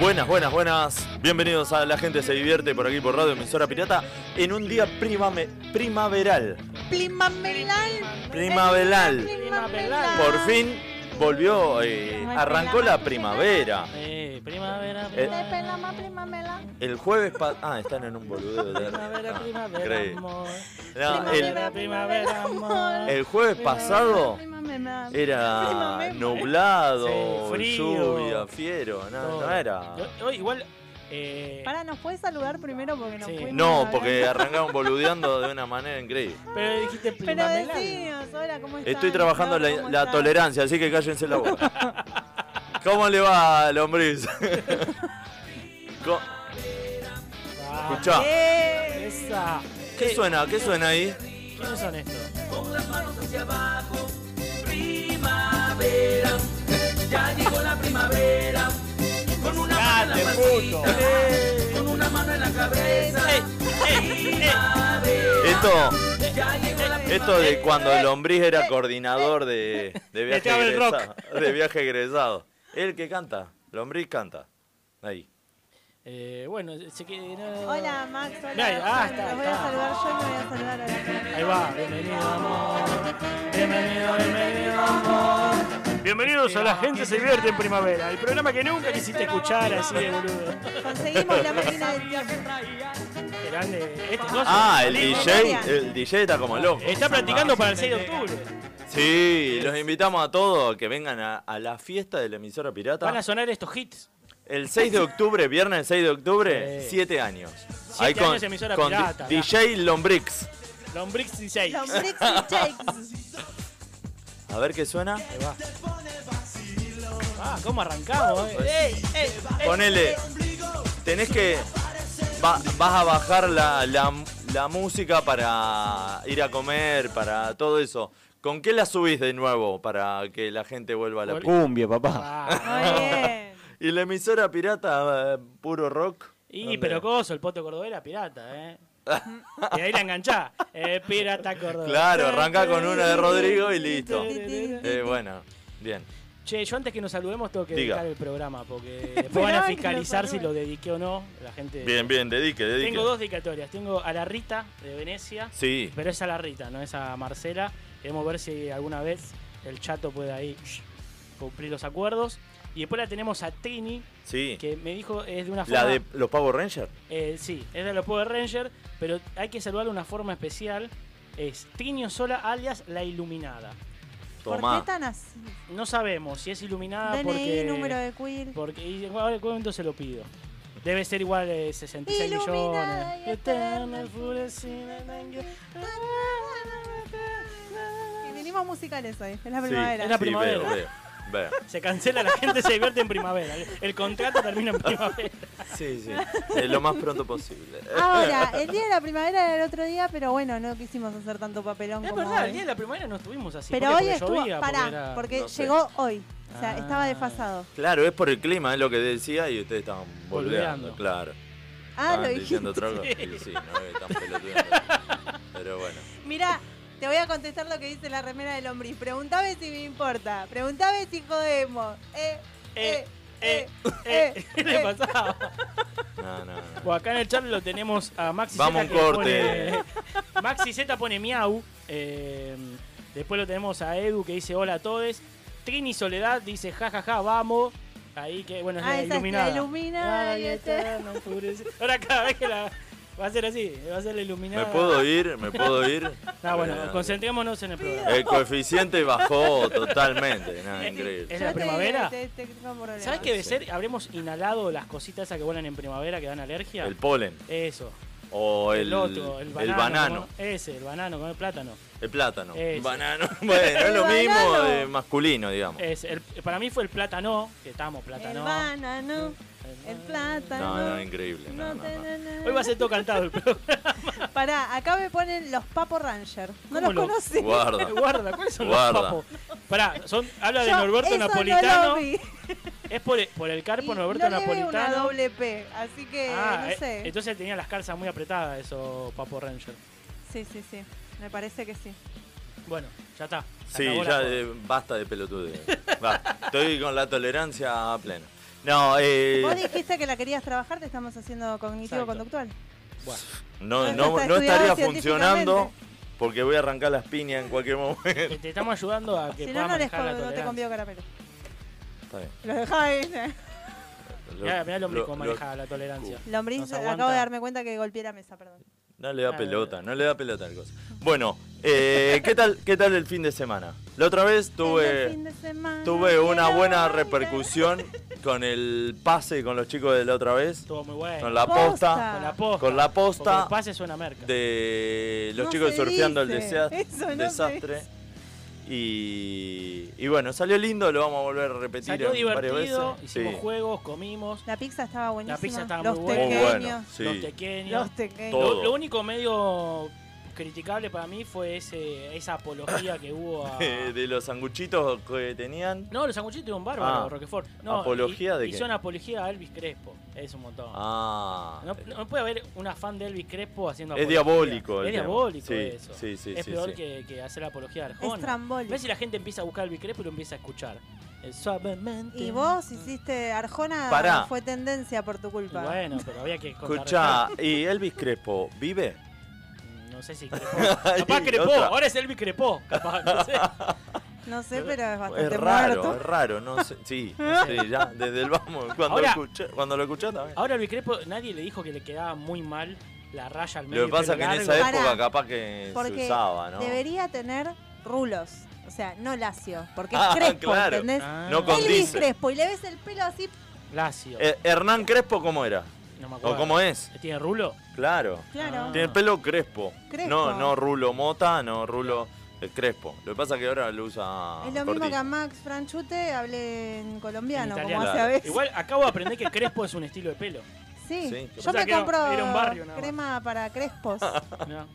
Buenas, buenas, buenas. Bienvenidos a La Gente Se Divierte por aquí por Radio Emisora Pirata en un día primame- primaveral. Primaveral. Primaveral. Primaveral. Por Ah. fin volvió, eh, Primaveral. arrancó la primavera. Eh, primavera, Eh, primavera, Pepela, ma, primamela. El jueves pa- Ah, están en un boludo de... primavera, Ah, primavera, increíble. amor. No, el, Primavera, primavera, amor. el jueves pasado Eh, Primamela. era nublado, Sí, frío. lluvia, fiero. No, Todo. no era... Yo- yo igual, eh, Para, ¿nos puedes saludar primero? Porque nos Sí. fuimos No, a porque ver? arrancaron boludeando de una manera increíble. pero dijiste Pero primavera. decimos, hola, ¿cómo estás? Estoy trabajando la, la tolerancia, así que cállense la boca. ¿Cómo le va, lombriz? Co- Ah, Escuchá, Eh, esa. ¿qué Eh, suena? ¿Qué suena ahí? ¿Quiénes son estos? ¡Date, puto! Eh, Esto, esto de cuando el lombriz era coordinador de, de viaje Estaban el rock. egresado. De viaje egresado. El que canta, lombriz canta. Ahí. Eh, bueno, se que- no- Hola, Max. Hola, Mira, ahí- ah, Gonzalo, está, Los voy a está. saludar yo y me voy a saludar a la Ahí va, bienvenido, amor. Bienvenido, bienvenido, amor. Bienvenidos a La Gente Se Divierte en Primavera, el programa que nunca quisiste escuchar así de boludo. Conseguimos la máquina del tiempo. Grande. Este coso. Ah, el Lindo. DJ, el DJ está como loco. Está practicando para el 6 de octubre. Sí, los invitamos a todos que vengan a, a la fiesta de la emisora pirata. Van a sonar estos hits. El 6 de octubre, viernes 6 de octubre, Sí. 7 años. Siete años emisora con di- pirata, DJ Lombrix. Lombrix y 6. Los Bricks y Shakes. A ver qué suena. Ah, ¿cómo arrancamos? eh? Ponele. Tenés que. va- vas a bajar la, la- la música para ir a comer, para todo eso. ¿Con qué la subís de nuevo para que la gente vuelva a la Vol- pi- Cumbia, papá. Ah. Muy bien. ¿Y la emisora pirata, eh, puro rock? Y ¿Dónde? pero coso, el Poto Cordobera, pirata, ¿eh? Y ahí la enganchá. Eh, pirata Cordobera. Claro, arranca con una de Rodrigo y listo. Eh, bueno, bien. Che, yo antes que nos saludemos tengo que Diga. dedicar el programa porque después van Esperaba a que lo fiscalizar si saluden. lo dediqué o no. La gente. Bien, bien, dedique, dedique. Tengo dos dedicatorias. Tengo a la Rita de Venecia, Sí. pero es a la Rita, no es a Marcela. Queremos ver si alguna vez el chato puede ahí cumplir los acuerdos. Y después la tenemos a Trini, Sí. que me dijo es de una forma. ¿La de los Power Rangers? Eh, sí, es de los Power Rangers, pero hay que saludarlo de una forma especial. Es Trini Sola alias La Iluminada. ¿Por Tomá. qué tan así? No sabemos si es iluminada DNI, Ah, porque. número de quill. Porque. Y, bueno, ahora en cuento se lo pido. Debe ser igual de 66 Iluminada millones. y eterna, enfurecida, nangue- Y venimos musicales hoy, es la Sí, primavera. es la sí, primavera. veo, veo, veo. Se cancela, la gente se divierte en primavera. El, el contrato termina en primavera. Sí, sí. Eh, lo más pronto posible. Ahora, el día de la primavera era el otro día, pero bueno, no quisimos hacer tanto papelón Es como verdad, hoy. el día de la primavera no estuvimos así. Pero ¿Por hoy qué? Porque estuvo, llovía, pará, porque, era- No sé. llegó hoy, o sea, Ah. estaba desfasado. Claro, es por el clima, es lo que decía y ustedes estaban volviendo. Boludeando. Claro. Ah, Estaban lo dijiste. diciendo otra cosa. Y sí, no que están pelotudeando. Pero bueno. Mirá, te voy a contestar lo que dice la remera del hombre. Preguntame si me importa, preguntame si jodemos. Eh, eh, eh, eh, ¿Qué le pasaba? No, no, no. Bueno, acá en el chat lo tenemos a Maxi Vamos Zeta un que corte. pone- Maxi Z pone miau. eh, después lo tenemos a Edu que dice hola a todos. Trini Soledad dice jajaja, vamos. Ahí que, bueno, es Ah, la esa es la iluminada. iluminada y Ay, eterna, enfurece- Ahora cada vez que la. Va a ser así, va a ser la ¿Me iluminada. puedo ir? ¿Me puedo ir? Ah, Eh, bueno, concentrémonos en el programa. El coeficiente bajó totalmente. Nada, increíble. ¿Es la Yo te- primavera? te- te tengo problemas. ¿Sabes qué debe ser? Habremos inhalado las cositas esas que vuelan en primavera que dan alergia. El polen. Eso. O el, El, otro, el banano. el banano. ¿no? Ese, el banano con el plátano. El plátano. Ese. Banano. Bueno, es El lo mismo banano. de masculino, digamos. Es el- para mí fue el plátano, que estamos El plátano. banano, el plátano. No, no, increíble. no, No, no, te- no. na, na, Hoy va a ser todo cantado el programa. Pará, acá me ponen los Papo Ranger. No ¿Cómo los lo- conocí. Guarda. Guarda, ¿cuáles son Guarda. los papos? Pará, son, habla de Yo Norberto eso no Napolitano. lo vi. es por el, por el carpo Y Norberto no le veo una Napolitano. doble P, así que Ah, no eh, sé. entonces tenía las calzas muy apretadas, eso Papo Ranger. Sí, sí, sí. Me parece que sí. Bueno, ya está. se Sí, acabó la ya joda. eh, basta de pelotude. Va, estoy con la tolerancia a pleno. No, eh, Vos dijiste que la querías trabajar, te estamos haciendo cognitivo-conductual. no, Eso no, está no estaría estudiado funcionando científicamente. porque voy a arrancar las piñas en cualquier momento. Te estamos ayudando a que Si no, puedas no, les manejar la co- no te tolerancia. convido caramelo. Está bien. Los dejaba ahí. Lo- Mirá, mirá el hombre lo- cómo lo- maneja la tolerancia. Lombriz, Nos aguanta. acabo de darme cuenta que golpeé la mesa, perdón. No le da Ah, pelota, no le da pelota al coso. Bueno, eh, ¿qué, tal, ¿qué tal el fin de semana? La otra El vez fin tuve, de semana tuve una quiero buena bailar. repercusión con el pase con los chicos de la otra vez, Estuvo muy bueno. con la posta, Posta. Con la posta. con la posta. Porque el pase es una merca. de los No chicos de se surfeando el dice, desea- eso no desastre. Y, y bueno, salió lindo, lo vamos a volver a repetir Salió en varias divertido, veces. hicimos Sí. juegos, comimos, La pizza estaba buenísima. La pizza estaba los muy Muy buena. tequeños, bueno, sí. los pequeños. Los tequeños. Todo. Lo, lo único medio criticable para mí fue ese, esa apología que hubo a... Eh, de los sanguchitos que tenían. No, los sanguchitos un bárbaro, Ah. Roquefort. No, ¿Apología y- de y qué? son apología a Elvis Crespo. Es un montón. Ah, No, no puede haber una fan de Elvis Crespo haciendo es apología. diabólico. el Es tema. diabólico Sí, eso. Sí, sí, es sí, peor sí. Que, que hacer apología de Es Arjona. trambólico. ¿Ves si la gente empieza a buscar Elvis Crespo y lo empieza a escuchar? Eh, suavemente. Y vos hiciste Arjona Pará. fue tendencia por tu Y culpa. Bueno, pero había que contar- Escuchá, ¿y Elvis Crespo vive? No sé si Crepó. capaz Y Crepó, otra. ahora es Elvis Crepó. Capaz, no sé. No sé, pero es Es bastante raro, muerto. es raro, no sé. Sí, sí, ya, desde el vamos. Cuando, Ahora- lo escuché, cuando lo escuché también. Ahora Elvis Crespo, nadie le dijo que le quedaba muy mal la raya al medio. Lo que y el pasa es que en pelo esa largo. Pará, época capaz que se Porque usaba, ¿no? debería tener rulos. O sea, no lacio. Porque Ah, es Crespo, claro. ¿entendés? Ah, No con- Elvis Condice. Crespo y le ves el pelo así. Lacio. Eh, Hernán Crespo, ¿cómo era? no me ¿O acuerdo. cómo es? ¿Tiene rulo? Claro. Claro. Ah. Tiene el pelo crespo. Crespo. No, no rulo mota, no rulo eh, crespo. Lo que pasa es que ahora lo usa. es lo mismo cortito. que a Max Franchute hablé en En colombiano, como italiano. hace a Claro. veces. Igual acabo de aprender que Crespo es un estilo de pelo. Sí. Sí. Yo Pensaba me que era- compro era un barrio nada más. crema para crespos. ¿no?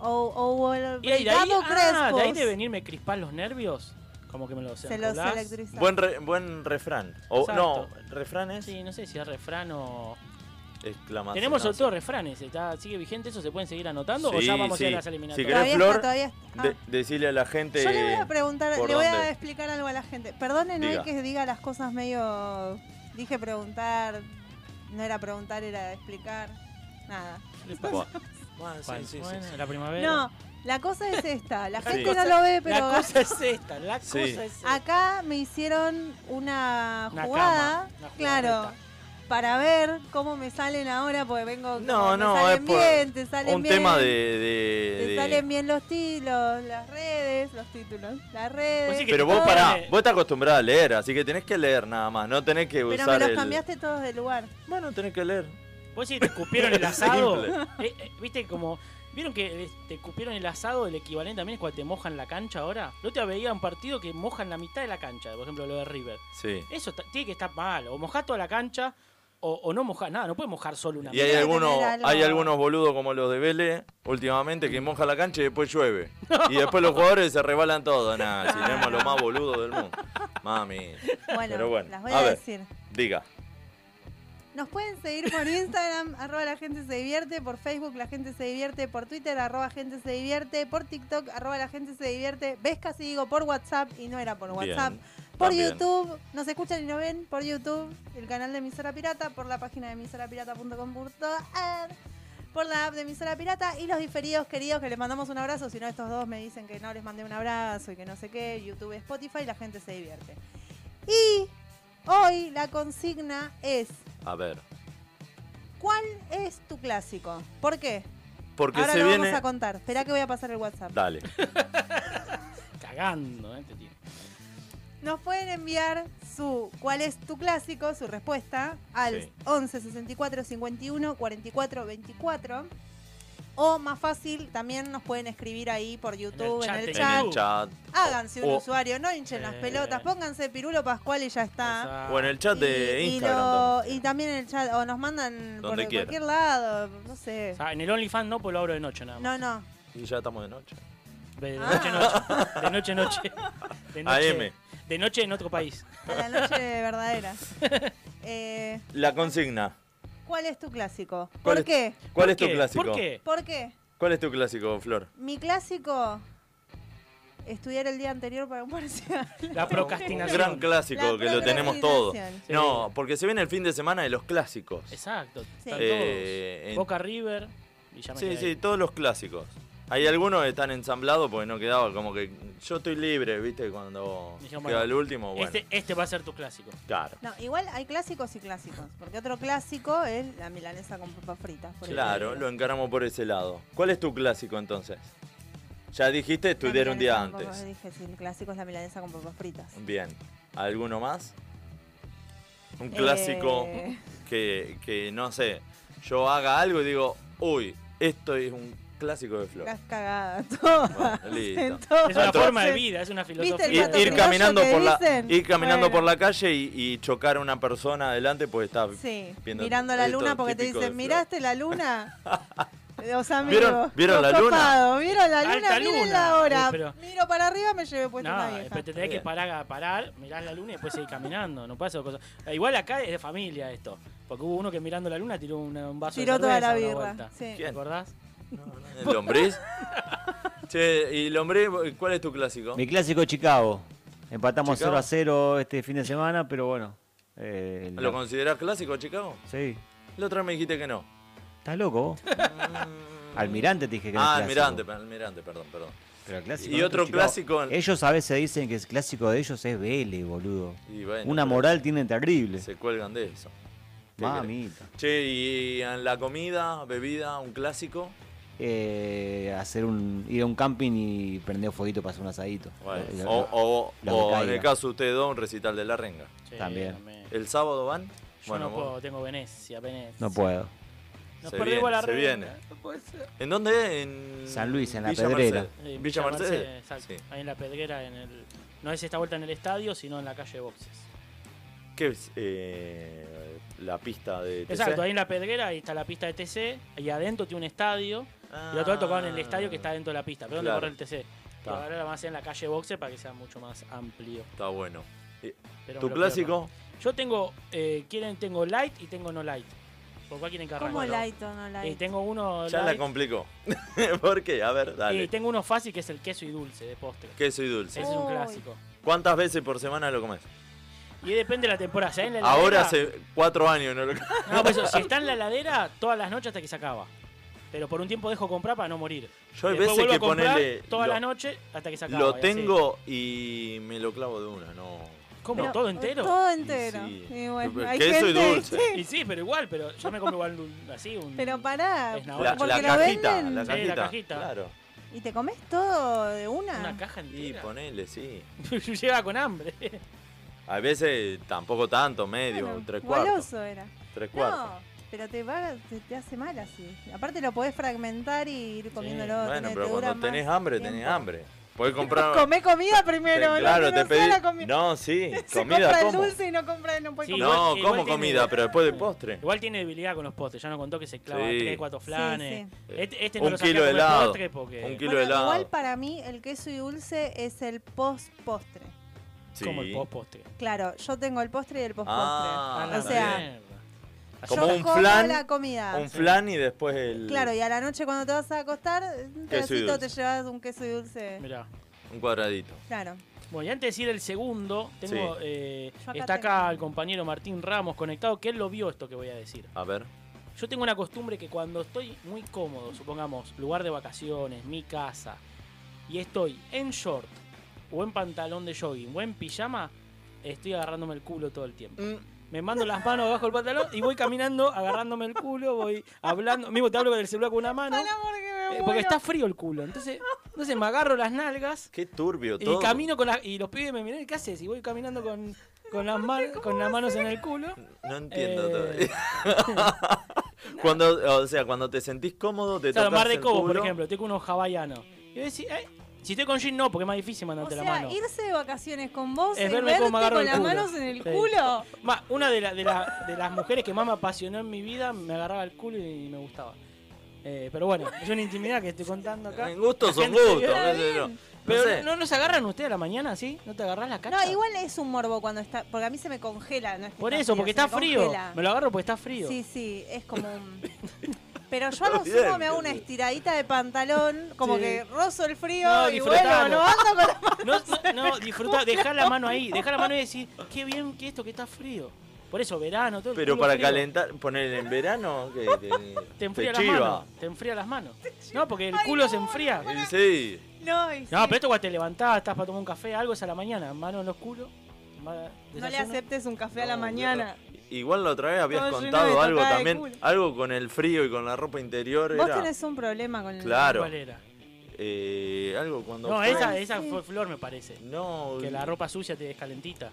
o, o el Y ahí, de ahí, brigado ah, de ahí de crespos. venirme crispar los nervios, como que me los Se los enrolás. electriza. Buen, re- buen refrán. O, Exacto. no, refrán es. Sí, no sé si es refrán o... Exclamación. Tenemos no, otros refranes, ¿está, ¿sigue vigente eso? ¿Se pueden seguir anotando o Sí, ya vamos sí. a ir a las Si eliminatorias? querés- Todavía Flor, está, todavía está. Ah. De- decirle a la gente. Yo le voy a preguntar, ¿por le voy dónde? a explicar algo a la gente. Perdonen hoy Diga. que diga las cosas medio. Dije preguntar, no era preguntar, era explicar. Nada. Buah. Bueno, sí, sí, bueno, sí. La primavera. No, la cosa es esta. La Sí. gente no lo ve, pero la cosa es esta, la Sí. cosa es esta. acá me hicieron una Una jugada, cama, una claro, jugarreta. para ver cómo me salen ahora, porque vengo. No, como me no, salen es por bien, te salen Un bien. tema de. Te de- de- salen bien los títulos, las redes, los títulos, las redes. sí que Pero vos Ah. pará, vos estás acostumbrada a leer, así que tenés que leer nada más, no tenés que Pero me usar los el- cambiaste todos de lugar. Bueno, tenés que leer. Vos si te escupieron el asado. Simple. eh, eh, Viste como. ¿Vieron que eh, te escupieron el asado? El equivalente también es cuando te mojan la cancha ahora. No te veía un partido que mojan la mitad de la cancha, por ejemplo, lo de River. Sí. Eso está- tiene que estar mal. O mojás toda la cancha o, o no mojás nada. No puedes mojar solo una Y hay Tiene que algunos, tener algo. hay algunos boludos como los de Vélez últimamente que moja la cancha y después llueve. Y después los jugadores se rebalan todo. Nada, si tenemos lo más boludo del mundo. Mami. Bueno, Pero bueno, las voy a a, ver. decir. Diga. Nos pueden seguir por Instagram, arroba la gente se divierte, por Facebook la gente se divierte, por Twitter, arroba gente se divierte, por TikTok, arroba la gente se divierte. Ves casi digo por WhatsApp y no era por Bien, WhatsApp. por también. YouTube, nos escuchan y nos ven por YouTube, el canal de Emisora Pirata, por la página de emisorapirata.com.ar, por la app de Emisora Pirata y los diferidos queridos que les mandamos un abrazo, si no estos dos me dicen que no les mandé un abrazo y que no sé qué, YouTube, Spotify, la gente se divierte. Y hoy la consigna es A ver. ¿Cuál es tu clásico? ¿Por qué? Porque Ahora se lo viene. vamos a contar. Espera que voy a pasar el WhatsApp. Dale. Cagando, ¿eh? Te tiene. Nos pueden enviar su ¿Cuál es tu clásico? Su respuesta al Sí. 11 64 51 44 24. O más fácil, también nos pueden escribir ahí por YouTube, en chat el de chat. En el chat. Háganse un O- usuario, no hinchen las Eh. pelotas, pónganse Pirulo Pascual y ya está. Esa- O en el chat de Y- y Instagram. lo- también. y también en el chat, o nos mandan por Donde quieran. cualquier lado, no sé. Ah, en el OnlyFans no, pues lo abro de noche nada más. No, no. Y ya estamos de noche. De, de Ah. noche a noche. De noche a noche. De noche, AM. de noche en otro país. A la noche verdadera. Eh, La consigna. ¿Cuál es tu clásico? ¿Cuál ¿Por es- qué? ¿Cuál ¿Por es tu qué? clásico? ¿Por qué? ¿Por qué? ¿Cuál es tu clásico, Flor? Mi clásico estudiar el día anterior para un parcial. La Un procrastinación. gran clásico La que lo tenemos todo. procrastinación. No, porque se viene el fin de semana de los clásicos. Exacto. Están Eh, todos. en- Boca River. Y ya me Sí, quedé. sí, todos los clásicos. Hay algunos que están ensamblados porque no quedaba como que yo estoy libre, ¿viste? Cuando Dijeron, queda bueno, el último, Oh, bueno. Este, este va a ser tu clásico. Claro. No, igual hay clásicos y clásicos. Porque otro clásico es la milanesa con papas fritas. por Claro, ejemplo. lo encaramos por ese lado. ¿Cuál es tu clásico entonces? Ya dijiste La estudiar un día milanesa con papas- antes. Dije, sí, el clásico es la milanesa con papas fritas. Bien. ¿Alguno más? Un clásico Eh. que, que, no sé, yo haga algo y digo, uy, esto es un clásico de flor. Las cagadas todas. Bueno, listo. en todas. Es una Entonces- forma de vida, es una filosofía. el Ir- plato ir criollo caminando que por la dicen? ir caminando Bueno. por la calle y, y chocar a una persona adelante pues está Sí, viendo- mirando la esto luna porque te típico de dicen, Flor. ¿miraste la luna? Los amigos. ¿Vieron- vieron los la luna? copados, ¿Vieron la Alta luna? Miren luna. la hora. Eh, pero- Miro para arriba, me llevé puesta No, una vieja. pero te tenés que Bien. parar, a parar, mirás la luna y después seguir caminando. No pasa cosas. Eh, Igual acá es de familia esto. Porque hubo uno que mirando la luna tiró una- un vaso de Tiró toda cerveza la una birra. vuelta. sí. ¿Quién? ¿Te acordás? ¿Lombriz? che, y Lombriz, ¿cuál es tu clásico? Mi clásico Chicago. Empatamos Chicago. 0 a 0 este fin de semana, pero bueno. eh, ¿Lo la- considerás clásico, Chicago? Sí. La otra vez me dijiste que no. ¿Estás loco vos? Almirante te dije que era Ah, clásico. Almirante, pe- Almirante, perdón, perdón. Pero el clásico Y de otro Chicago. clásico- Ellos a veces dicen que el clásico de ellos es Vélez, boludo. Y bueno, Una pero moral tienen terrible. Se cuelgan de eso. ¿Qué Mamita. querés? Che, y en la comida, bebida, un clásico. Eh, hacer un, ir a un camping y prender fueguito para hacer un asadito. Bueno, Eh, lo- o o- lo o que en caiga. el caso de ustedes dos, un recital de la renga. Sí, También. ¿El sábado van? Yo no vos- puedo, tengo Venecia, Venecia. No puedo. Nos Se perdimos viene, la se renga. viene. No puede ser. ¿En dónde? En San Luis, en La Villa Pedrera. Mercedes. Eh, ¿Villa, Mercedes? exacto. Sí. Ahí en la pedrera, en el, no es esta vuelta en el estadio, sino en la calle de boxes. ¿Qué es eh, la pista de TC? Exacto, ahí en la pedrera ahí está la pista de TC, y adentro tiene un estadio, Ah. y la otra vez tocaban en el estadio que está dentro de la pista, pero donde Claro. corre el TC. Pero Está. ahora la van a hacer en la calle boxes para que sea mucho más amplio. Está bueno. Eh, Pero ¿Tu me lo pierdo. clásico? Yo tengo, eh, quieren, tengo light y tengo no light. ¿Por cuál quieren que arranque? ¿Cómo No. light o no Eh, light? tengo uno Ya la light complicó. ¿Por qué? A ver, dale. y tengo uno fácil que es el queso y dulce de postre. Queso y dulce. Ese es un Uy. clásico. ¿Cuántas veces por semana lo comes? Y depende de la temporada. Si hay en la Ahora heladera- hace cuatro años no lo comes. No, por eso, si está en la heladera, todas las noches hasta que se acaba. Pero por un tiempo dejo comprar para no morir. Yo hay Después veces vuelvo a que comprar ponele. Todas lo- las noches hasta que se acaba. Lo y así. tengo y me lo clavo de una, no. ¿Cómo? Pero- ¿Todo entero? Todo entero. Y sí. Y bueno, Pero hay queso y gente- dulce. Y sí, pero igual, pero yo me como igual un- así un. Pero pará, Es La, Porque la porque lo cajita, venden la Sí, la cajita. cajita. Claro. y te comes todo de una. Una caja Y entera. ponele, sí. Yo llegaba con hambre. A veces tampoco tanto, medio, Claro, tres cuartos. goloso era. Tres cuartos. No, pero te, va, te, te hace mal así. Aparte lo podés fragmentar y ir comiéndolo. Bueno, te- pero te dura cuando más tenés hambre, tenés tiempo. hambre. Podés comprar. Comé comida primero, Te- ¿no? claro, Que te no sea pedí. la comi- No, sí, Se comida compra como. el dulce y no compra, no puede Sí, comprar. No, Igual- igual como tiene- comida, pero después del postre. Igual tiene debilidad con los postres. Ya no contó que se clava Sí. tres, cuatro flanes. Sí, Este, este no Un lo saqué kilo a de comer helado. postre porque. Un kilo de Bueno, helado. Igual para mí el queso y dulce es el post postre. Sí. Como el post postre. Claro, yo tengo el postre y el post postre. Ah, o está sea, bien. yo como un como flan, la comida. Un flan y después el. Claro, y a la noche cuando te vas a acostar, un Queso y pedacito dulce. te llevas un queso y dulce. Mirá. Un cuadradito. Claro. Bueno, y antes de decir el segundo, tengo, Sí. eh, Yo acá está acá tengo. el compañero Martín Ramos conectado, que él lo vio esto que voy a decir. A ver. Yo tengo una costumbre que cuando estoy muy cómodo, supongamos, lugar de vacaciones, mi casa, y estoy en short, o en pantalón de jogging, o en pijama, estoy agarrándome el culo todo el tiempo. Mm. Me mando las manos abajo del pantalón y voy caminando, agarrándome el culo, voy hablando. Mismo te hablo con el celular con una mano, Al amor que me eh, muero. porque está frío el culo. Entonces, entonces me agarro las nalgas Qué turbio y todo. camino con las. Y los pibes me miran, ¿qué haces? Y voy caminando con, con, las, man- con las manos en el culo. No entiendo Eh, todavía. cuando, o sea, cuando te sentís cómodo, te Claro, tocas Mar de el Cobo, por culo. ejemplo, estoy con unos hawaianos. Y yo decía, eh, si estoy con jean, no, porque es más difícil O mandarte sea, la mano. irse de vacaciones con vos Es y verme verte cómo me agarro con el las culo. manos en el Sí. culo. Ma, una de, la- de la- de las mujeres que más me apasionó en mi vida me agarraba el culo y me gustaba. Eh, pero bueno, es una intimidad que estoy contando acá. En gustos son Gente, gustos. está qué Eh, sé yo. Pero no sé. no, no se agarran ustedes a la mañana, ¿sí? ¿No te agarrás la cacha? No, igual es un morbo cuando está. Porque a mí se me congela. No es que Por eso, porque se me está frío. congela. Me lo agarro porque está frío. Sí, sí, es como un. Pero yo a lo Bien. sumo me hago una estiradita de pantalón, como Sí. que rozo el frío No, y bueno, disfrutalo. no ando con la No, no, no, disfrutá, dejá la mano ahí, dejá la mano ahí y decir, qué bien que esto que está frío. Por eso, verano, todo el Pero culo para frío, calentar, poner en verano, que Te te, enfría te las chiva. manos. Te enfría las manos. No, porque el culo se enfría. Y Sí. No, y sí. No, pero esto cuando te levantás, estás para tomar un café, algo es a la mañana, mano en los culos. ma- No le desayuno. aceptes un café a la No, mañana. Igual la otra vez habías Todo lleno de contado tocada algo de también, culo. algo con el frío y con la ropa interior. Vos era, tenés un problema con el... Claro. ¿Cuál era? eh, algo cuando. No, fue- esa, esa sí. fue flor, me parece. No, Que la ropa sucia te descalentita.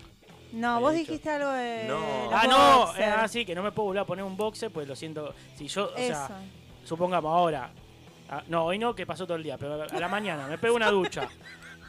No, Había vos dicho. dijiste algo de... No. los Ah, no, boxers. eh, ah, sí, que no me puedo volver a poner un boxer, pues lo siento. Si yo, o sea, Eso. supongamos ahora. ah, no, hoy no, que pasó todo el día, pero a la mañana me pego una ducha.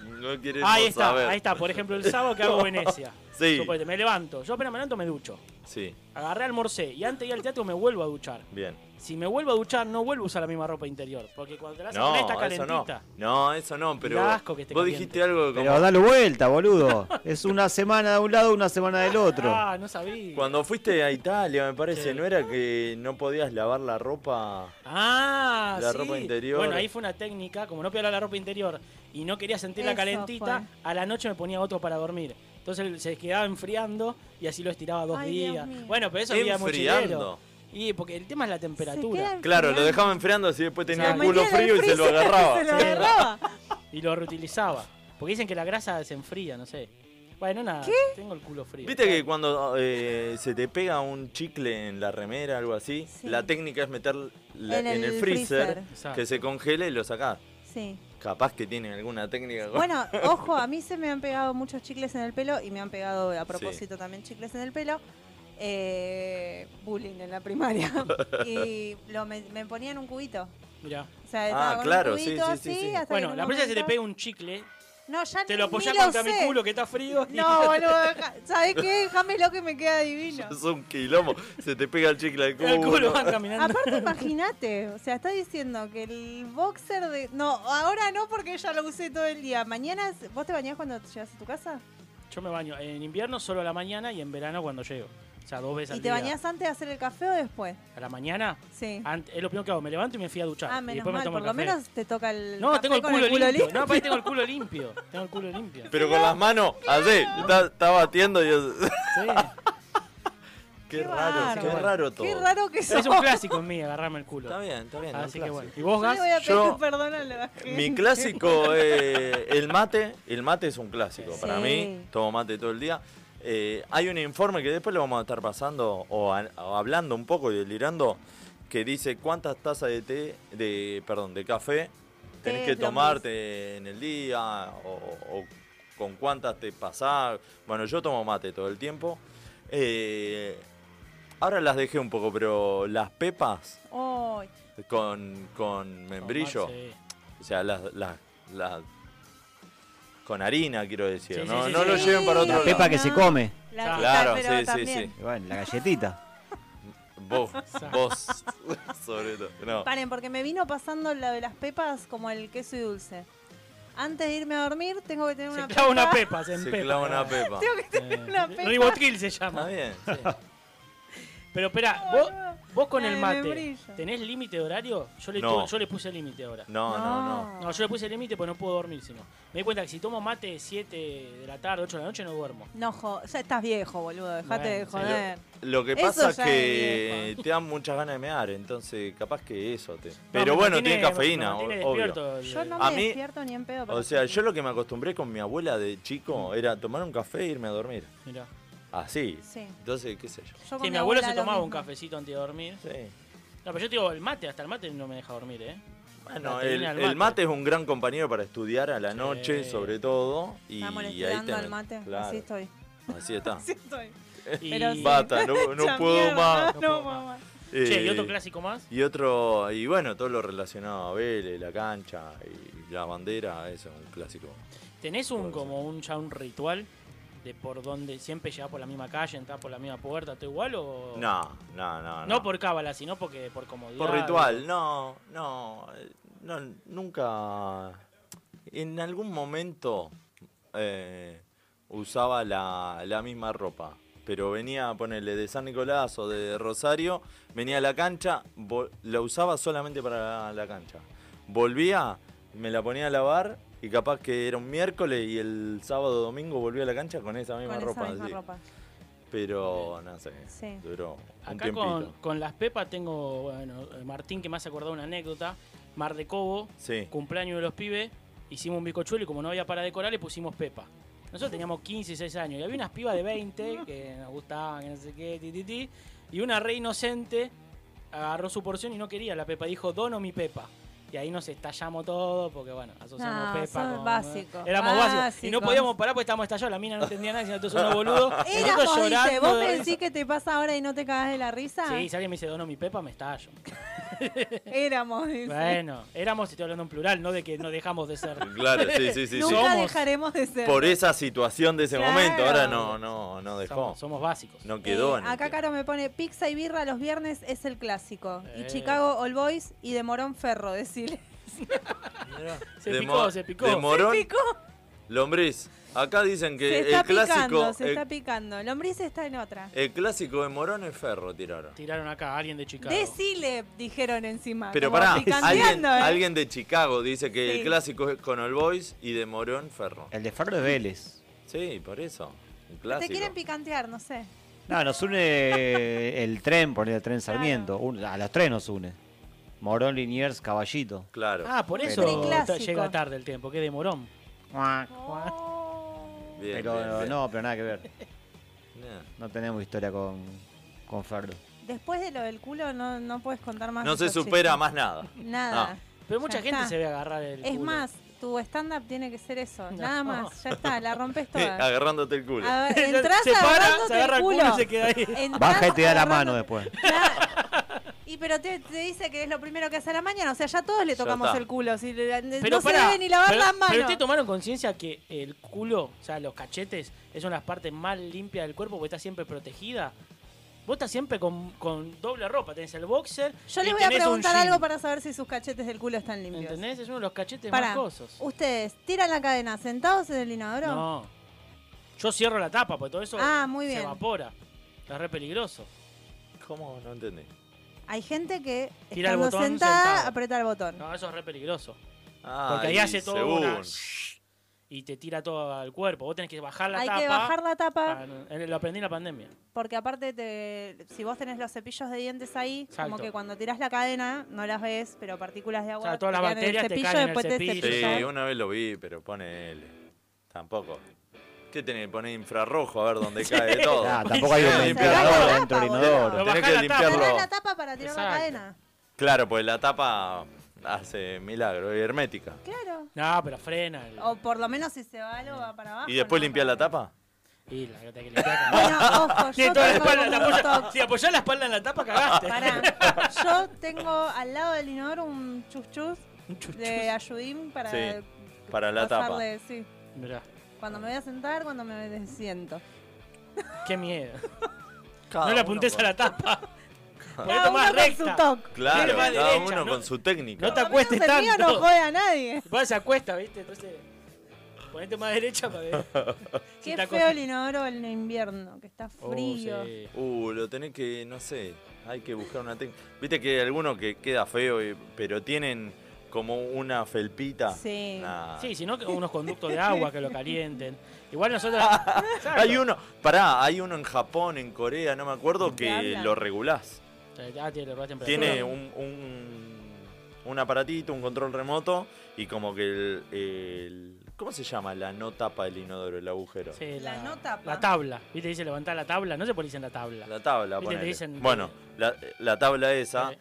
no queremos Ah, ahí está, saber. ahí está. Por ejemplo, el sábado que hago Venecia. Sí. Suponete, me levanto, yo apenas me levanto me ducho. Sí, Agarré, almorcé y antes de ir al teatro me vuelvo a duchar. bien. Si me vuelvo a duchar, no vuelvo a usar la misma ropa interior. Porque cuando te la vas a No, poner está eso no. calentita. No, eso no, pero. Da asco que esté vos caliente. dijiste algo como. Pero dale vuelta, boludo. Es una semana de un lado, una semana del otro. Ah, no sabía. Cuando fuiste a Italia, me parece, Sí. ¿no era que no podías lavar la ropa? Ah, La sí. ropa interior. Bueno, ahí fue una técnica. Como no podía lavar la ropa interior y no quería sentirla Eso calentita, a la noche me ponía otro para dormir. Entonces se quedaba enfriando y así lo estiraba dos Ay, Dios días. mío. Bueno, pero eso había mochilero. Enfriando. Y porque el tema es la temperatura. queda Claro, lo enfriando. dejaba enfriando así después tenía Se el lo culo metía en el frío y se lo freezer, agarraba. se lo Sí. agarraba. Y lo reutilizaba. Porque dicen que la grasa se enfría, no sé. Bueno, nada, tengo el culo frío. ¿Viste que cuando eh, se te pega un chicle en la remera algo así? Sí. La técnica es meter la- En en, el el freezer, freezer. que se congele y lo sacás. Sí. Capaz que tienen alguna técnica. con- Bueno, ojo, a mí se me han pegado muchos chicles en el pelo y me han pegado a propósito también chicles en el pelo. Eh, bullying en la primaria. y lo, me, me ponían un cubito. Mirá. O sea, estaba con Ah, claro, un sí, cubito sí, sí, así sí. hasta que en Bueno, un la próxima se te momento- pega un chicle, No, ya te ni- lo ni apoyás lo contra mi sé. culo que está frío. y- No, boludo, deja- ¿sabés qué? Déjame lo que me queda divino. Es un quilombo. Se te pega el chicle al culo. El culo van caminando. Aparte, imagínate, o sea, está diciendo que el boxer de. No, ahora no porque ya lo usé todo el día. Mañana, es- ¿vos te bañás cuando llegas a tu casa? Yo me baño en invierno solo a la mañana y en verano cuando llego. O sea, dos veces ¿Y al te día. bañás antes de hacer el café o después? ¿A la mañana? Sí. Ant- es lo primero que hago, me levanto y me fui a duchar. Ah, y menos después me mal, tomo por el lo café. menos te toca el. No, café tengo el con culo, limpio. No, aparte tengo el culo limpio. Tengo el culo limpio. Pero con las manos, así. Está, está batiendo y. es- Sí. qué, bárbaro. raro, qué raro todo. Qué raro que sos. Es un clásico en mí, agarrarme el culo. Está bien, está bien. no Así que clase. bueno. ¿Y vos, Yo Gas? le voy a pedir Yo- perdón a la gente. Mi clásico es el mate. El mate es un clásico Sí. para mí. Tomo mate todo el día. Eh, hay un informe que después lo vamos a estar pasando o, a- o hablando un poco y delirando que dice cuántas tazas de té, de perdón, de café tenés Té, que lombriz. tomarte en el día o, o con cuántas te pasás. Bueno, yo tomo mate todo el tiempo. Eh, ahora las dejé un poco, pero las pepas Ay, con, con membrillo. Sí. O sea, las. las, las- con harina, quiero decir. Sí, sí, no sí, no sí. lo lleven para otro La lado. pepa que se come. la verdad, Claro, pero sí, sí, también. sí. Y bueno, la galletita. Vos, vos. Sobre todo. No. Paren, porque me vino pasando lo de las pepas como el queso y dulce. Antes de irme a dormir, tengo que tener Se una clava pepa. una pepa, se Se empepa. clava una pepa. Tengo que Eh, tener una pepa. Ribotril se Está llama. bien. Pero espera, No, vos, no. vos con La el de mate, membrillo. ¿tenés límite de horario? Yo le, No. tuve- yo le puse límite ahora. No, no, no. No, yo le puse límite porque no puedo dormir, sino. Me di cuenta que si tomo mate de 7 de la tarde, 8 de la noche, no duermo. No, jo- ya estás viejo, boludo. Dejate Bueno, sí. de joder. Lo que Eso pasa es ya es que viejo. te dan muchas ganas de mear, entonces capaz que eso te. No, Pero me bueno, mantiene- tiene cafeína, me mantiene o- obvio. despierto eh, el- Yo no me A mí- despierto ni en pedo. para O sea, hacer- yo lo que me acostumbré con mi abuela de chico era tomar un café e irme a dormir. Mirá. Así. Sí. Entonces, qué sé yo. Yo con Sí, mi abuelo se abuela lo tomaba un mismo. cafecito antes de dormir. Sí. No, pero yo te digo, el mate, hasta el mate no me deja dormir, ¿eh? Bueno, La el, teína el del mate. mate es un gran compañero para estudiar a la Sí. noche, sobre todo. Y Está ahí molestando te al met- mate. claro, Así estoy. así está. Así estoy. Y- Pero sí. Bata, no, no Mucha puedo mierda, más. No, puedo puedo más. Che, ¿y otro Eh, clásico más? y otro- y bueno, todo lo relacionado a Vélez, la cancha y la bandera, eso es un clásico. ¿Tenés un puede ser. como un ya un ritual de por donde siempre llegás por la misma calle, entrás por la misma puerta, todo igual o...? No, no, Ah, no. Oh. No por cábala, sino porque por comodidad. Por ritual, no, no, eh, no, nunca. En algún momento eh, usaba la, la misma ropa. pero venía, ponele, de San Nicolás o de Rosario, venía a la cancha, vo- la usaba solamente para la, la cancha. Volvía, me la ponía a lavar y capaz que era un miércoles y el sábado domingo volvía a la cancha con esa misma con ropa. esa misma sí. ropa. Pero, no sé, Sí. duró un Acá tiempito. con, con las pepas tengo, bueno, eh, Martín que me hace acordar una anécdota. Mar de Cobo, Sí, cumpleaños de los pibes, hicimos un bizcochuelo y como no había para decorar le pusimos pepa. Nosotros teníamos 15, 16 años y había unas pibas de 20 que nos gustaban, que no sé qué, ti, ti, ti, y una re inocente agarró su porción y no quería la pepa, dijo dono mi pepa. Y ahí nos estallamos todo porque bueno, No, asociamos pepa. son con- eh, básicos, Éramos básicos. Y básicos. no podíamos parar porque estábamos estallados, la mina no entendía nada, diciendo, tú sos unos boludos. Nosotros Éramos, dice, llorando vos de pensás que te pasa ahora y no te cagás de la risa. Sí, si alguien me dice dono mi pepa, me estallo. Éramos, dice. Bueno, éramos, estoy hablando en plural, no de que no dejamos de ser. claro, sí, sí, sí. sí. Nunca Somos- dejaremos de ser. Por esa situación de ese Claro. momento, ahora no, no, no dejó. Somos, somos básicos. No Eh, quedó en el acá tiempo. Caro me pone pizza y birra los viernes es el clásico. Eh. Y Chicago All Boys y de Morón Ferro, decirle. Se De picó, mo- se picó. De morón, Picó. lombriz. Acá dicen que Se está el clásico. eh. picando, se el, está picando. Lombriz está en otra. el clásico de morón es ferro, tiraron. Tiraron acá a alguien de Chicago. Decile, dijeron encima. Pero como pará, alguien, picanteando, ¿eh? alguien de Chicago dice que Sí. el clásico es con All Boys y de Morón Ferro. El de Ferro es Vélez. Sí, por eso. Un Te clásico. quieren picantear, no sé. No, nos une el tren, poner el tren Sarmiento. Un- a los tres nos une. Morón, Liniers, Caballito. Claro. Ah, por Pero- eso Triclásico. llega tarde el tiempo, que de morón. bien, Pero bien, bien. no, pero nada que ver. Nah. No tenemos historia con, con Ferro. Después de lo del culo no, no puedes contar más. No de se esos supera chistes. más Ah. nada. Nada. Pero mucha Ya gente está. se ve agarrar el es culo. más, tu stand-up tiene que ser eso. No. Nada más. Ya está, la rompes toda. Agarrándote el culo. A ver, Se- Entrás se para, agarrándote se agarra el el culo. Eh, culo y se queda ahí. Entrás Baja y te da la agarrándote- mano después. Claro. Y pero te, te dice que es lo primero que hace a la mañana. O sea, ya todos le Ya tocamos está. el culo. Si le- Pero no pará, se debe ni lavar pero- las manos. Pero ustedes tomaron conciencia que el culo, o sea, los cachetes, es una de las partes más limpias del cuerpo porque está siempre protegida. Vos estás siempre con, con doble ropa, tenés el boxer. Yo y les voy a tenés un preguntar jean. algo para saber si sus cachetes del culo están limpios. ¿Entendés? Es uno de los cachetes Pará. más cosos. Ustedes tiran la cadena sentados en el inodoro. No. Yo cierro la tapa, porque todo eso Ah, muy se bien. evapora. Es re peligroso. ¿Cómo? No entendí. Hay gente que Tira el estando botón sentada sentado. aprieta el botón. No, eso es re peligroso. Ah, Porque ahí y hace todo según. una- y te tira todo al cuerpo. Vos tenés que bajar la Hay tapa. que bajar la tapa Ah, no, eh, Lo aprendí en la pandemia. porque aparte te, si vos tenés los cepillos de dientes ahí, Exacto. como que cuando tirás la cadena no las ves, pero partículas de O agua sea, todas las te quedan en bacterias te el cepillo caen en el después te cepillo. Sí, cepillás. una vez lo vi, pero pone él. Tampoco. ¿Qué tenés? Poner infrarrojo a ver dónde cae todo. Ah, tampoco hay un Sí, ventilador limpiador. dentro del Lo inodoro. Lo Tenés que bajás la tapa. limpiarlo. Cerrás la tapa para tirar la Exacto. cadena. Claro, pues la tapa hace milagro, es hermética. Claro. No, pero frena. el- O por lo menos si se va algo va para Ah, abajo. ¿Y después no, limpiar la para- tapa? Y la que tenés que limpiar con- Bueno, ojo, yo Tiene toda la tengo espalda, como la un apoya- toc. Si apoyás la espalda en la tapa, cagaste. Pará, yo tengo al lado del inodoro un chus chus Un chuchu. de ayudín para, Sí, para la tapa. pasarle, sí. Mirá, Cuando me voy a sentar, cuando me siento. qué miedo. Cada Ah, no le uno apuntes con- Ah. a la tapa. Cada Ponete uno más con su recta. toc. Claro, Tiene más cada derecha, uno ¿no? con su técnica. No te Por lo menos acuestes el mío tanto. no jode a nadie. Vos se acuesta, ¿viste? Entonces, ponete más derecha para ver. Si te Qué acostás. feo el inodoro en invierno, que está Oh, frío. sí. Uh, lo tenés que, no sé, hay que buscar una técnica. Viste que hay alguno que queda feo, y- pero tienen como una felpita. Sí. Nah. Sí, sino que unos conductos de agua que lo calienten. Igual nosotros. Exacto. Hay uno, pará, hay uno en Japón, en Corea, no me acuerdo, ¿De qué que hablan? lo regulás. Ah, tiene, la temperatura. Tiene un, un, un aparatito, un control remoto y como que el, el- ¿Cómo se llama? La no tapa el inodoro, el agujero. Sí, La no tapa. La tabla. ¿Viste? Dice levantar la tabla. No sé por qué dicen la tabla. Eh, La tabla, Viste, te ponele. dicen que- Bueno, la, la tabla esa Sí.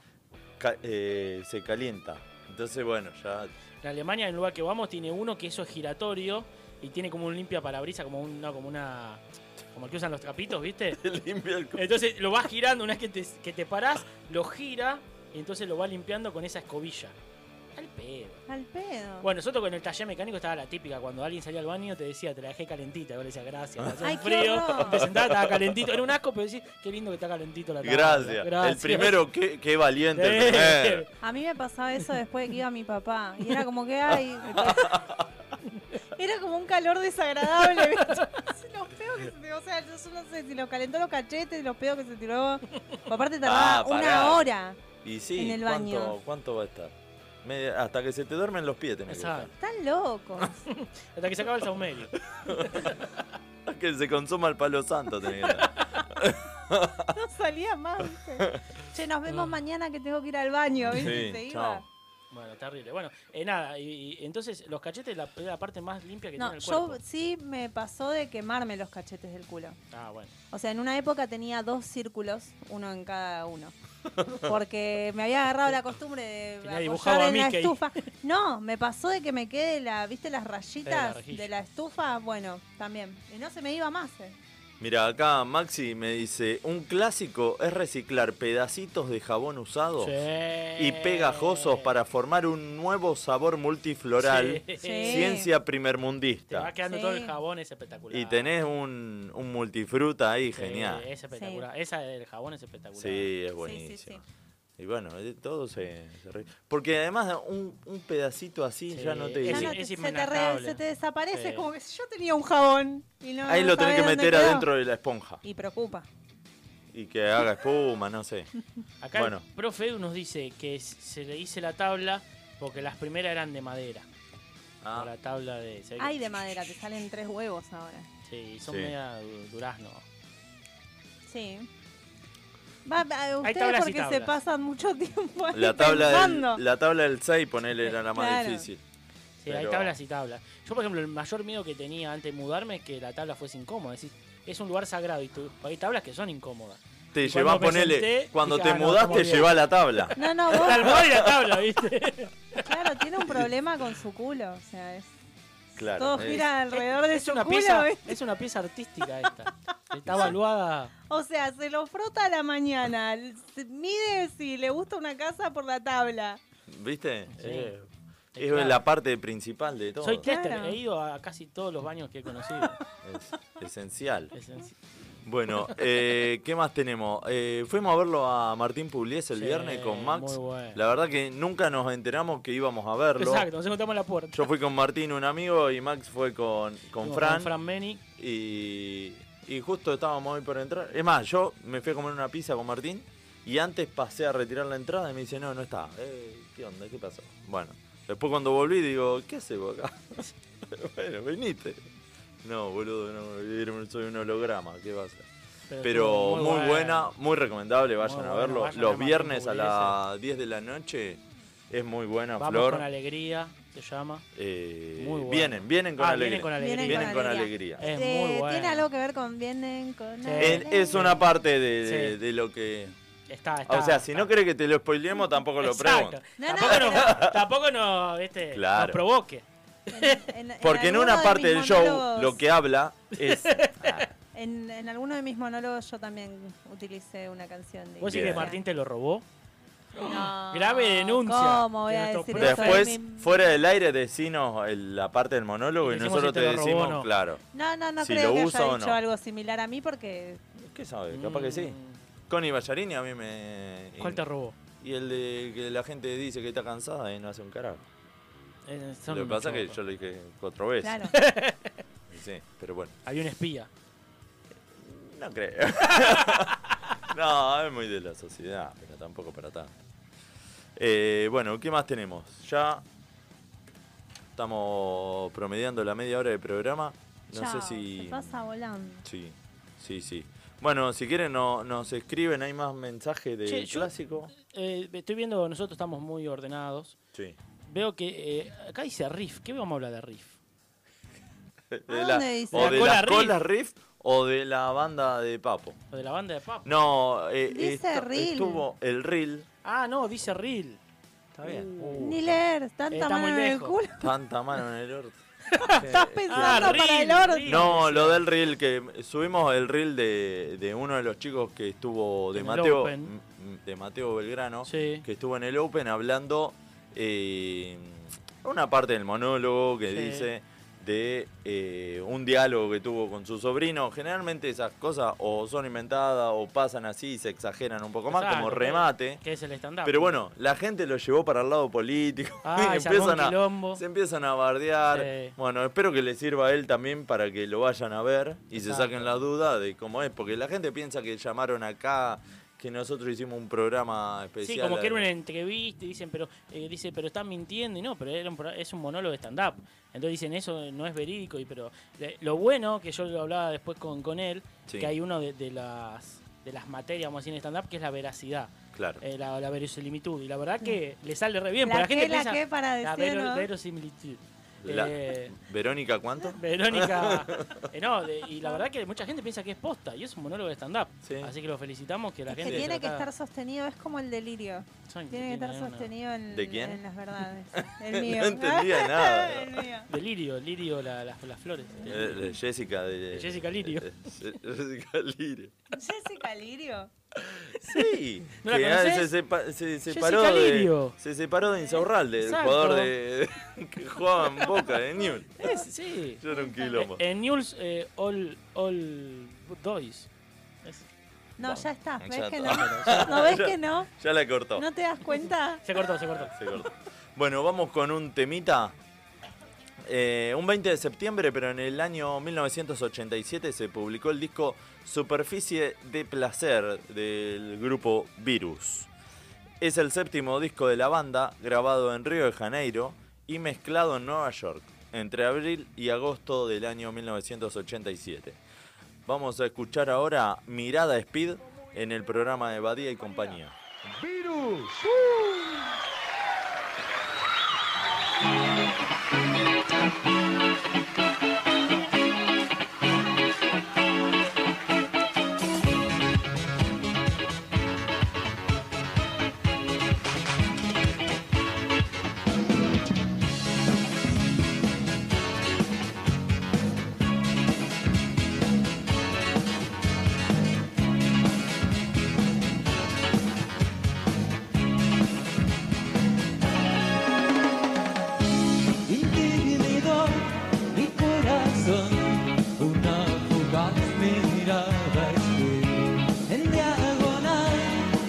ca- eh, se calienta. Entonces, bueno, ya... En Alemania, en el lugar que vamos, tiene uno que eso es giratorio y tiene como un limpia parabrisas, como, un, no, como una. Como el que usan los trapitos, ¿viste? te limpia el cu- Entonces lo vas girando, una vez que te, que te parás, lo gira y entonces lo va limpiando con esa escobilla. Al pedo. Al pedo. Bueno, nosotros con el taller mecánico estaba la típica, cuando alguien salía al baño te decía, te la dejé calentita, y vos le decías gracias, hacía Ay, un qué frío, horror. te sentabas, estaba calentito, era un asco, pero decís, qué lindo que está calentito la tabla. Gracias. El primero, qué, qué valiente. el Sí. primero. A mí me pasaba eso después de que iba mi papá. Y era como que, ay. Era como un calor desagradable. ¿viste? No los peos que se tiró. O sea, yo solo sé si los calentó los cachetes, los peos que se tiró. Aparte Ah, tardaba una pará. hora. Y sí, En el ¿cuánto, baño. ¿cuánto va a estar? Media- hasta que se te duermen los pies tenés que Exacto. Están locos. Hasta que se acaba el saumerio. estar. Hasta que se consuma el palo santo tenés que estar. No salía más, ¿viste? Che, nos vemos mañana que tengo que ir al baño, ¿viste? Sí, Se iba. chao. Bueno, terrible. Bueno, eh, nada, y, y entonces los cachetes la, es la parte más limpia que No, tiene el yo cuerpo. sí me pasó de quemarme los cachetes del culo. Ah, bueno. O sea, en una época tenía dos círculos, uno en cada uno. Porque me había agarrado la costumbre de Tenía dibujado apoyar a en la Mickey. estufa. No, me pasó de que me quede la, ¿viste las rayitas rejilla. de la estufa? Bueno, también. Y no se me iba más. eh. Mira, acá Maxi me dice, un clásico es reciclar pedacitos de jabón usado Sí. Oh. y pegajosos para formar un nuevo sabor multifloral. Sí. Sí. Ciencia Te va primermundista. quedando Sí. todo el jabón, es espectacular. Y tenés un, un multifruta ahí, Sí, genial. Es espectacular. Esa del jabón es espectacular. Sí, es Sí, sí, sí. buenísimo. Y bueno, eh, todo se, se re- Porque además un, un pedacito así Sí, ya no te... ya Ya Es- no es te- se, te re- inmanejable. se te desaparece, Sí. como que si yo tenía un jabón. Y no, Ahí no lo tenés que sabés dónde meter quedó. adentro de la esponja. Y preocupa. Y que haga espuma, no sé. Acá Bueno. el profe Edu nos dice que s- se le hice la tabla porque las primeras eran de madera. Ah. O La tabla de. se ve que- Ay, de madera, te salen tres huevos ahora. Sí, y son Sí. media du- durazno. Sí. Va, va, ustedes tablas y porque se tablas. pasan mucho tiempo ahí La tabla, del, pensando. la tabla del 6, ponele, era la más Claro. difícil. Sí, hay Pero- tablas y tablas. Yo, por ejemplo, el mayor miedo que tenía antes de mudarme es que la tabla fuese incómoda. Es decir, es un lugar sagrado y tú- hay tablas que son incómodas. Te Y cuando llevás, me ponele, senté, cuando dije, te ah, no, mudás, estamos te bien. llevás la tabla. No, no, El vos, almohada y la tabla, ¿viste? claro, tiene un problema con su culo. O sea, es, Claro. todo es- gira alrededor de es su una culo. pieza, ¿ves? es una pieza artística esta. Está evaluada. O sea, se lo frota a la mañana. l- se- Mide si le gusta una casa por la tabla. ¿Viste? Sí. Eh, Sí, es claro. la parte principal de todo. Soy tester, Claro. he ido a casi todos los baños que he conocido. Es esencial. Es en- Bueno, eh, ¿qué más tenemos? Eh, fuimos a verlo a Martín Pugliese el Sí, viernes con Max. muy bueno. La verdad que nunca nos enteramos que íbamos a verlo. Exacto, nos encontramos en la puerta. Yo fui con Martín, un amigo, y Max fue con, con Fuimos Fran. Fran Meni. Y, y justo estábamos ahí por entrar. Es más, yo me fui a comer una pizza con Martín y antes pasé a retirar la entrada y me dice, no, no está. Eh, ¿Qué onda? ¿Qué pasó? Bueno, después cuando volví digo, ¿qué haces vos acá? bueno, viniste. No, boludo, no, era un- soy un holograma, ¿qué va a ser? Pero muy, bueno. buena, muy recomendable, vayan Muy a buena, verlo. vayan a Los Martín viernes a Pugliese. las 10 de la noche es muy buena, Vamos Flor. con alegría, se llama. Eh, Muy buena. Vienen, vienen con Ah, alegría. vienen con alegría. Vienen Vienen con alegría. alegría. Es Eh, muy bueno. Tiene algo que ver con vienen con. Sí. En- es una parte de, de- Eh, Sí. de lo que. Está, está. Ah, O sea, si no está. querés que te lo spoileemos, tampoco lo Exacto. pregunto. No, no, tampoco, nos, tampoco nos, este, Claro. nos provoque. En- en- Porque en alguno una de parte mis del show monólogos- lo que habla es. Ah, En, en alguno de mis monólogos yo también utilicé una canción de. ¿Vos decís Bien. que Martín te lo robó? No, Grave denuncia ¿Cómo voy de a nuestro decir propio- eso? de después, mi- fuera del aire, decinos el- la parte del monólogo Y y decimos nosotros si te te lo robó decimos, o no. claro. No, no, no si creo lo que usa haya o dicho no. algo similar a mí porque. ¿Qué sabe? Eh, Capaz que sí. Mm, Connie Ballarini a mí me. ¿Cuál te robó? Y el de que la gente dice que está cansada y no hace un carajo. Eh, son Lo que pasa es que muchos. yo lo dije cuatro veces. Claro. Sí, pero bueno. Había un espía. No creo. no, es muy de la sociedad, pero tampoco para tanto. Eh, bueno, ¿qué más tenemos? Ya estamos promediando la media hora de programa. No Chao, sé si. Se pasa volando. Sí, sí, sí. Bueno, si quieren no- nos escriben, hay más mensajes de Che, yo- clásico. Eh, estoy viendo, nosotros estamos muy ordenados. Sí. Veo que eh, acá dice Riff. ¿Qué vamos a hablar de Riff? De ¿A la- dónde dice? o La de cola las riff. colas riff o de la banda de Papo. ¿O de la banda de Papo? No, eh, Dice esto- reel. estuvo el reel. Ah, no, dice Reel. Uh. Está Mm. bien. Ni leer, tanta Eh, Está mano muy en el lejos. culo. Tanta mano en el orto. Ah, Estás pensando horrible, para el orto. horrible. No, lo del reel, que subimos el reel de, de uno de los chicos que estuvo de En el Mateo, Open. m- m- de Mateo Belgrano, Sí. que estuvo en el Open hablando eh, una parte del monólogo que Sí. dice de eh, un diálogo que tuvo con su sobrino. Generalmente esas cosas o son inventadas o pasan así y se exageran un poco más Exacto, como que- remate. Que es el stand-up. Pero bueno, la gente lo llevó para el lado político. Ah, y se armó un empiezan a, quilombo. se empiezan a bardear. Sí. Bueno, espero que le sirva a él también para que lo vayan a ver y se Exacto. saquen la duda de cómo es. Porque la gente piensa que llamaron acá, que nosotros hicimos un programa especial. Sí, como que era una al- entrevista y dicen, pero, eh, dice, pero están mintiendo y no, pero era un pro- es un monólogo de stand-up. Entonces dicen, eso no es verídico. y pero le- Lo bueno, que yo lo hablaba después con, con él, Sí. que hay uno de, de las de las materias, vamos a decir, en stand-up, que es la veracidad, Claro. eh, la, la verosimilitud. Y la verdad que le sale re bien, la, pero la que, gente la piensa... que para la decir, vero- ¿no? verosimilitud. La- Eh, Verónica, ¿cuánto? Verónica. eh, no, de- y la verdad que mucha gente piensa que es posta y es un monólogo de stand-up. Sí. Así que lo felicitamos que la Es que gente. tiene que trata- estar sostenido, es como el delirio. Son- Tiene que estar tiene una- sostenido en, ¿De quién? en las verdades. El mío. No entendía nada. el mío. De lirio, lirio, la- las- las flores. Eh, de Jessica de, De Jessica Lirio. Eh, eh, Jessica Lirio. Jessica Lirio. Sí. ¿No la que, ah, conocés? se, sepa- se Jessica separó de, Lirio. Se separó de Insaurralde, el Exacto. jugador de, que jugaba en Boca, de Newell. Es- sí. Yo era un Eh, quilombo. En News, eh, All, all Boys. Es- No, ya está. ¿Ves Ya que no? está. ¿No ves que no? Ya la cortó. ¿No te das cuenta? Se cortó, se cortó. Se cortó. Bueno, vamos con un temita. Eh, un 20 de septiembre, pero en el año 1987 se publicó el disco Superficie de Placer del grupo Virus. Es el séptimo disco de la banda, grabado en Río de Janeiro y mezclado en Nueva York, entre abril y agosto del año 1987. Vamos a escuchar ahora Mirada Speed en el programa de Badía y compañía. Intimidó mi corazón una fugaz mirada es que en diagonal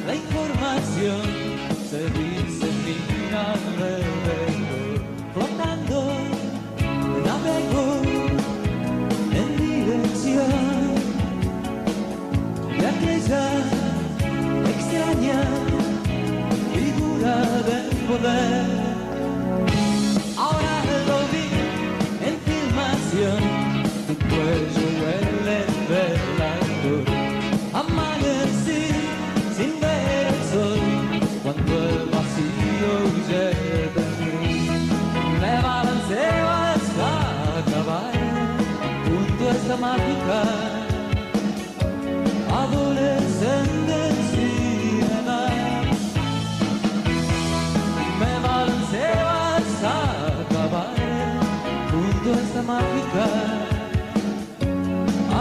la información se disemina alrededor flotando navego en dirección de aquella extraña figura del poder Ahora lo vi en filmación, tu cuello huele velado. Amanecí sin ver el sol, cuando el vacío huye de mí. Me balanceo hasta acabar, junto a esta mágica adolescente sin edad. Me balanceo hasta acabar junto a esta mágica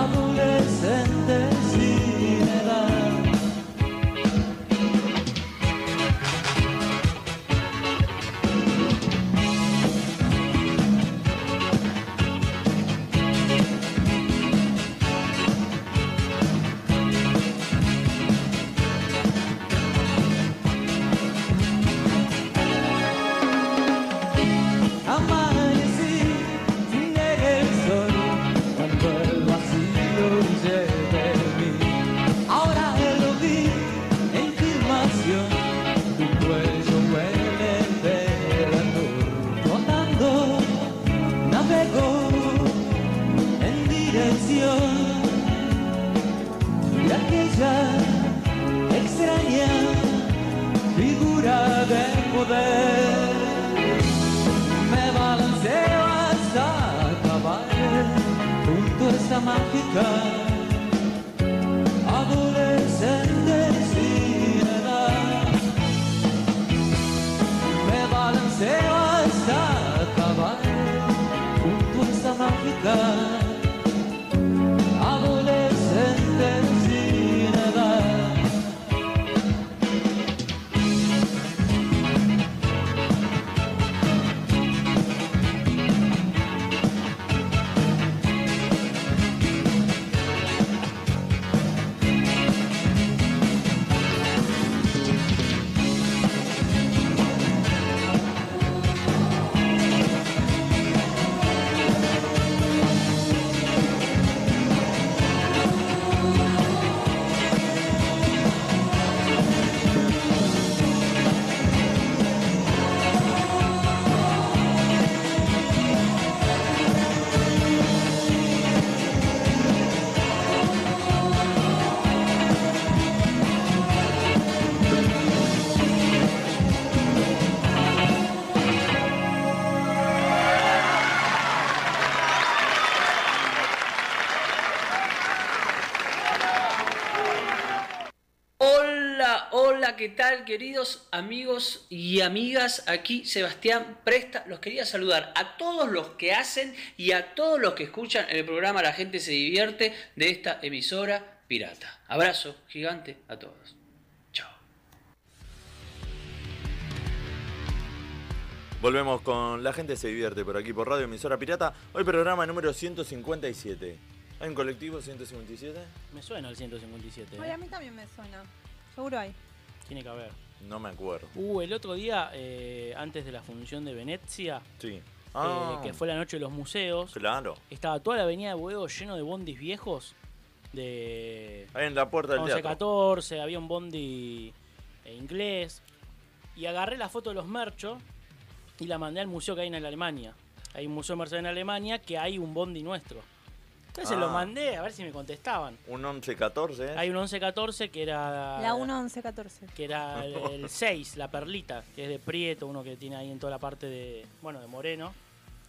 adolescente sin edad. Amanecí sin ver el sol cuando el vacío huye de mí. Ahora lo vi en filmación, tu cuello huele de amor. Flotando, navego en dirección de aquella extraña figura de poder. Me balanceo hasta acabar junto a esta mágica adolescente sin edad. Me balanceo hasta acabar junto a esta mágica adolescente sin edad. Mirada Hola, ¿qué tal, queridos amigos y amigas? Aquí Sebastián Presta. Los quería saludar a todos los que hacen y a todos los que escuchan el programa La gente se divierte de esta emisora pirata. Abrazo gigante a todos. Chao. Volvemos con La gente se divierte por aquí por Radio Emisora Pirata. Hoy programa número 157. ¿Hay un colectivo 157? Me suena el 157. Oye, a ¿eh? mí también me suena. Seguro hay. Tiene que haber. No me acuerdo. Uh, el otro día, eh, antes de la función de Venecia, Sí. eh, Ah, que fue la noche de los museos, claro. estaba toda la avenida de Boedo lleno de bondis viejos de Ahí en la puerta del teatro. 11-14, había un bondi eh, inglés. Y agarré la foto de los merchos y la mandé al museo que hay en Alemania. Hay un museo merced en Alemania que hay un bondi nuestro. Entonces Ah. lo mandé a ver si me contestaban. Un ¿eh? 11-14. Hay un 11-14 que Ah, era... eh. La 1114. Que era el, 6, la perlita, que es de Prieto, uno que tiene ahí en toda la parte de, bueno, de Moreno,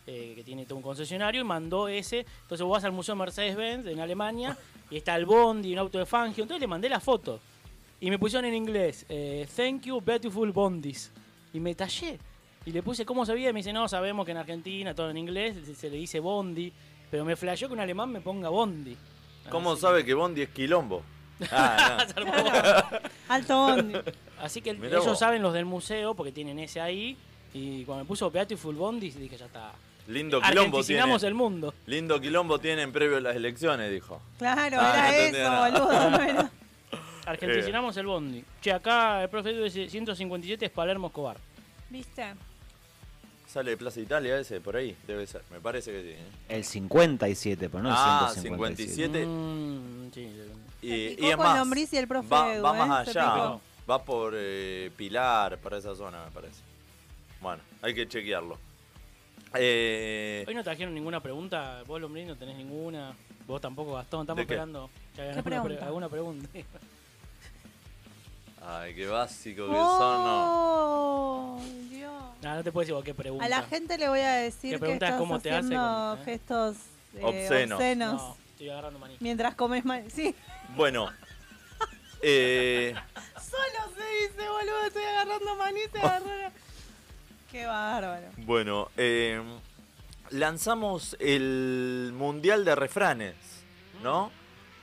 eh, que tiene todo un concesionario, y mandó ese. Entonces vos vas al Museo Mercedes-Benz en Alemania, y está el Bondi, un auto de Fangio. Entonces le mandé la foto. Y me pusieron en inglés, eh, thank you, beautiful Bondis. Y me tallé. Y le puse, ¿cómo sabía? Y me dice, no, sabemos que en Argentina, todo en inglés, se- se le dice Bondi. Pero me flasheó que un alemán me ponga Bondi. ¿Cómo Así que- sabe que Bondi es quilombo? Ah, no. Alto Bondi. Así que el- Mirá ellos vos. saben los del museo porque tienen ese ahí. Y cuando me puso Beautiful Bondis dije, ya está. Lindo quilombo tiene. Eh. Argentinamos el mundo. Lindo quilombo tienen previo a las elecciones, dijo. Claro, Ah, no era entendía eso, nada. boludo. no era. Argentinamos el Bondi. Che, acá el profe dice 157 es Palermo Escobar. ¿Viste? Sale de Plaza Italia ese, por ahí, debe ser. Me parece que sí. ¿eh? El 57, pero no el ah, 157. 57. Mm, sí, Se Y, picó y es con más, lombriz y el profe va, Edu, va ¿eh? más Se allá. picó. Va por eh, Pilar, para esa zona, me parece. Bueno, hay que chequearlo. Eh, Hoy no trajeron ninguna pregunta. Vos, Lombrín, no tenés ninguna. Vos tampoco, Gastón. Estamos ¿De qué? esperando que hagan ¿Qué alguna, pre- pregunta? alguna pregunta. ay, qué básico que son, ¿no? Oh, Dios. no, no te puedo decir vos qué pregunta. A la gente le voy a Te decir que preguntas estás cómo te hace haciendo cuando- ¿eh? gestos eh, Obscenos. obscenos. No, estoy agarrando maní. Mientras comes mal. Sí. Bueno. eh, Solo se dice, boludo, estoy agarrando maní, Oh. te agarró. Qué bárbaro. bueno, eh, lanzamos el Mundial de Refranes, ¿no?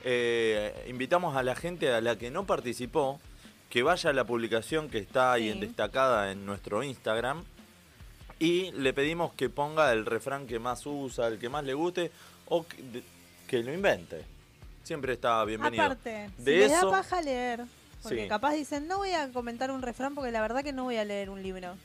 Eh, invitamos a la gente a la que no participó que vaya a la publicación que está ahí Sí. en destacada en nuestro Instagram y le pedimos que ponga el refrán que más usa, el que más le guste o que, de- que lo invente. Siempre está bienvenido. Aparte, si De le eso- da paja leer. Porque Sí. capaz dicen, no voy a comentar un refrán porque la verdad que no voy a leer un libro.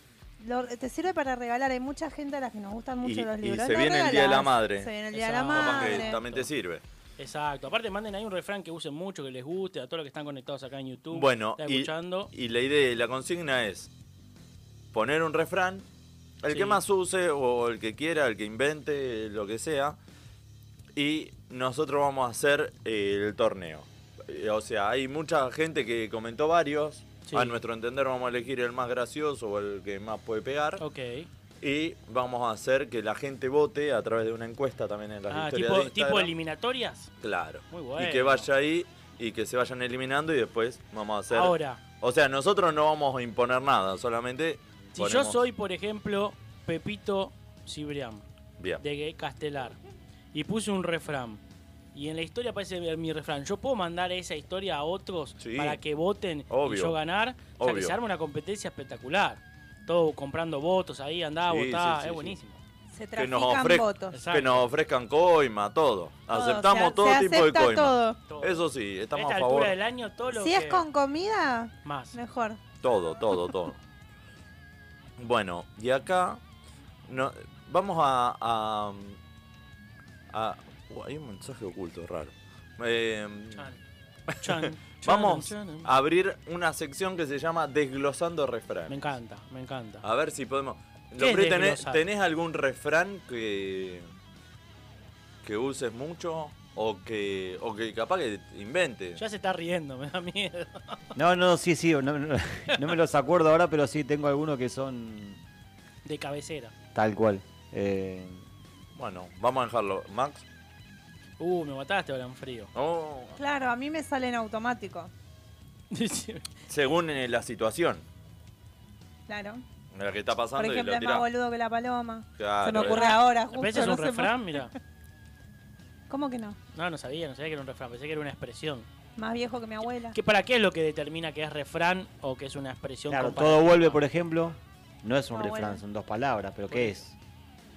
Lo- te sirve para regalar, hay mucha gente a la que nos gustan mucho Y- los y libros. se Los viene el Día de la regalás, Madre. Se viene el Día de la Exacto. Capaz que Madre. también te sirve. Exacto. Aparte, manden ahí un refrán que usen mucho, que les guste, a todos los que están conectados acá en YouTube. Bueno, está y, escuchando. y la idea, y la consigna es poner un refrán, el Sí. que más use o el que quiera, el que invente, lo que sea, y nosotros vamos a hacer eh, el torneo. Eh, O sea, hay mucha gente que comentó varios. Sí. A nuestro entender vamos a elegir el más gracioso o el que más puede pegar. Ok. Y vamos a hacer que la gente vote a través de una encuesta también en las Ah, historias de tipo, tipo Instagram. eliminatorias. Claro. Muy bueno. Y que vaya ahí y que se vayan eliminando y después vamos a hacer. Ahora, O sea, nosotros no vamos a imponer nada, solamente. si yo ponemos- soy, por ejemplo, Pepito Cibrián, Bien. de Castelar, y puse un refrán, y en la historia aparece mi- mi refrán, ¿yo puedo mandar esa historia a otros Sí. para que voten Obvio. y yo ganar? O sea, que Obvio. se arma una competencia espectacular. Todo comprando votos ahí, andá, Sí, votá, sí, sí, es sí. buenísimo. Se Que trafican nos, ofrez- votos. que nos ofrezcan coima, todo. Todo, Aceptamos se- todo se tipo acepta de coima. todo. Todo. Eso sí, a estamos esta a favor. altura del año, todo lo Si que... es con comida, Más. mejor. Todo, todo, todo. bueno, y acá no, vamos a, a, a- uh, Hay un mensaje oculto, raro. Eh, Chan. Chan, chan, vamos chan. a abrir una sección que se llama Desglosando Refrán. Me encanta, me encanta. A ver si podemos. ¿Qué Lombré, es tenés, desglosar? tenés algún refrán que. que uses mucho? O que. o que capaz que invente. Ya se está riendo, me da miedo. No, no, sí, sí. No, no- no me los acuerdo ahora, pero sí tengo algunos que son De cabecera. tal cual. Eh, Bueno, vamos a dejarlo. Max. Uh, me mataste, Alan Frío. Oh, Claro, a mí me sale en automático. según eh, la situación Claro. en la que está Por pasando y ejemplo, lo es más tirás. boludo que la paloma. Claro, Se me ocurre eh. ahora, justo. ¿Ves? Es no un sé por- refrán, mira. ¿Cómo que no? No, no sabía, no sabía que era un refrán, pensé que era una expresión. Más viejo que mi abuela. ¿Qué, ¿Para qué es lo que determina que es refrán o que es una expresión? Claro, comparativa? todo vuelve, por ejemplo, no es un No, refrán, vuelve. son dos palabras, pero ¿qué es?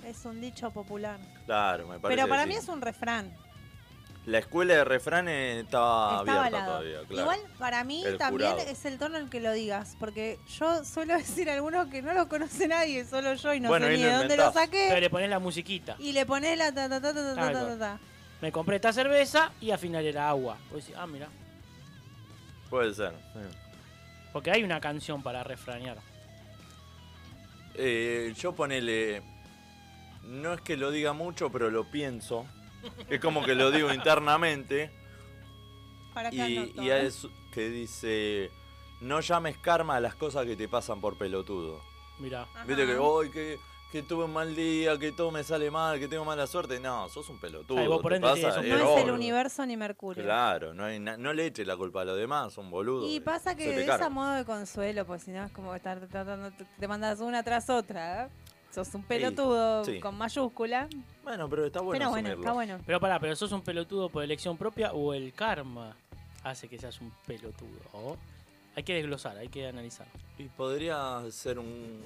Es un dicho popular. Claro, me parece. Pero que para sí. mí es un refrán. La escuela de refranes Está estaba abierta avalado. Ah, todavía, claro. Igual para mí El también jurado. es el tono en que lo digas, porque yo suelo decir algunos que no los conoce nadie, solo yo y no Bueno, sé ahí ni lo de dónde lo inventás. saqué. Pero le pones la musiquita. Y le pones la ta ta ta ta ta Tal ta ta cual. ta. Me compré esta cerveza y al final era agua. Vos decís, ah, mira. Puede ser. Porque hay una canción para refranear. Eh, yo ponele. No es que lo diga mucho, pero lo pienso. Es como que lo digo internamente. Para acá Y, anoto, y ¿eh? es que dice. No llames karma a las cosas que te pasan por pelotudo. Mira. Ajá. Viste que, hoy que, que tuve un mal día, que todo me sale mal, que tengo mala suerte. No, sos un pelotudo. Ah, y vos por te ende tenés pasa un de No error, es el gordo. universo ni Mercurio. Claro, no, hay na- no le eches la culpa a los demás, son boludos. Y pasa que se te de carga. esa modo de consuelo, pues si no es como estar tratando, te mandas una tras otra. ¿eh? Sos un pelotudo sí. con mayúscula. Bueno, pero está bueno pero bueno, asumirlo. está bueno. Pero pará, ¿pero sos un pelotudo por elección propia o el karma hace que seas un pelotudo? ¿O? Hay que desglosar, hay que analizar. Y podría ser un...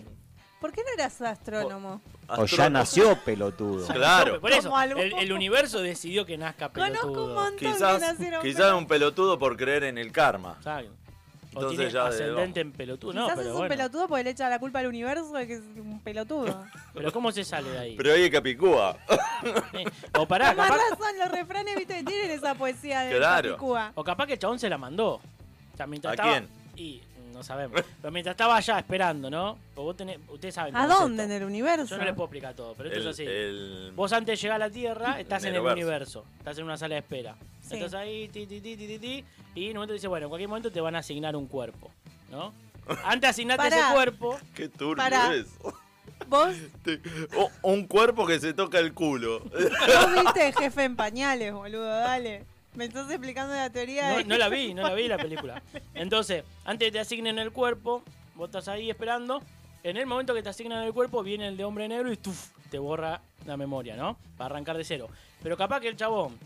¿Por qué no eras astrónomo? Oh, O ya astrónomo. nació pelotudo. Claro. Por eso, Como algo- el, el universo decidió que nazca Conozco pelotudo. un montón que Quizás, nacieron quizás un pelotudo por creer en el karma. ¿Saben? O Entonces tiene ya de- ascendente en pelotudo. No, Quizás pero es un bueno. pelotudo porque le echa la culpa al universo de que es un pelotudo. Pero ¿cómo se sale de ahí? Pero oye, Capicúa. Eh, O pará, Con más capaz, razón, los refranes, viste, tienen esa poesía de Claro. Oh, Capicúa. o capaz que el chabón se la mandó. O sea, mientras ¿A estaba- quién? Y no sabemos. Pero mientras estaba allá esperando, ¿no? O vos tenés- ustedes saben. ¿A cómo es dónde en esto. el universo? Yo no les puedo explicar todo, pero esto El- es así. el- Vos antes de llegar a la Tierra estás En en el el universo. universo. Estás en una sala de espera. Sí. Estás ahí, ti, ti, ti, ti, ti, ti, y en un momento dice, bueno, en cualquier momento te van a asignar un cuerpo, ¿no? Antes asignate Pará. ese cuerpo. Qué turbio Pará. es. ¿Vos, Te- Este, o- un cuerpo que se toca el culo. vos viste Jefe en Pañales, boludo, dale. Me estás explicando la teoría No, de... no la vi, no la vi la película. Entonces, antes de te asignen el cuerpo, vos estás ahí esperando. En el momento que te asignan el cuerpo, viene el de hombre negro y tuf, te borra la memoria, ¿no? Para arrancar de cero. Pero capaz que el chabón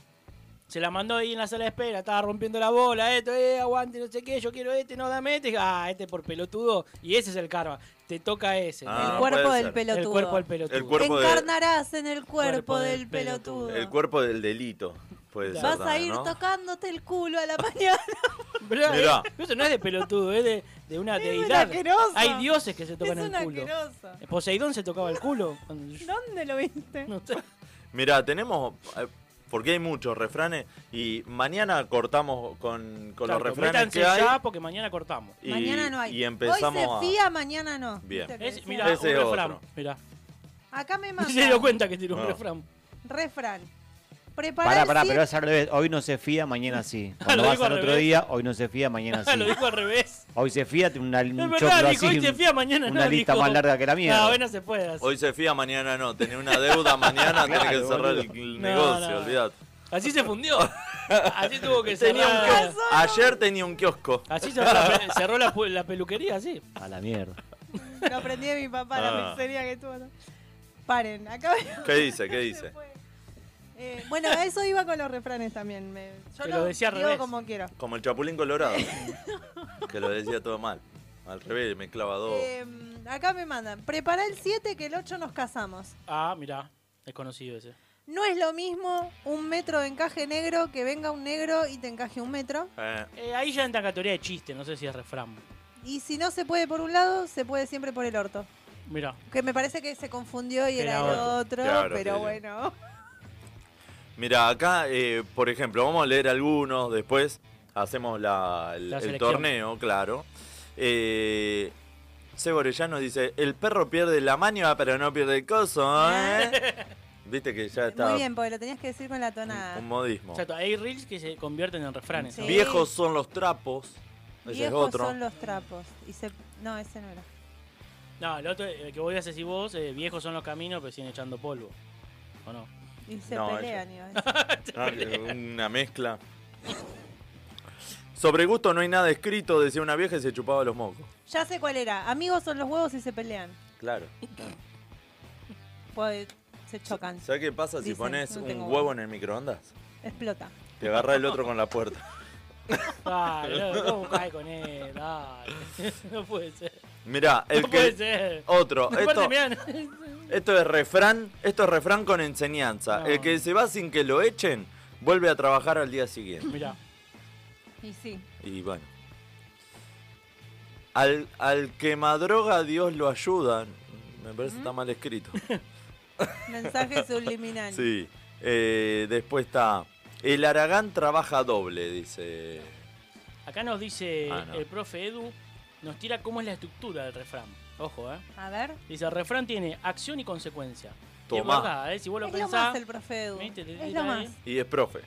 se la mandó ahí en la sala de espera, estaba rompiendo la bola, esto, eh, aguante, no sé qué, yo quiero este, no dame este. Ah, este por pelotudo. Y ese es el karma. Te toca ese. ¿no? Ah, el cuerpo puede del ser. pelotudo. El cuerpo del pelotudo. El cuerpo de- Encarnarás en el cuerpo, Cuerpo del, del pelotudo. pelotudo. El cuerpo del delito. Puede ser Vas a también, ir ¿no? tocándote el culo a la mañana. Mirá, Mirá. eh, Eso no es de pelotudo, es de, de una Es un deidad. asqueroso. Hay dioses que se es tocan un el culo. asqueroso. Poseidón se tocaba el culo. cuando- ¿Dónde lo viste? No sé. Mirá, tenemos. eh, Porque hay muchos refranes. Y mañana cortamos con, con Claro, los refranes métanse que hay. ya porque mañana cortamos. Y, mañana no hay. Y empezamos. Hoy a- se fía, mañana no. Bien. ¿Viste que Es, decía? mirá, Ese un es refrán. otro. Mirá. Acá me Ni se dio mandan. cuenta que tiró un No. refrán. Refrán. Pará, Preparar pará, pero siempre- es al revés. Hoy no se fía, mañana sí. Cuando Lo vas digo al al otro revés. día, hoy no se fía, mañana Ah, sí. Ah, Lo dijo al revés. Hoy se fía, tiene una, un Es choclo verdad, así, dijo, hoy se fía, mañana una no, lista dijo. Ah, más larga que la mierda. No, hoy no se puede hacer. Hoy se fía, mañana no. Tenés una deuda, mañana tenés que Claro, cerrar el, boludo. el No, negocio, no. olvidate. Así se fundió. Así tuvo que Tenía un cerrar. kiosco. Ayer tenía un kiosco. Así cerró la, pe- cerró la pu- la peluquería, así. A la mierda. Lo aprendí de mi papá, la Ah. pizzería que tuvo. ¿no? Paren, acá ¿Qué dice? ¿Qué Se dice? fue. Eh, bueno, a eso iba con los refranes también. me- yo Que lo decía al digo revés. como quiero. Como el Chapulín Colorado. que lo decía todo mal. Al revés, me clava dos. Eh, acá me mandan. Prepara el 7 que el 8 nos casamos. Ah, mirá. Desconocido ese. No es lo mismo un metro de encaje negro que venga un negro y te encaje un metro. Eh, Eh, ahí ya entra en categoría de chiste, no sé si es refrán. Y si no se puede por un lado, se puede siempre por el orto. Mirá. Que me parece que se confundió y era Era el otro. otro, Claro, pero sí, sí. bueno. Mira, acá, eh, por ejemplo, vamos a leer algunos, después hacemos la- el, La el selección. torneo, claro. Eh, Sebo Orellano dice, el perro pierde la mano, pero no pierde el coso, ¿eh?". Viste que ya está Muy bien, porque lo tenías que decir con la un, tonada. un modismo. Exacto, hay reels que se convierten en refranes. Sí. ¿no? Viejos son los trapos, ese es Viejos otro. son los trapos. Y se... No, ese no era. No, el otro eh, que vos a decir vos, eh, viejos son los caminos, pero siguen echando polvo. ¿O no? Y se No, pelean, iba a decir. Ah, una mezcla. Sobre gusto no hay nada escrito, decía una vieja y se chupaba los mocos. Ya sé cuál era. Amigos son los huevos y se pelean. Claro. Pues se chocan. ¿Sabes qué pasa si Dicen, pones no un tengo huevo en el microondas? Explota. Te agarra el otro con la puerta. Dale, no, ¿cómo cae con él? Dale. No puede ser. Mirá, el no que. puede ser. Otro. Aparte, Esto, mirá, esto es refrán. Esto es refrán con enseñanza. No. El que se va sin que lo echen, vuelve a trabajar al día siguiente. mirá. Y sí. Y bueno. Al, al que madroga Dios lo ayuda. Me parece que está mal escrito. Mensaje subliminal. Sí. Eh, después está. El Aragán trabaja doble, dice. Acá nos dice Ah, no. el profe Edu, nos tira cómo es la estructura del refrán. Ojo, ¿eh? A ver. Dice, el refrán tiene acción y consecuencia. Y es Tomá. verdad, ¿eh? Si vos lo es lo más pensás, el profe Edu. ¿viste? Te Es tira lo ahí. más. Y es profe.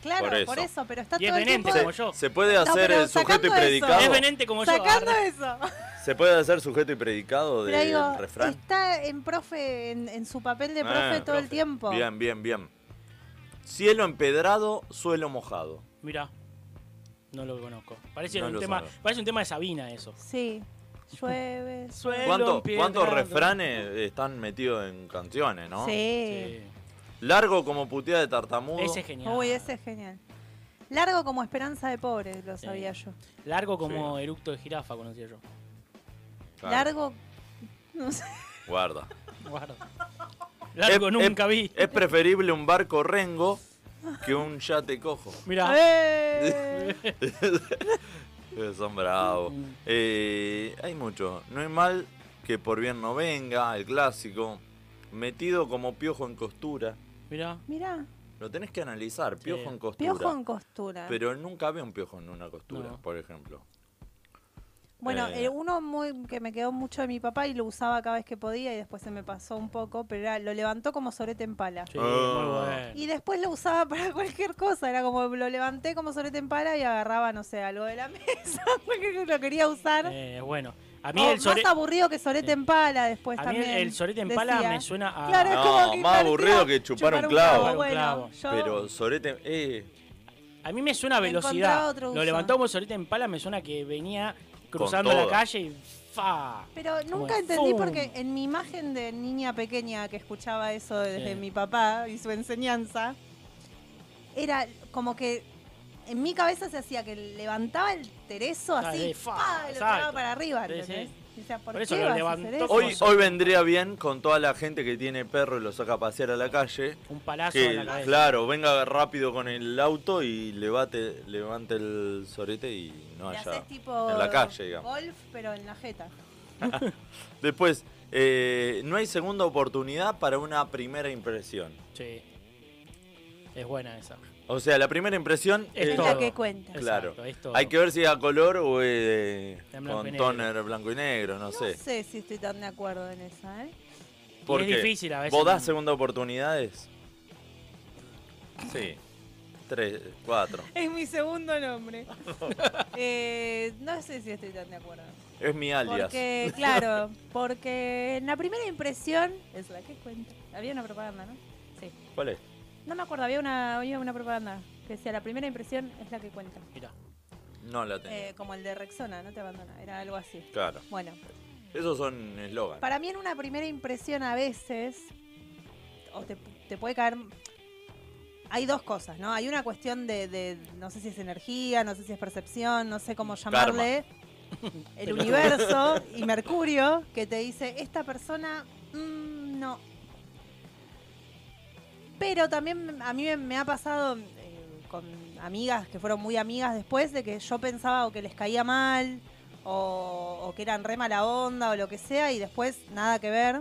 Claro, Por por eso. eso, pero está Y es todo el venente tiempo Ah, como yo. Se puede No, hacer pero el sujeto y sacando eso. predicado. es venente como sacando yo. Ah, Arre. eso. Se puede hacer sujeto y predicado Pero del digo, refrán. está en profe, en, en su papel de Ah, Este profe todo el profe. tiempo. Bien, bien, bien. Cielo empedrado, suelo mojado. Mirá. No lo conozco. Parece, No un lo tema, sabe. parece un tema de Sabina eso. Sí. Llueve. Suelo ¿Cuánto- empiedrado. ¿Cuántos refranes están metidos en canciones, no? Sí. Sí. Largo como puteada de tartamudo. Ese es genial. Uy, ese es genial. Largo como esperanza de pobre, lo sabía yo. Largo como eructo de jirafa, conocía yo. Claro, Largo. No sé. Guarda. Guarda. Em, Largo Es- nunca es- vi. Es preferible un barco rengo que un yate cojo. Mirá. ¡Eh! Eh, Son bravos. Mm. Eh, hay mucho. No hay mal que por bien no venga, el clásico. Metido como piojo en costura. Mirá. Mirá, Lo tenés que analizar, piojo en costura. piojo en costura. Pero nunca ve un piojo en una costura, Ah. No. por ejemplo. Bueno, Eh. eh, uno muy que me quedó mucho de mi papá y lo usaba cada vez que podía y después se me pasó un poco, pero era- lo levantó como sorete en pala. Sí, Ah. muy bueno. Y después lo usaba para cualquier cosa, era como lo levanté como sorete en pala y agarraba, no sé, algo de la mesa, porque lo quería usar. Eh, es bueno. A mí O el sore- Más aburrido que sorete en pala después A mí el- también. el sorete en pala decía. me suena a- Claro, es No, como que más parecía aburrido que chupar un clavo. Chupar un Bueno, clavo. yo- Pero Sorete. Eh, A mí me suena a Me velocidad. encontraba otro Lo uso. levantamos ahorita en pala, me suena que venía cruzando Con la todo. calle y fa. Pero Como nunca de entendí ¡fum! porque en mi imagen de niña pequeña que escuchaba eso desde Sí. mi papá y su enseñanza, era como que en mi cabeza se hacía que levantaba el terezo Ah, así, de fa, ¡pa! y lo exacto. tiraba para arriba, Sí, ¿entendés? O sea, ¿por, Por eso qué lo vas a levantó hacer eso? como hoy, hoy vendría bien con toda la gente que tiene perro y lo saca a pasear a la calle. Un palazo en Que, la cabeza. claro, venga rápido con el auto y levante, levante el sorete y no Le haya. haces tipo en la calle, digamos. golf, pero en la jeta. Después, eh, no hay segunda oportunidad para una primera impresión. Sí. Es buena esa. O sea, la primera impresión Es eh, Es todo. la que cuenta. Exacto, Claro. es todo. Hay que ver si es a color o es de- En blanco y con negro. toner blanco y negro, no, No sé. sé si estoy tan de acuerdo en esa, ¿eh? Porque es difícil a veces. ¿Vos das segunda oportunidades? Sí. Tres, cuatro. Es mi segundo nombre. Eh, no sé si estoy tan de acuerdo. Es mi alias. Porque, claro, porque en la primera impresión es la que cuenta. Había una propaganda, ¿no? Sí. ¿Cuál es? No me acuerdo, había una, había una propaganda que decía la primera impresión es la que cuenta. Mirá. No la tengo. Eh, como el de Rexona, no te abandona, era algo así. Claro. Bueno, Esos son eslogans. para mí en una primera impresión a veces, o te, te puede caer... Hay dos cosas, ¿no? Hay una cuestión de, de- no sé si es energía, no sé si es percepción, no sé cómo Karma. llamarle. El universo y Mercurio que te dice, esta persona, mm, no. Pero también a mí me- me ha pasado eh, con amigas que fueron muy amigas después de que yo pensaba o que les caía mal o, o que eran re mala onda o lo que sea y después nada que ver.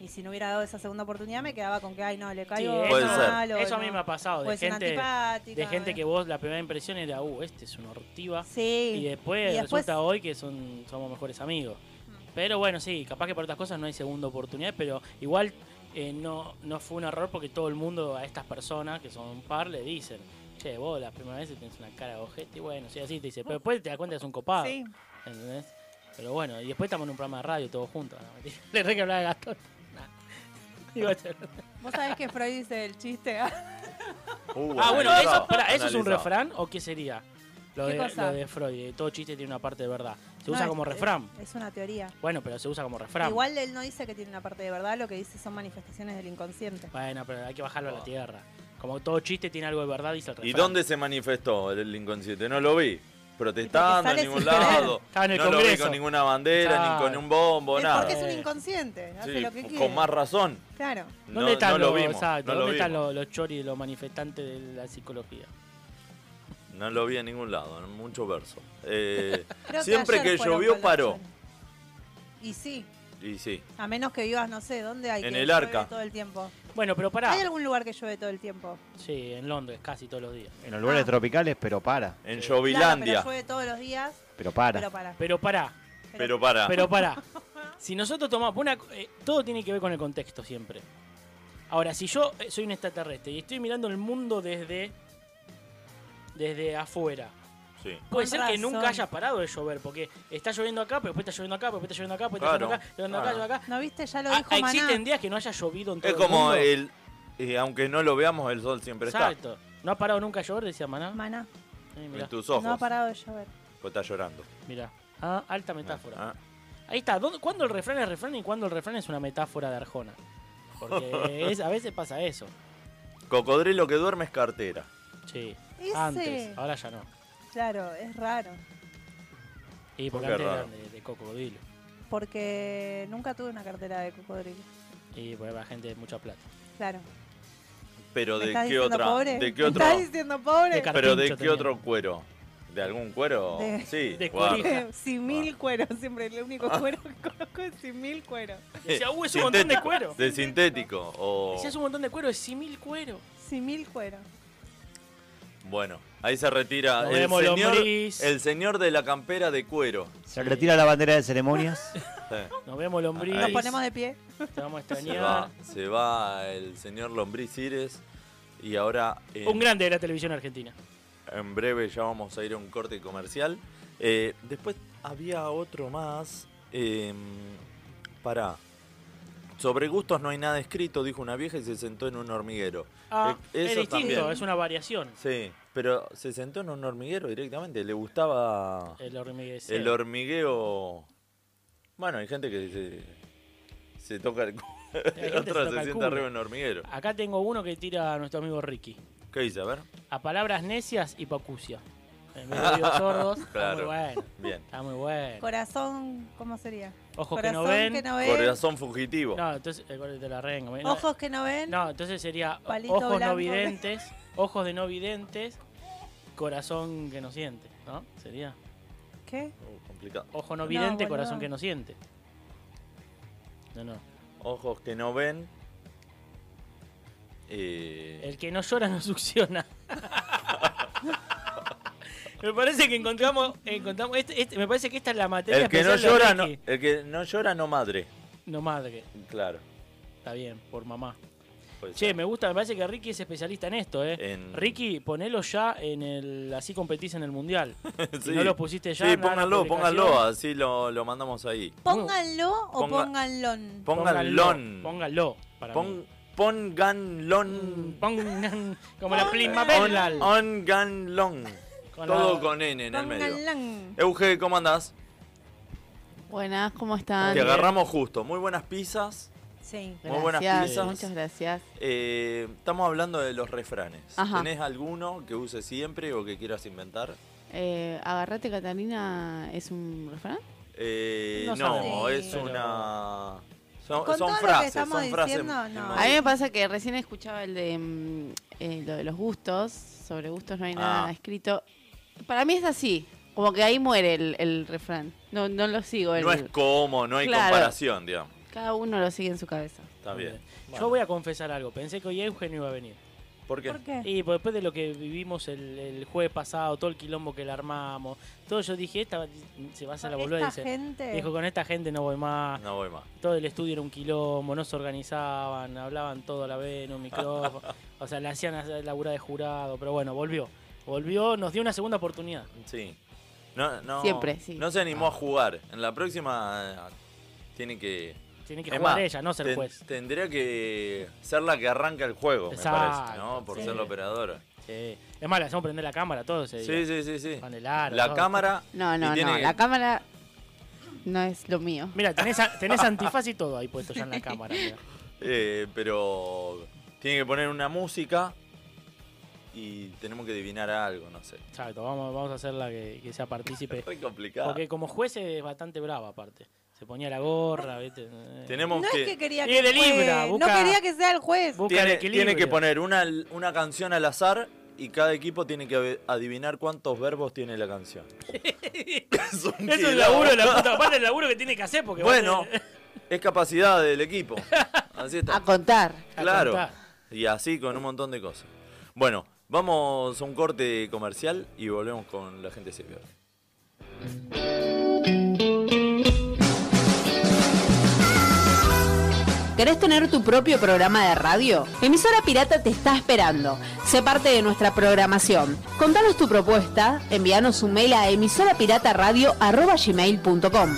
Y si no hubiera dado esa segunda oportunidad me quedaba con que, ay no, le caigo Sí, Puede eso, ser. mal. o eso a no. mí me ha pasado. De Puede ser una gente, antipática, de gente ¿eh? que vos la primera impresión era, uh, este es un hortiva. Sí. Y después, Y después- resulta hoy que son, somos mejores amigos. Pero bueno, sí, capaz que para otras cosas no hay segunda oportunidad, pero igual eh, no, no fue un error porque todo el mundo a estas personas, que son un par, le dicen, che, vos la primera vez tenés una cara de ojete, y bueno, sí, así te dice, pero después te das cuenta que es un copado. Sí. ¿Entendés? Pero bueno, y después estamos en un programa de radio todos juntos. No, mentira. Le re que hablaba de Gastón. Iba a ser- Vos sabés que Freud dice el chiste. ah. Uh, Ah, bueno, analizado, eso, pará, ¿eso es un analizado. refrán o qué sería? Lo, ¿Qué de, cosa? lo de Freud, de todo chiste tiene una parte de verdad. Se usa No, como es- refrán. Es, es una teoría. Bueno, pero se usa como refrán. Igual él no dice que tiene una parte de verdad, lo que dice son manifestaciones del inconsciente. Bueno, pero hay que bajarlo a la tierra. Como todo chiste tiene algo de verdad, dice el refrán. ¿Y dónde se manifestó el inconsciente? No lo vi. Protestando en sale ningún sin querer. lado. Estaba en el no lo vi Congreso. con ninguna bandera, ni Claro. con un bombo, es nada. porque es un inconsciente, hace eh, Sí, lo que quiere. con más razón. Claro. No, ¿Dónde están, no los, lo vimos. exacto, no, lo ¿dónde están vimos. los, los choris, los manifestantes de la psicología? no lo vi en ningún lado, en mucho verso. Eh, Creo siempre ayer que, fueron llovió, con la paró. señora. Y sí, Y sí. a menos que vivas, no sé, ¿dónde hay En que el llueve Arca. todo el tiempo? Bueno, pero pará. ¿Hay algún lugar que llueve todo el tiempo? Sí, en Londres, casi todos los días. En los lugares Ah. tropicales, pero para. En Claro, Llovilandia. pero llueve todos los días, Pero para. pero para. Pero pará, pero, para. pero pará. Si nosotros tomamos una... eh, todo tiene que ver con el contexto siempre. Ahora, si yo eh, soy un extraterrestre y estoy mirando el mundo desde... Desde afuera. sí. Puede Con ser que razón. nunca haya parado de llover, porque está lloviendo acá, pero después está lloviendo acá, pero después está lloviendo acá, después Claro, está lloviendo acá, claro. lloviendo acá, lloviendo acá. ¿No viste? Ya lo Ah, dijo Maná. existen días que no haya llovido en todo Es el como mundo. el. eh, aunque no lo veamos, el sol siempre está Exacto. No ha parado nunca de llover, decía Maná. Maná, Eh, mirá, en tus no ha ojos. parado de llover. Pues está llorando. mirá. Ah, alta metáfora. Ah, Ahí está. ¿Dónde- ¿Cuándo el refrán es refrán y cuándo el refrán es una metáfora de Arjona? Porque es- a veces pasa eso. Cocodrilo que duerme es cartera. Sí. Ese. Antes, ahora ya no. Claro, es raro. Y ¿Por porque qué antes raro? eran de, de cocodrilo. Porque nunca tuve una cartera de cocodrilo. Y porque la gente de mucha plata. Claro. Pero ¿Me de estás qué diciendo otra, pobre? de qué ¿Me otro, ¿Estás diciendo pobre? De car- pero de Carpincho qué tenía. otro cuero, de algún cuero, De- sí, de guarda. cuerija. Sin mil cueros, siempre el único Ah. cuero que conozco es sin mil cueros. Decía, uh, es un montón de Sintético. cuero. de sintético o Decía, es un montón de cuero, es simil cuero. Sin mil cueros. bueno, ahí se retira Nos el vemos, señor, lombriz. el señor de la campera de cuero. Se retira la bandera de ceremonias. Sí. Nos vemos, lombriz. Nos Ah, Ahí. ponemos de pie. Te vamos a Se extrañar. va, se va el señor Lombriz Ires y ahora en, Un grande de la televisión argentina. en breve ya vamos a ir a un corte comercial. Eh, después había otro más eh, para sobre gustos no hay nada escrito, dijo una vieja y se sentó en un hormiguero. Ah, Eh, es eso distinto, también. es una variación. Sí, pero se sentó en un hormiguero directamente, le gustaba El hormigueceo. el hormigueo. Bueno, hay gente que se, se toca el culo, gente se otra se, toca el sienta culo. arriba en un hormiguero. Acá tengo uno que tira a nuestro amigo Ricky. ¿Qué dice? A ver. A palabras necias y pacucia. En vez de oídos sordos, está muy Claro. bueno. Bien. Está muy bueno. Corazón, ¿cómo sería? Ojos que no Corazón ven. que no ven. Corazón fugitivo. ¿Eh? No, entonces el gol de la renga. No, Ojos que no ven. no, entonces sería Palito ojos blanco. no videntes, ojos de no videntes, corazón que no siente, ¿no? Sería ¿Qué? Uh, complicado. ojo no No, vidente, boludo. corazón que no siente. No, no. Ojos que no ven. Eh, El que no llora no succiona. me parece que encontramos, encontramos este- este- me parece que esta es la el, materia que no especial de llora no, Ricky. el que no llora no madre. no madre, Claro. está bien, por mamá. puede Che, ser. me gusta, me parece que Ricky es especialista en esto, ¿eh? En- Ricky, ponelo ya en el. Así competís en el mundial. Si Sí. no lo pusiste Sí, ya. no hagas pónganlo, publicación. pónganlo, así lo, lo mandamos ahí. Pónganlo o Ponga- pónganlo. Pónganlo. Pónganlo. Para mí. Mm. Pon, ponganlon. Pongan. Como la On, primavera. onganlon. Con Todo la- con N en el medio. Pónganlan. Euge, ¿cómo andás? Buenas, ¿cómo están? Te agarramos justo. Muy buenas pizzas. Sí. muy buenas Gracias, pizzas. Muchas gracias. Eh, estamos hablando de los refranes. Ajá. ¿Tenés alguno que uses siempre o que quieras inventar? Eh, Agarrate, Catalina, ¿es un refrán? Eh, no, No sabemos. es Sí. una... Son, Con son todo lo que frases, estamos son frases. diciendo, no. A mí me pasa que recién escuchaba el de mm, eh, lo de los gustos. Sobre gustos no hay nada Ah. escrito. Para mí es así. Como que ahí muere el, el refrán. No, no lo sigo. el- No es como, no hay Claro. comparación, digamos. Cada uno lo sigue en su cabeza. Está bien. Yo voy a confesar algo. Pensé que hoy Eugenio iba a venir. ¿Por qué? ¿Por qué? Y pues, después de lo que vivimos el, el jueves pasado, todo el quilombo que le armamos, todo yo dije, esta se va a hacer la boluda. Esta Dice, gente. dijo, con esta gente no voy más. No voy más. todo el estudio era un quilombo, no se organizaban, hablaban todo a la vez en un micrófono, o sea, le hacían hacer labura de jurado, pero bueno, volvió. Volvió, nos dio una segunda oportunidad. Sí. No, no, Siempre, sí. No se animó a jugar. En la próxima eh, tiene que... Tiene que Es jugar más, ella, no ser ten- juez. Tendría que ser la que arranca el juego, me parece, ¿no? Exacto, Por sí. ser la operadora. Sí. Es más, le hacemos prender la cámara eh, todo ese día. Sí, sí, sí, sí. Pan de lara, La todo. cámara. No, y no, tiene no. que- La cámara no es lo mío. Mira, tenés, a- tenés antifaz y todo ahí puesto ya en la cámara. mirá. eh, pero tiene que poner una música y tenemos que adivinar algo, no sé. Exacto, vamos, vamos a hacerla que, que sea partícipe. Es re complicado. Porque como juez es bastante brava, aparte. Se ponía la gorra, ¿viste? Eh, Tenemos No que. es que quería Y que es de Libra, juegue, no busca- quería que sea el juez. busca el tiene, equilibrio. tiene que poner una, una canción al azar y cada equipo tiene que ave- adivinar cuántos verbos tiene la canción. es un Eso es el quilombo. laburo, de la puta madre, el laburo que tiene que hacer. Porque Bueno, vos es capacidad del equipo. Así está. A contar. A Claro. contar. Y así con un montón de cosas. Bueno, vamos a un corte comercial y volvemos con la gente seria. ¿Querés tener tu propio programa de radio? Emisora Pirata te está esperando. Sé parte de nuestra programación. Contanos tu propuesta, envíanos un mail a emisorapirataradio.com.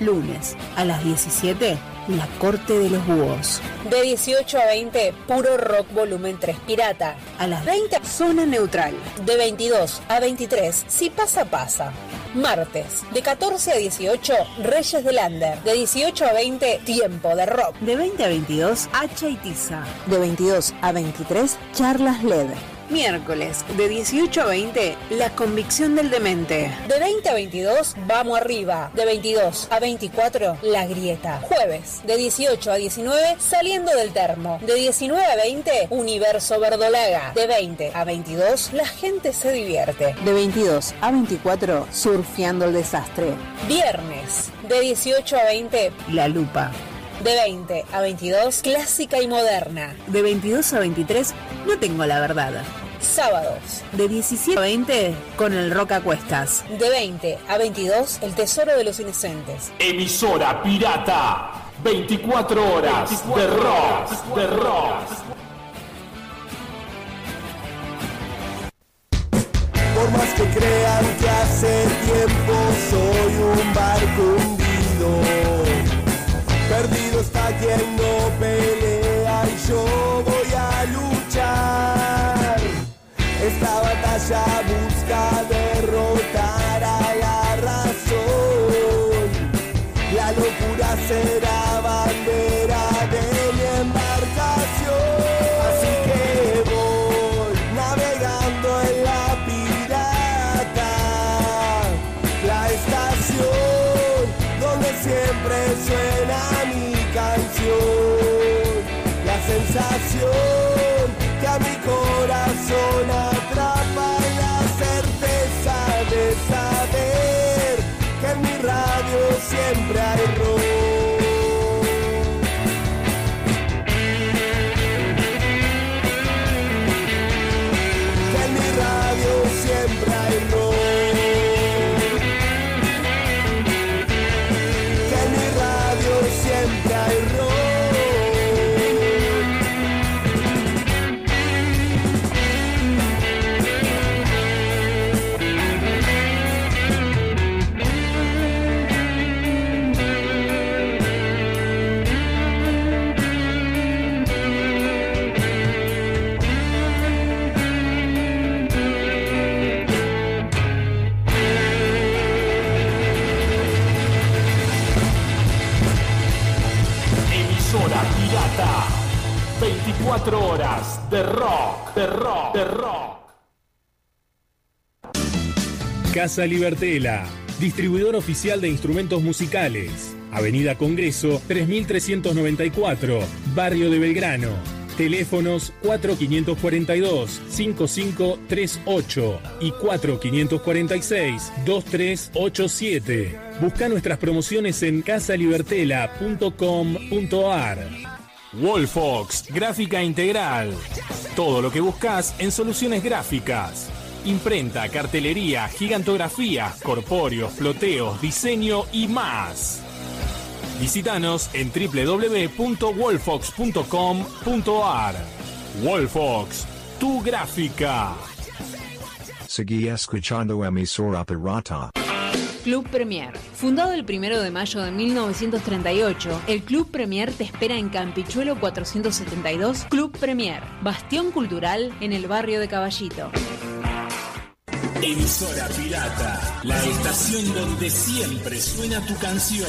Lunes a las 17, La Corte de los Búhos. De 18 a 20, puro rock volumen 3 pirata. A las 20, Zona Neutral. De 22 a 23, si pasa, pasa. Martes, de 14 a 18, Reyes del Lander. De 18 a 20, tiempo de rock. De 20 a 22, Hacha y Tiza. De 22 a 23, charlas LED. Miércoles, de 18 a 20, La Convicción del Demente. De 20 a 22, vamos arriba. De 22 a 24, la grieta. Jueves, de 18 a 19, saliendo del termo. De 19 a 20, universo verdolaga. De 20 a 22, la gente se divierte. De 22 a 24, Surfeando el Desastre. Viernes, de 18 a 20, La Lupa. de 20 a 22, clásica y moderna. De 22 a 23, No Tengo la Verdad. Sábados, De 17 a 20, Con el Rock a Cuestas. de 20 a 22, el tesoro de los inocentes. Emisora pirata. 24 horas de rock, de rock. Por más que crean que hace tiempo soy un barco hundido. Perdido está yendo pelea y yo voy a luchar. Esta batalla busca derrotar a la razón. La locura será bandera de mi embarcación. Así que voy navegando en la pirata. La estación donde siempre suena mi canción. La sensación que a mi corazón atrapa la certeza de saber que en mi radio siempre hay rock. Que en mi radio siempre hay rock. Que en mi radio siempre hay rock. Emisora pirata. 24 horas de rock, de rock, de rock. Casa Libertela, distribuidor oficial de instrumentos musicales. Avenida Congreso 3394, Barrio de Belgrano. Teléfonos 4542-5538 y 4546-2387. Busca nuestras promociones en casalibertela.com.ar. Wallfox, gráfica integral. Todo lo que buscas en soluciones gráficas. Imprenta, cartelería, gigantografías, corpóreos, floteos, diseño y más. Visítanos en www.wolfox.com.ar. Wolfox, tu gráfica. Seguí escuchando emisora pirata. Club Premier. Fundado el 1 de mayo de 1938, el Club Premier te espera en Campichuelo 472 Club Premier, bastión cultural en el barrio de Caballito. Emisora Pirata, la estación donde siempre suena tu canción.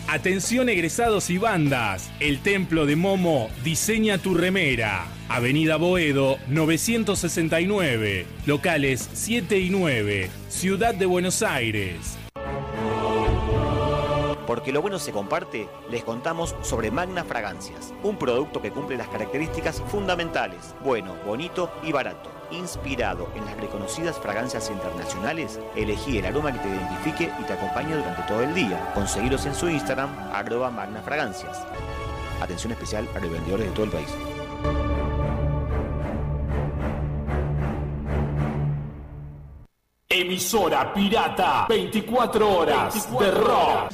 Atención egresados y bandas, el Templo de Momo diseña tu remera. Avenida Boedo 969, locales 7 y 9, Ciudad de Buenos Aires. Porque lo bueno se comparte, les contamos sobre Magna Fragancias, un producto que cumple las características fundamentales, bueno, bonito y barato. Inspirado en las reconocidas fragancias internacionales, elegí el aroma que te identifique y te acompañe durante todo el día. Conseguiros en su Instagram, arroba Magna Fragancias. Atención especial a los vendedores de todo el país. Emisora Pirata, 24 horas de rock.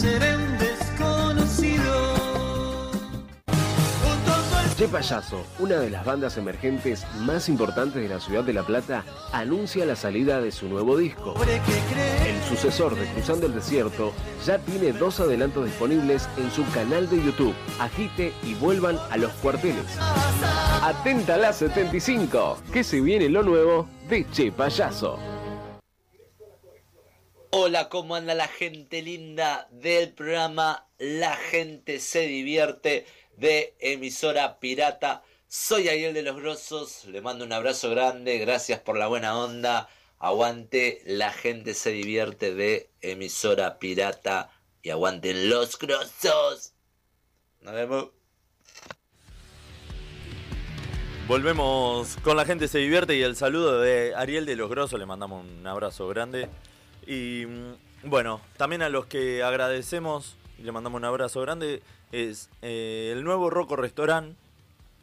Seré un desconocido. Che Payaso, una de las bandas emergentes más importantes de la ciudad de La Plata, anuncia la salida de su nuevo disco. El sucesor de Cruzando el Desierto ya tiene dos adelantos disponibles en su canal de YouTube. Agite y vuelvan a los cuarteles. Atenta a la 75, que se viene lo nuevo de Che Payaso. Hola, ¿cómo anda la gente linda del programa La gente se divierte de emisora pirata? Soy Ariel de los Grosos, le mando un abrazo grande, gracias por la buena onda, aguante La gente se divierte de emisora pirata y aguanten los grosos. Nos vemos. Volvemos con la gente se divierte y el saludo de Ariel de los Grosos, le mandamos un abrazo grande. Y mm, bueno, también a los que agradecemos, y le mandamos un abrazo grande, es eh, el nuevo Roco Restaurant,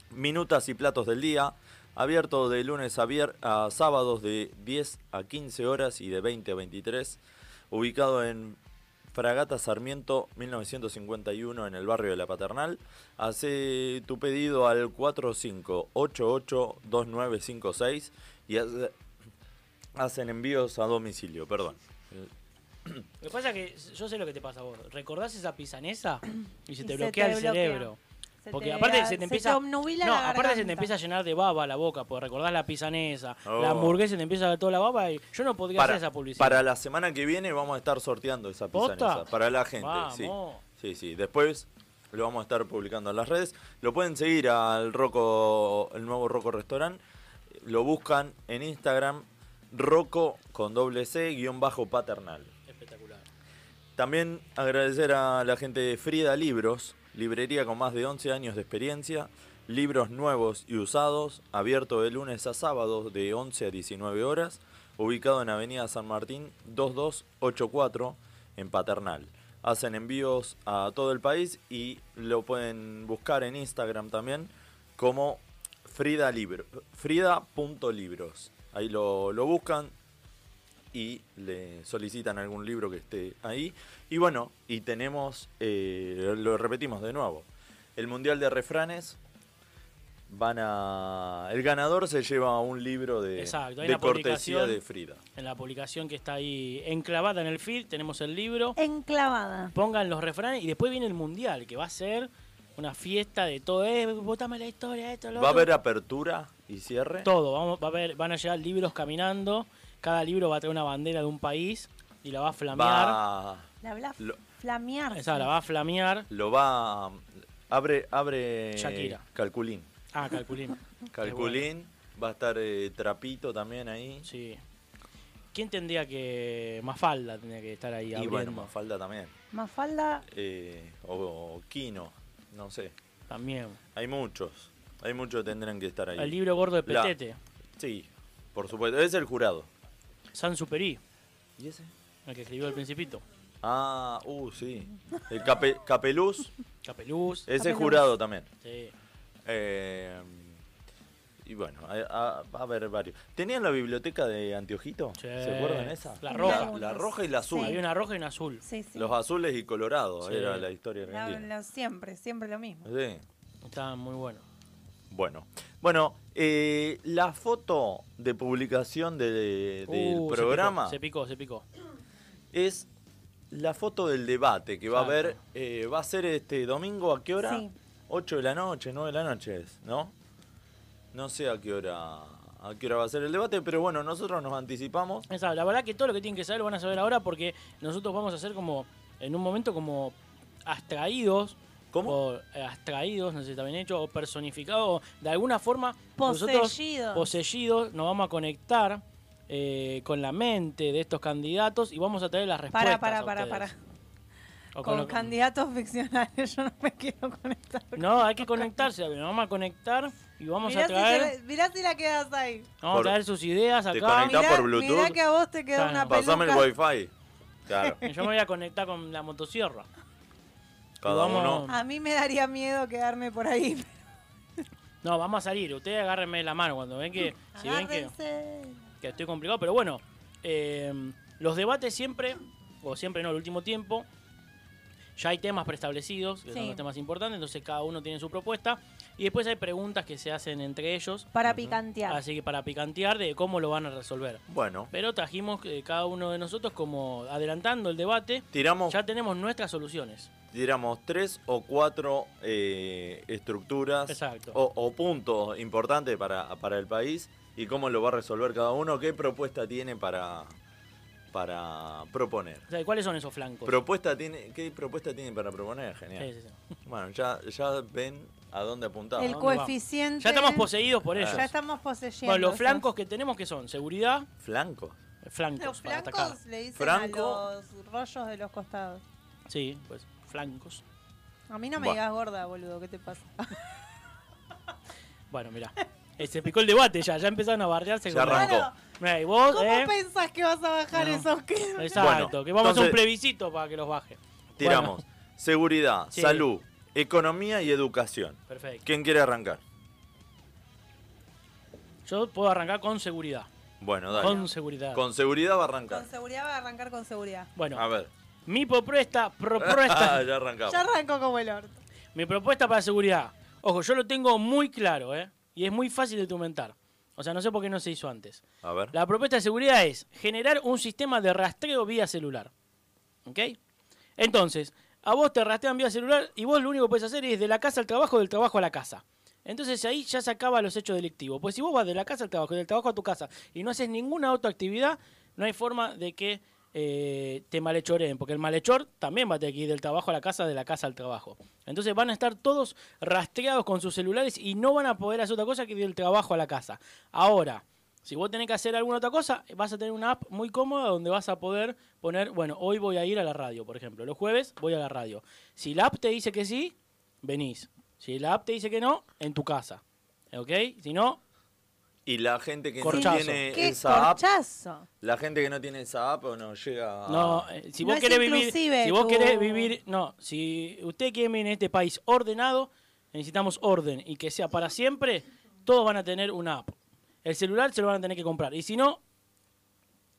Minutas y Platos del Día, abierto de lunes a, vier- a sábados de 10 a 15 horas y de 20 a 23, ubicado en Fragata Sarmiento 1951 en el barrio de La Paternal. Hace tu pedido al 45882956 y hace- hacen envíos a domicilio, perdón. Lo que pasa es que yo sé lo que te pasa a vos. Recordás esa pisanesa y se Y te se bloquea te el bloquea. cerebro. Se Porque te- aparte se se te te empieza. obnubila no, la aparte se te garganta. empieza a llenar de baba la boca, porque recordás la pisanesa, Oh. la hamburguesa se te empieza a dar toda la baba y yo no podría Para, hacer esa publicidad. para la semana que viene vamos a estar sorteando esa ¿Posta? pizanesa para la gente. Sí. Vamos. sí, sí. Después lo vamos a estar publicando en las redes. Lo pueden seguir al Roco, el nuevo Roco Restaurant. Lo buscan en Instagram, Roco con doble C, guión bajo paternal. Espectacular. También agradecer a la gente de Frida Libros, librería con más de 11 años de experiencia, libros nuevos y usados, abierto de lunes a sábados de 11 a 19 horas, ubicado en Avenida San Martín 2284 en Paternal. Hacen envíos a todo el país y lo pueden buscar en Instagram también como Frida Libro, Frida.libros. Ahí lo, lo buscan, y le solicitan algún libro que esté ahí. Y bueno, y tenemos, eh, lo repetimos de nuevo, el Mundial de Refranes. Van a. El ganador se lleva un libro de, Exacto, hay de una cortesía publicación de Frida. En la publicación que está ahí enclavada en el feed, tenemos el libro. Enclavada. Pongan los refranes y después viene el mundial, que va a ser una fiesta de todo. Eh, bótame la historia, esto, lo ¿Va a otro. haber apertura y cierre? Todo, vamos, va a haber- van a llegar libros caminando. Cada libro va a tener una bandera de un país y la va a flamear. Va, La habla Lo- flamear. Esa la va a flamear. lo va... Abre, abre... Shakira. Calculín. Ah, calculín. Calculín. Va a estar eh, Trapito también ahí. Sí. ¿Quién tendría que. Mafalda tendría que estar ahí Y abriendo. bueno, Mafalda también. Mafalda. Eh, o, o Kino, no sé. También. Hay muchos. Hay muchos que tendrán que estar ahí. El libro gordo de La- Petete. sí, por supuesto. Es el jurado. San Superi. ¿Y ese? El que escribió El Principito. Ah, uh, sí. El cape- Capeluz. Capeluz. Ese Capeluz. jurado también. Sí. Eh, y bueno, a- a- va a haber varios. ¿Tenían la biblioteca de Antiojito? ¿Se acuerdan esa? La roja. La, la roja y la azul. Había una roja y una azul. Sí, sí. Los azules y colorados Sí. era la historia La- argentina. la- siempre, siempre lo mismo. Sí. Estaban muy buenos. Bueno, bueno, eh, la foto de publicación de- del Uh, se programa picó, Se picó, se picó. es la foto del debate que va a haber, Exacto. eh, va a ser este domingo a qué hora? Sí. 8 de la noche, 9 de la noche es, ¿no? No sé a qué hora a qué hora va a ser el debate, pero bueno, nosotros nos anticipamos. Esa, la verdad que todo lo que tienen que saber lo van a saber ahora porque nosotros vamos a ser como, en un momento como abstraídos. ¿Cómo? O eh, abstraídos, no sé si está bien hecho, o personificados, o de alguna forma. Nosotros, Poseídos. poseídos, nos vamos a conectar eh, con la mente de estos candidatos y vamos a traer las respuestas. Para, para, para, para. Con candidatos ficcionales, yo no me quiero conectar. No, hay que conectarse, nos vamos a conectar y vamos mirá, a si traer. te- mirá si la quedas ahí. Vamos Por- a traer sus ideas acá. ¿Te conectás Mirá- por Bluetooth? mirá que a vos te queda una Pasame el peluca. wifi. Claro, Yo me voy a conectar con la motosierra. cada vamos- uno. A mí me daría miedo quedarme por ahí. No, vamos a salir. Ustedes agárrenme la mano cuando ven que. Si ven que, Agárrense. que estoy complicado. Pero bueno, eh, los debates siempre, o siempre no, el último tiempo, ya hay temas preestablecidos, que son Sí. los temas importantes. Entonces cada uno tiene su propuesta. Y después hay preguntas que se hacen entre ellos. Para picantear. Así que para picantear de cómo lo van a resolver. Bueno, Pero trajimos eh, cada uno de nosotros como adelantando el debate. tiramos Ya tenemos nuestras soluciones. tiramos tres o cuatro eh, estructuras Exacto. O, o puntos importantes para, para el país y cómo lo va a resolver cada uno, qué propuesta tiene para, para proponer. O sea, ¿cuáles son esos flancos? Propuesta tiene, ¿Qué propuesta tiene para proponer? Genial. Sí, sí, Bueno, ya, ya ven a dónde apuntamos. El coeficiente. Ya estamos poseídos por ellos. Ya estamos poseyendo. Bueno, los flancos que tenemos que son seguridad, Flanco. flancos Los para flancos atacar. le dicen Franco. a los rollos de los costados. Sí, pues flancos. A mí no me Bueno. digas gorda, boludo, ¿qué te pasa? Bueno, mirá. Eh, se picó el debate ya, ya empezaron a bardearse. Ya con la- arrancó. Mirá, y vos, ¿Cómo eh, pensás que vas a bajar No. esos kilos? Exacto, Bueno, que vamos a hacer entonces- un plebiscito para que los baje. Tiramos Bueno, seguridad, Sí. salud, economía y educación. perfecto. ¿Quién quiere arrancar? Yo puedo arrancar con seguridad. Bueno, dale. Con seguridad. Con seguridad va a Con arrancar. seguridad va a arrancar con seguridad. Bueno, A ver. mi propuesta, propuesta, Ah, ya arrancamos. Ya arrancó como el orto. mi propuesta para seguridad. Ojo, yo lo tengo muy claro, ¿eh? Y es muy fácil de documentar. O sea, no sé por qué no se hizo antes. A ver. La propuesta de seguridad es generar un sistema de rastreo vía celular. ¿Ok? Entonces, a vos te rastrean vía celular y vos lo único que puedes hacer es de la casa al trabajo, del trabajo a la casa. Entonces ahí ya se acaba los hechos delictivos. Pues si vos vas de la casa al trabajo, del trabajo a tu casa y no haces ninguna otra actividad, no hay forma de que eh, te malhechoreen, porque el malhechor también va a tener que ir del trabajo a la casa, de la casa al trabajo. Entonces van a estar todos rastreados con sus celulares y no van a poder hacer otra cosa que ir del trabajo a la casa. Ahora, si vos tenés que hacer alguna otra cosa, vas a tener una app muy cómoda donde vas a poder poner, bueno, hoy voy a ir a la radio, por ejemplo. Los jueves voy a la radio. Si la app te dice que sí, venís. Si la app te dice que no, en tu casa. ¿Ok? Si no, Y la gente que Corchazo. no tiene ¡Qué esa app, corchazo! la gente que no tiene esa app o no llega a- no. eh, Si No vos es querés vivir. inclusive Si vos tu- querés vivir. No, si usted quiere vivir en este país ordenado, necesitamos orden y que sea para siempre, todos van a tener una app. El celular se lo van a tener que comprar. Y si no,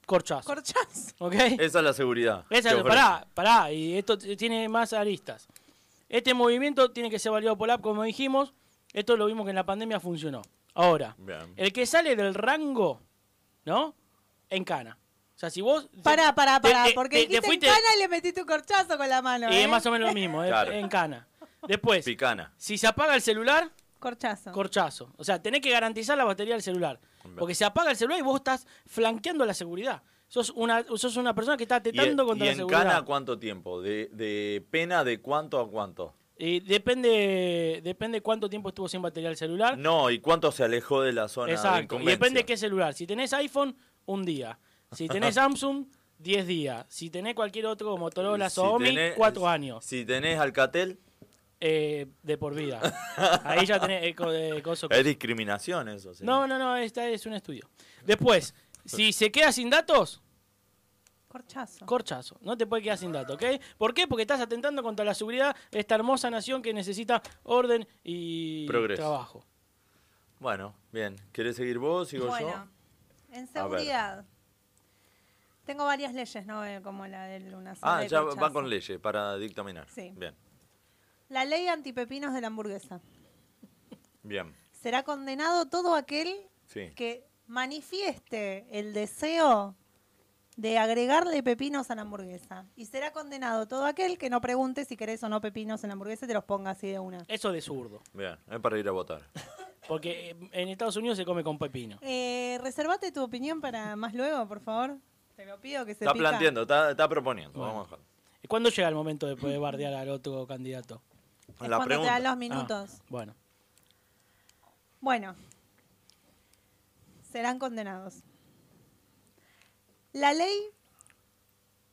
corchazo. Corchazo. ¿Ok? Esa es la seguridad. Esa, que ofrece. pará, pará, y esto t- tiene más aristas. Este movimiento tiene que ser validado por la app, como dijimos. Esto lo vimos que en la pandemia funcionó. Ahora, Bien. el que sale del rango, ¿no? Encana. O sea, si vos. Pará, pará, pará, te- te- porque te- te dijiste en eh, fuiste- cana y le metiste un corchazo con la mano. Y ¿eh? es más o menos lo mismo, Claro. encana. Después, Picana. si se apaga el celular, corchazo. Corchazo. O sea, tenés que garantizar la batería del celular. Porque se apaga el celular y vos estás flanqueando la seguridad. Sos una, sos una persona que está ¿Y, atentando y contra la en seguridad. Cana cuánto tiempo? De, de pena de cuánto a cuánto? Y depende, depende cuánto tiempo estuvo sin batería el celular. No, y cuánto se alejó de la zona de Exacto. Y incumbencia. depende qué celular. Si tenés iPhone, un día. Si tenés Samsung, 10 días. Si tenés cualquier otro como Motorola, Si Xiaomi, tenés- 4 años. Si tenés Alcatel, eh, de por vida. Ahí ya tenés eco de coso. es discriminación eso. sí. No, no, no, esta es un estudio. Después, si se queda sin datos, Corchazo. corchazo. No te puede quedar sin datos, ¿ok? ¿Por qué? Porque estás atentando contra la seguridad de esta hermosa nación que necesita orden y Progreso. trabajo. Bueno, bien. ¿Querés seguir vos? ¿Sigo Bueno, en A ver. seguridad. Tengo varias leyes, ¿no? Eh, Como la del yo? lunación. Ah, ya va con leyes para dictaminar. Sí. Bien, La ley antipepinos de la hamburguesa. bien. Será condenado todo aquel Sí. que manifieste el deseo de agregarle pepinos a la hamburguesa. Y será condenado todo aquel que no pregunte si querés o no pepinos en la hamburguesa y te los ponga así de una. Eso de zurdo. Bien, es para ir a votar. Porque eh, en Estados Unidos se come con pepino. Eh, reservate tu opinión para más luego, por favor. Te lo pido que se Está pica. planteando, está, está proponiendo. Bueno. Vamos a dejar. ¿Cuándo llega el momento de poder bardear al otro candidato? Es La cuando te pregunta. dan los Ah, minutos. bueno. Bueno, serán condenados. La ley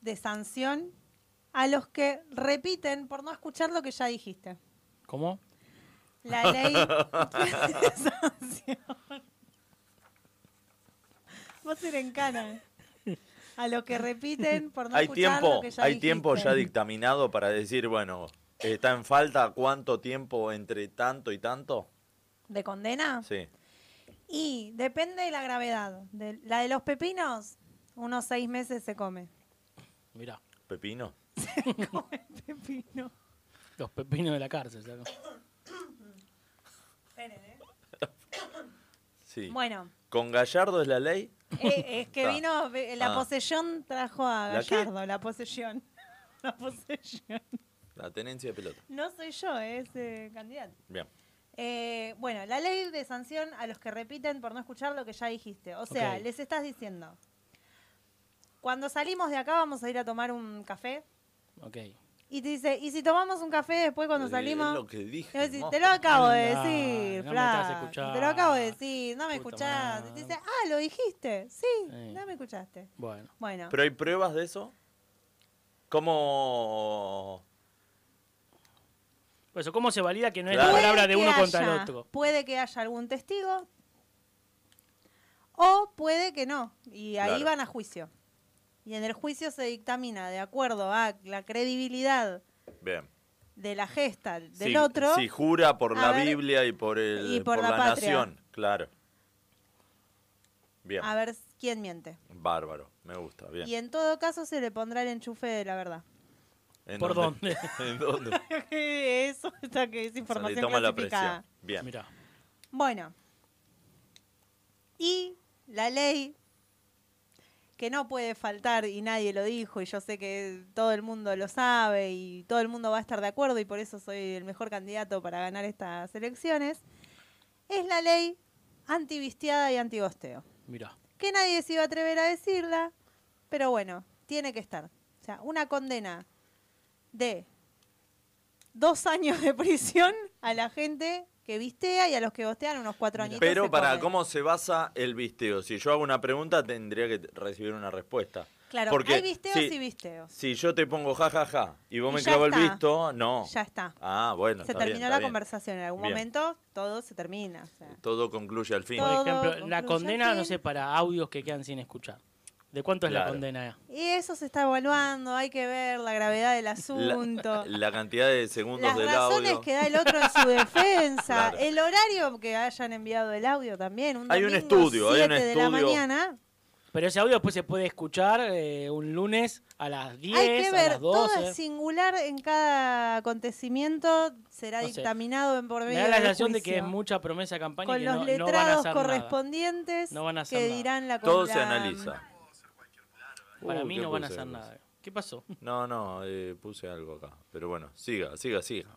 de sanción a los que repiten por no escuchar lo que ya dijiste. ¿Cómo? La ley de sanción. Vos ir en cana. A los que repiten por no hay escuchar tiempo, lo que ya hay tiempo dijiste. ya dictaminado para decir, bueno, está en falta cuánto tiempo entre tanto y tanto. ¿De condena? Sí. Y depende de la gravedad. De- la de los pepinos, unos seis meses se come. Mirá, Pepino. Pepino. los pepinos de la cárcel. ¿sabes? Sí. ¿eh? Bueno, Con Gallardo es la ley. eh, es que Está. vino, eh, la Ah. posesión trajo a ¿La qué? Gallardo, la posesión. La posesión. La tenencia de pelota. No soy yo, es eh, candidato. Bien. Eh, bueno, la ley de sanción a los que repiten por no escuchar lo que ya dijiste. O sea, Ok. les estás diciendo, cuando salimos de acá vamos a ir a tomar un café. Ok. Y te dice, ¿y si tomamos un café después cuando Eh, salimos? es lo que dije, Y vos decís, moja. te lo acabo de Anda, decir, no me Fla, estás escuchando. Te lo acabo de decir, no me Puta escuchás. Y te dice, ah, lo dijiste. Sí, Sí. no me escuchaste. Bueno. Bueno, ¿Pero hay pruebas de eso? ¿Cómo? Por eso, ¿cómo se valida que no es Claro. la Puede palabra de que uno contra el haya- otro? Puede que haya algún testigo o puede que no. Y ahí Claro. van a juicio. Y en el juicio se dictamina, de acuerdo a la credibilidad Bien. de la gesta del Si- otro, Si jura por A la ver, Biblia y por, el, y por por la la, patria. nación. Claro. Bien. a ver quién miente. Bárbaro. Me gusta. Bien. Y en todo caso se le pondrá el enchufe de la verdad. ¿En ¿Por ¿En dónde? Eso está que es Se le información toma la clasificada. presión. Bien. Bueno. Y la ley que no puede faltar y nadie lo dijo y yo sé que todo el mundo lo sabe y todo el mundo va a estar de acuerdo y por eso soy el mejor candidato para ganar estas elecciones, es la ley antivisteada y antigosteo. Mirá. Que nadie se iba a atrever a decirla, pero bueno, tiene que estar. O sea, una condena de dos años de prisión a la gente que vistea y a los que gostean unos cuatro añitos. Pero se para comen. cómo se basa el visteo. Si yo hago una pregunta, tendría que recibir una respuesta. Claro, Porque hay visteos si- y visteos. Si yo te pongo jajaja y vos Y me ya clavo el está. visto, no. Ya está. Ah, bueno. se está terminó bien, está la bien. conversación. En algún Bien. momento todo se termina. o sea. Todo concluye al fin. Por ejemplo, concluye la al condena, no fin. sé, para audios que quedan sin escuchar. ¿De cuánto es la Claro. condena? Y eso se está evaluando, hay que ver la gravedad del asunto. La, la cantidad de segundos las del razones audio. que da el otro en su defensa, Claro. el horario que hayan enviado el audio también. Un Hay un domingo estudio, hay un 7 de la estudio. mañana. Pero ese audio después se puede escuchar eh, un lunes a las 10, Hay que a ver, las todo 12. es singular en cada acontecimiento, será No sé. dictaminado en por Me medio da la del sensación de juicio. que es mucha promesa de campaña y con que los no, no van a letrados hacer nada. correspondientes No van a hacer que nada. dirán la Todo se la- analiza. Para Uh, mí ¿qué no van a puse? hacer nada. ¿Qué pasó? No, no, eh, puse algo acá. Pero bueno, siga, siga, siga.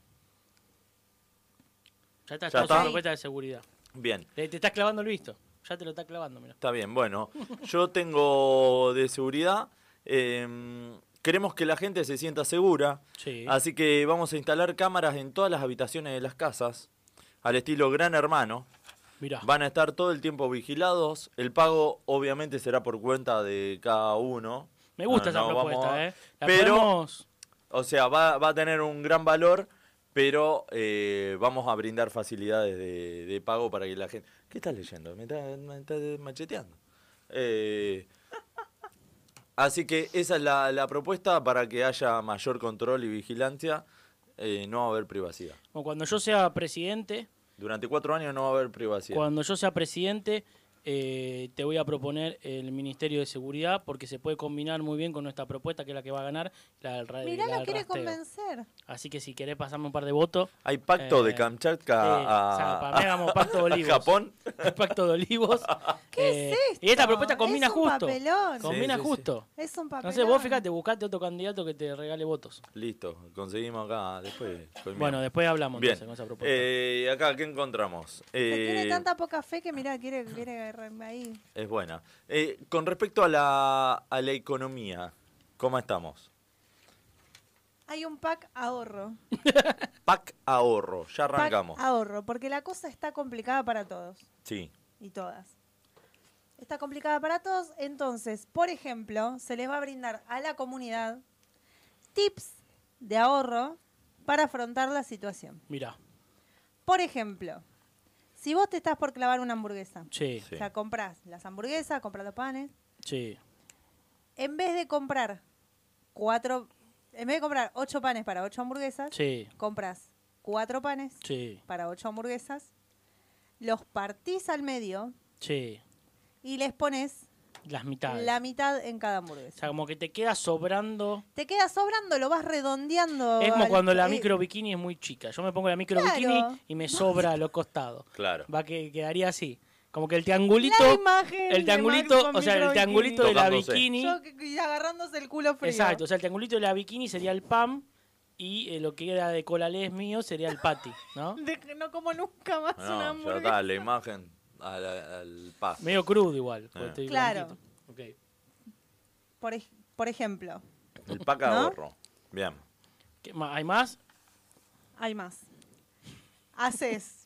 Ya ¿Ya está, estamos en está? propuesta de seguridad. Bien, Te, te estás clavando el visto. Ya te lo está clavando, mira. está bien. Bueno, yo tengo de seguridad. eh, queremos que la gente se sienta segura. Sí. Así que vamos a instalar cámaras en todas las habitaciones de las casas, al estilo Gran Hermano. Mirá. Van a estar todo el tiempo vigilados. El pago obviamente será por cuenta de cada uno. Me No, gusta esa no, propuesta, vamos a- ¿eh? La pero, podemos- o sea, va, va a tener un gran valor, pero eh, vamos a brindar facilidades de, de pago para que la gente... ¿Qué estás leyendo? Me estás, me estás macheteando. Eh, así que esa es la, la propuesta para que haya mayor control y vigilancia. eh, no va a haber privacidad. Como cuando yo sea presidente, Durante cuatro años no va a haber privacidad. cuando yo sea presidente, eh, te voy a proponer el Ministerio de Seguridad porque se puede combinar muy bien con nuestra propuesta, que es la que va a ganar, la del ra- Mirá, la lo del quiere rasteo. convencer. Así que si querés pasarme un par de votos. Hay pacto de eh, Kamchatka sí, o sea, a- para mí hagamos pacto de a olivos. Japón. Pacto de olivos. ¿Qué es Y esta esto? propuesta combina Es un justo. papelón. Combina Sí, sí, sí. justo. Es un papelón. Entonces vos fíjate, buscate otro candidato que te regale votos. Listo, conseguimos acá. Después, coimimos. Bueno, después hablamos Bien. entonces con esa propuesta. Eh, acá, ¿qué encontramos? Tiene Eh, tanta poca fe que mirá, quiere, quiere re- ahí. es buena. Eh, con respecto a la, a la economía, ¿cómo estamos? Hay un pack ahorro. PAC ahorro, ya Pack arrancamos. ahorro, porque la cosa está complicada para todos. Sí, y todas. Está complicada para todos, entonces, por ejemplo, se les va a brindar a la comunidad tips de ahorro para afrontar la situación. Mirá, Por ejemplo, si vos te estás por clavar una hamburguesa, Sí. o sea, compras las hamburguesas, compras los panes, sí. en vez de comprar cuatro, en vez de comprar ocho panes para ocho hamburguesas, Sí. compras cuatro panes Sí. para ocho hamburguesas, los partís al medio Sí. y les pones Las mitades. La mitad en cada hamburguesa. O sea, como que te queda sobrando. Te queda sobrando, lo vas redondeando. Es como al- cuando la eh, micro bikini es muy chica. Yo me pongo la micro Claro. bikini y me sobra a los costados. Claro. Va que quedaría así. Como que el triangulito. La imagen el de triangulito, Maxi con o sea, el micro triangulito de la Tocándose. bikini. Yo que- que- agarrándose el culo frío. Exacto, o sea, el triangulito de la bikini sería el PAM y eh, lo que queda de colalés mío sería el patty, ¿no? De que no como nunca más no, una ya hamburguesa. está, la imagen al, al pack. Medio crudo igual. porque Eh. estoy Claro. blanquito. Ok. Por, ej- por ejemplo, El PAC ¿No? ahorro. Bien. ¿Qué más? ¿Hay más? hay más. Haces.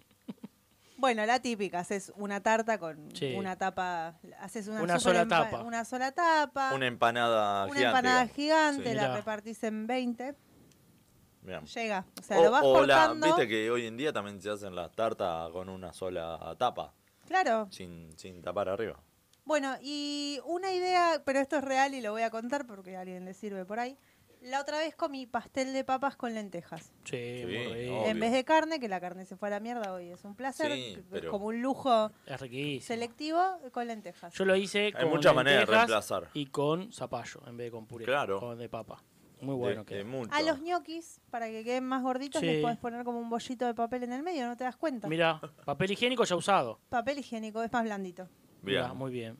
Bueno, la típica, haces una tarta con Sí. una tapa, haces una, Una super sola empa- tapa. una sola tapa, Una empanada Ah. una gigante. empanada gigante, Sí. la Mirá. repartís en 20, Bien. llega, o sea, lo vas la, cortando, viste que hoy en día también se hacen las tartas con una sola tapa, claro, sin, sin tapar arriba. Bueno, y una idea, pero esto es real y lo voy a contar porque a alguien le sirve por ahí. La otra vez comí pastel de papas con lentejas. Sí, Sí, muy rico. obvio. En vez de carne, que la carne se fue a la mierda hoy, es un placer, que- Sí, que pero- es como un lujo Es riquísimo. selectivo con lentejas. Yo lo hice Hay con muchas maneras de lentejas reemplazar. Y con zapallo en vez de con puré. Claro. Con de papa. Muy bueno De- que de es. mucho. A los ñoquis, para que queden más gorditos, Sí. les podés poner como un bollito de papel en el medio, no te das cuenta. Mira, papel higiénico ya usado. Papel higiénico, es más blandito. Bien. Mirá, muy bien.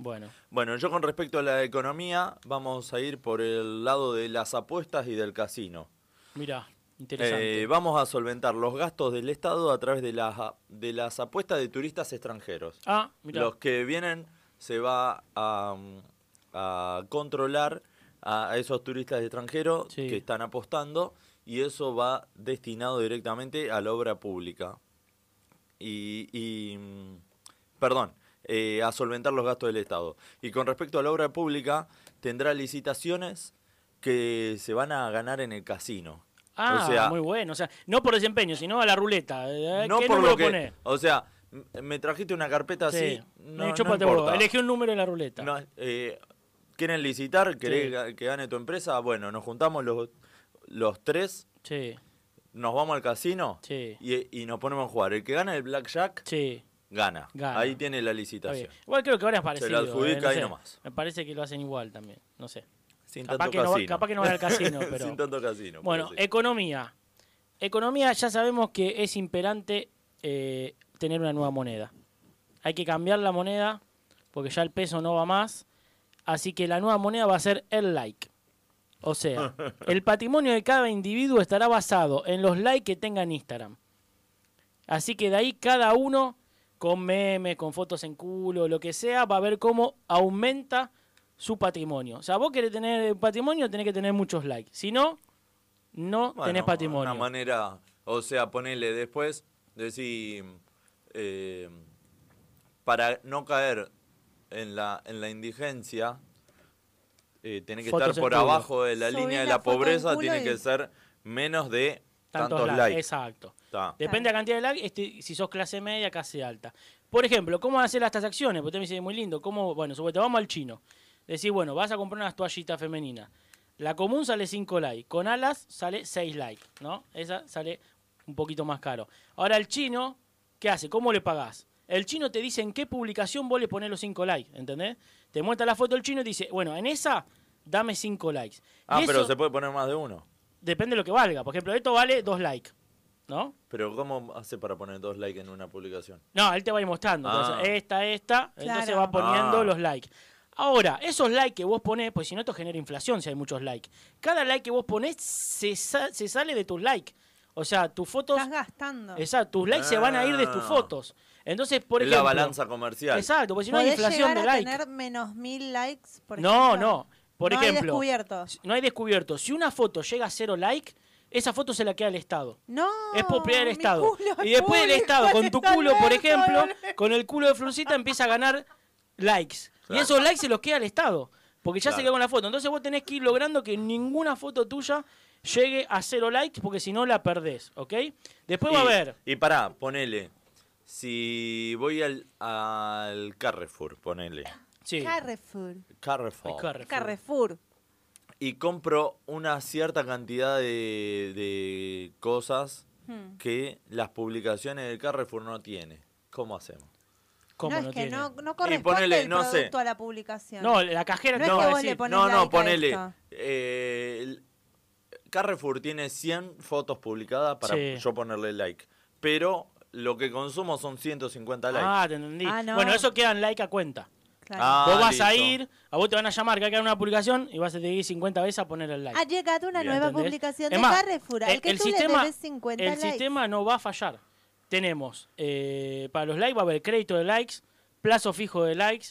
Bueno. Bueno, yo con respecto a la economía, vamos a ir por el lado de las apuestas y del casino. Mira, interesante. Eh, vamos a solventar los gastos del Estado a través de las, a- de las apuestas de turistas extranjeros. Ah, mirá. Los que vienen se va a, mm, a controlar a a esos turistas extranjeros que están apostando y eso va destinado directamente a la obra pública. Y, y, mm, perdón, eh, a solventar los gastos del Estado. Y con respecto a la obra pública, tendrá licitaciones que se van a ganar en el casino. Ah, o sea, muy bueno. O sea, no por desempeño, sino a la ruleta. Eh, no ¿Qué por número lo que, poné? o sea, m- me trajiste una carpeta Sí. así, no, Eh, no chúpate huevo. importa. Elegí un número en la ruleta. No, eh, ¿Quieren licitar? ¿Querés Sí. ga- que gane tu empresa? Bueno, nos juntamos los, los tres, Sí. nos vamos al casino Sí. y, y nos ponemos a jugar. El que gana el blackjack gana. Gana. Ahí tiene la Está bien. licitación. Igual creo que ahora es parecido. Se lo eh, no adjudica ahí sé. nomás. Me parece que lo hacen igual también. No sé. Sin capaz, tanto que no, va- casino. capaz que no van al casino, pero. Sin tanto casino. Bueno, pero sí. economía. Economía ya sabemos que es imperante eh, tener una nueva moneda. Hay que cambiar la moneda porque ya el peso no va más. Así que la nueva moneda va a ser el like. O sea, el patrimonio de cada individuo estará basado en los likes que tenga en Instagram. Así que de ahí cada uno, con memes, con fotos en culo, lo que sea, va a ver cómo aumenta su patrimonio. O sea, vos querés tener patrimonio, tenés que tener muchos likes. Si no, no Bueno, tenés patrimonio. Una manera, o sea, ponele después, decir, eh, para no caer en la, en la indigencia, eh, tiene que Fotos estar en por culo. abajo de la Subí línea de una la foto en pobreza, culo tiene y- que ser menos de Tantos tantos, likes, likes. exacto. Está. Depende de la cantidad de likes, este, si sos clase media, clase alta. Por ejemplo, ¿cómo hacer las transacciones? Porque usted me dice, muy lindo, ¿cómo? Bueno, supuesto, vamos al chino. Decís, bueno, vas a comprar unas toallitas femeninas. La común sale 5 likes, con alas sale 6 likes, ¿no? Esa sale un poquito más caro. Ahora el chino, ¿qué hace? ¿Cómo le pagás? El chino te dice en qué publicación vos le ponés los 5 likes, ¿entendés? Te muestra la foto el chino y dice, bueno, en esa dame 5 likes. Ah, Y pero eso se puede poner más de uno. depende de lo que valga. Por ejemplo, esto vale 2 likes, ¿no? Pero ¿cómo hace para poner dos likes en una publicación? No, él te va a ir mostrando. Entonces, Ah. esta, esta. Entonces Claro. va poniendo Ah. los likes. Ahora, esos likes que vos ponés, pues si no, esto genera inflación si hay muchos likes. Cada like que vos ponés se, sa- se sale de tus likes. O sea, tus fotos. Estás gastando. Exacto, tus likes se van a ir de tus Ah. fotos. Entonces, por es ejemplo. la balanza comercial. Exacto, porque si no hay ¿Podés inflación de llegar a likes. tener menos mil likes, por No, ejemplo? no. Por No hay ejemplo. descubierto. No hay descubierto. Si una foto llega a cero like, esa foto se la queda al Estado. No. Es propiedad del mi Estado. culo Y es después el público, Estado, con tu está culo, por loco, ejemplo, boludo. con el culo de Florcita empieza a ganar likes. Y Claro. esos likes se los queda al Estado. Porque ya se Claro. quedó con la foto. Entonces vos tenés que ir logrando que ninguna foto tuya llegue a cero likes, porque si no la perdés, ¿ok? Después va a Y- haber. Y pará, ponele. Si voy al, al Carrefour, ponele. Sí. Carrefour. Carrefour. Carrefour. Y compro una cierta cantidad de, de cosas Hmm. que las publicaciones del Carrefour no tiene. ¿Cómo hacemos? no, es que no, no corresponde ponele, el no sé. producto a la publicación. no es no, que vos le pones no, no, like a ponele. esto. eh, el- Carrefour tiene 100 fotos publicadas para Sí. yo ponerle like. Pero lo que consumo son 150 likes. Ah, te entendí. Ah, no. Bueno, eso quedan like a cuenta. Claro. Ah, vos vas a listo. ir, a vos te van a llamar que hay que hacer una publicación y vas a tener que ir 50 veces a poner el like. Ha llegado una nueva ¿Entendés? publicación Es de más, Carrefour. Al el- que el tú sistema- le debes 50 el likes. sistema no va a fallar. Tenemos, eh, para los likes va a haber crédito de likes, plazo fijo de likes,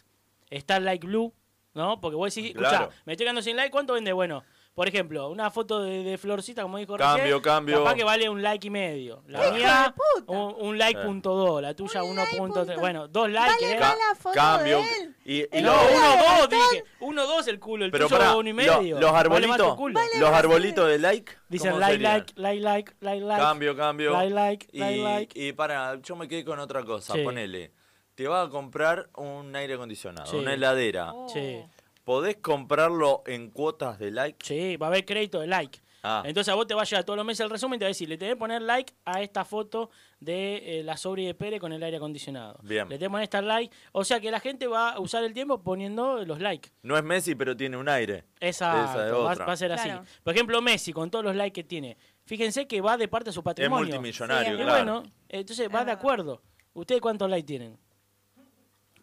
está el like blue, ¿no? Porque vos decís, escuchá, Claro. me estoy quedando sin like, ¿cuánto vende? Bueno, por ejemplo, una foto de, de Florcita, como dijo Cambio, recién, cambio. capaz que vale un like y medio. La Hijo mía, un, un like Eh. punto dos, la tuya 1.3, bueno, dos likes. ¿eh? Ca- cambio. Y, y no, lo- uno, dos, dije. Uno, dos el culo, el Pero tuyo pará, uno y lo- medio. los Vale más tu arbolitos, culo. los arbolitos de like. Dicen ¿cómo like, serían? like, like, like, like, like. Cambio, cambio. Like, like, y, like, like. Y para, yo me quedé con otra cosa. Sí. Ponele. Te vas a comprar un aire acondicionado, Sí. una heladera. Sí. ¿Podés comprarlo en cuotas de like? Sí, va a haber crédito de like. Ah, Entonces a vos te va a llegar todos los meses el resumen y te va a decir, le tenés que poner like a esta foto de eh, la sobre de Pérez con el aire acondicionado. bien. Le tenés que poner esta like. O sea que la gente va a usar el tiempo poniendo los likes. No es Messi, pero tiene un aire. Esa, Esa es va, otra. va a ser así. Claro. Por ejemplo, Messi, con todos los likes que tiene. Fíjense que va de parte de su patrimonio. multimillonario, Y claro. bueno, entonces va de acuerdo. ¿Ustedes cuántos likes tienen?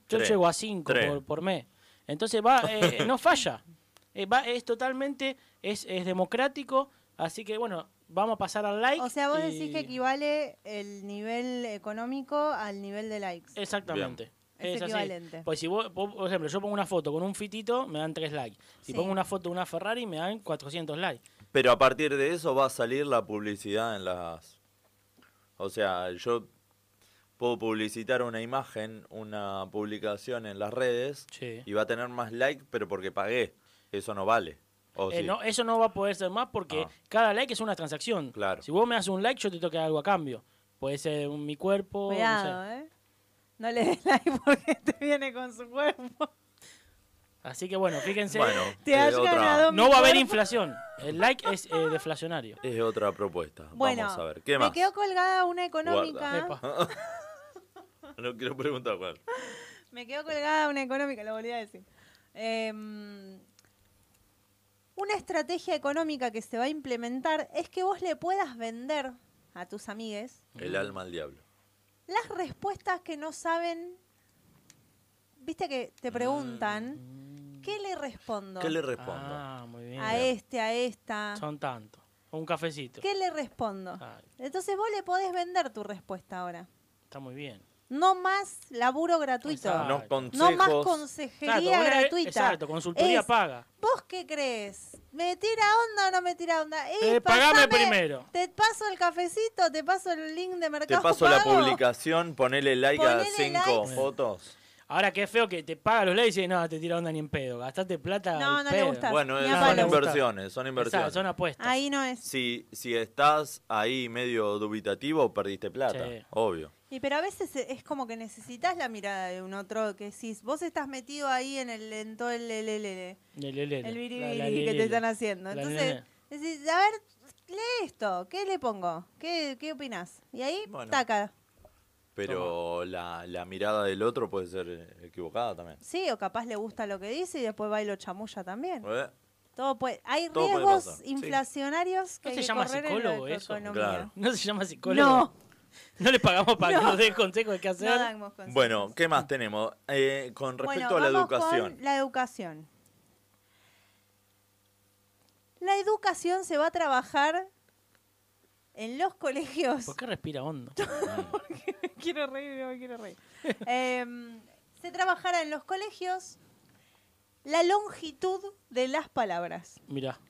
Yo Tres. llego a cinco Tres. por, por mes. Entonces va, eh, no falla. Eh, va, es totalmente, es, es democrático. Así que bueno, vamos a pasar al like. O sea, vos y- decís que equivale el nivel económico al nivel de likes. Eh, Exactamente. Bien. Es así. equivalente. Pues si vos, vos, por ejemplo, yo pongo una foto con un fitito, me dan tres likes. Si Sí. pongo una foto de una Ferrari, me dan 400 likes. Pero a partir de eso va a salir la publicidad en las... O sea, yo puedo publicitar una imagen, una publicación en las redes Sí. y va a tener más like, pero porque pagué. Eso no vale. ¿O Eh, Oh, sí? no, eso no va a poder ser más porque Ah. cada like es una transacción. Claro. Si vos me haces un like, yo te tengo que dar algo a cambio. Puede ser un- mi cuerpo. oh, no Cuidado, sé. ¿eh? No le des like porque te viene con su cuerpo. Así que bueno, fíjense. Bueno, Te has eh, otra- ganado mi No va a haber cuerpo. inflación. El like es eh, deflacionario. Es otra propuesta. Bueno, Vamos a ver. ¿Qué me más? quedó colgada una económica. Guarda. no quiero preguntar cuál. Me quedó colgada una económica, lo volví a decir. Em, una estrategia económica que se va a implementar es que vos le puedas vender a tus amigues El alma al diablo. las respuestas que no saben. Viste que te preguntan, ¿qué le respondo? ¿Qué le respondo? Ah, muy bien. a este, a esta. Son Ah. tantos. Un cafecito. ¿Qué le respondo? Ay, Entonces vos le podés vender tu respuesta ahora. está muy bien. No más laburo gratuito. Exacto. No No más consejos. consejería Exacto, vos era- gratuita. exacto, consultoría Es, paga. ¿Vos qué crees? ¿Me tira onda o no me tira onda? Ey, Eh, pasame- pagame primero. Te paso el cafecito, te paso el link de Te Mercado paso la Pago. publicación, ponele like a Ponele cinco likes. fotos. Ahora qué feo que te paga los leyes y no, te tira onda ni en pedo. Gastaste plata. No, al no le pedo. gusta. Bueno, Ni eh, a son palo. inversiones, son Exacto, inversiones. son apuestas. Ahí no es. Si, si estás ahí medio dubitativo, perdiste plata, Sí. obvio. Y pero a veces e- es como que necesitas la mirada de un otro que decís, vos estás metido ahí en el en todo el el, el, el- El, el, el biribiri que te están haciendo. Entonces, decís, a ver, lee esto, ¿qué le pongo? ¿Qué, qué opinás? Y ahí, Bueno. taca. Pero la, la mirada del otro puede ser eh, equivocada también. Sí, o capaz le gusta lo que dice y después va y lo chamulla también. ¿Eh? Todo puede, hay Todo puede riesgos pasar, sí. inflacionarios que ¿No hay se que llama correr en la psicólogo eco- eso? economía. Claro. ¿No se llama psicólogo? No. ¿No le pagamos para que No. nos dé consejos de qué hacer? No damos consejos. Bueno, ¿qué más tenemos? Eh, con respecto Bueno, a la vamos con educación. la educación. La educación se va a trabajar en los colegios. ¿Por qué respira hondo? quiero reír, no me quiero reír. Em, se trabajará en los colegios la longitud de las palabras. Mirá.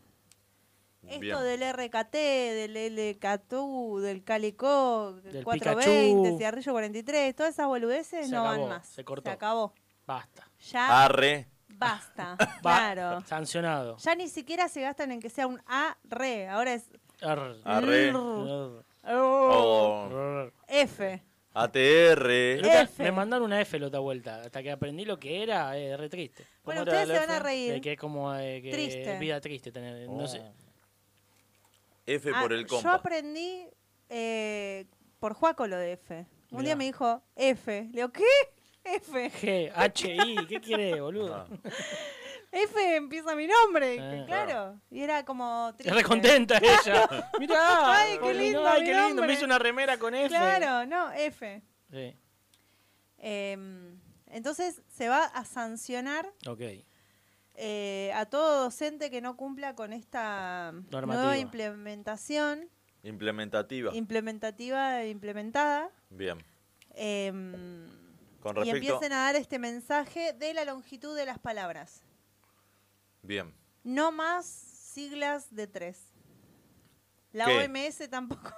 Esto del RKT, del LKTU, del Calicó, Del 420, Pikachu. cigarrillo 43, todas esas boludeces Se no acabó, van más. se cortó. acabó. Basta. Ya Arre. basta. Va- claro. Sancionado. Ya ni siquiera se gastan en que sea un A, re. Ahora es E. Arr. Ah. Arre. Arr. O F. ATR. Lota, Me mandaron una F la otra vuelta. Hasta que aprendí lo que era, eh, re triste. Bueno, ustedes se van a reír. Eh, que es como eh, que Triste. es vida triste tener. No sé. F Ah, por el Yo compa. aprendí eh, por Juaco lo de F. Un día Mirá. me dijo F. Le digo, ¿qué? F. G, H, I, ¿qué quiere, Ah, boludo? F empieza mi nombre. Ah. claro. Y era como Es triste. re contenta ella. Mirá. Ay, qué Ay, lindo. mi Ay, qué lindo. nombre. Me hizo una remera con F. Claro, no, F. Sí, Em, entonces se va a sancionar ok. eh, a todo docente que no cumpla con esta nueva Normativa. implementación Implementativa. implementativa e implementada. Bien. em, Con y respecto. empiecen a dar este mensaje de la longitud de las palabras. Bien. No más siglas de tres. La ¿Qué? OMS tampoco.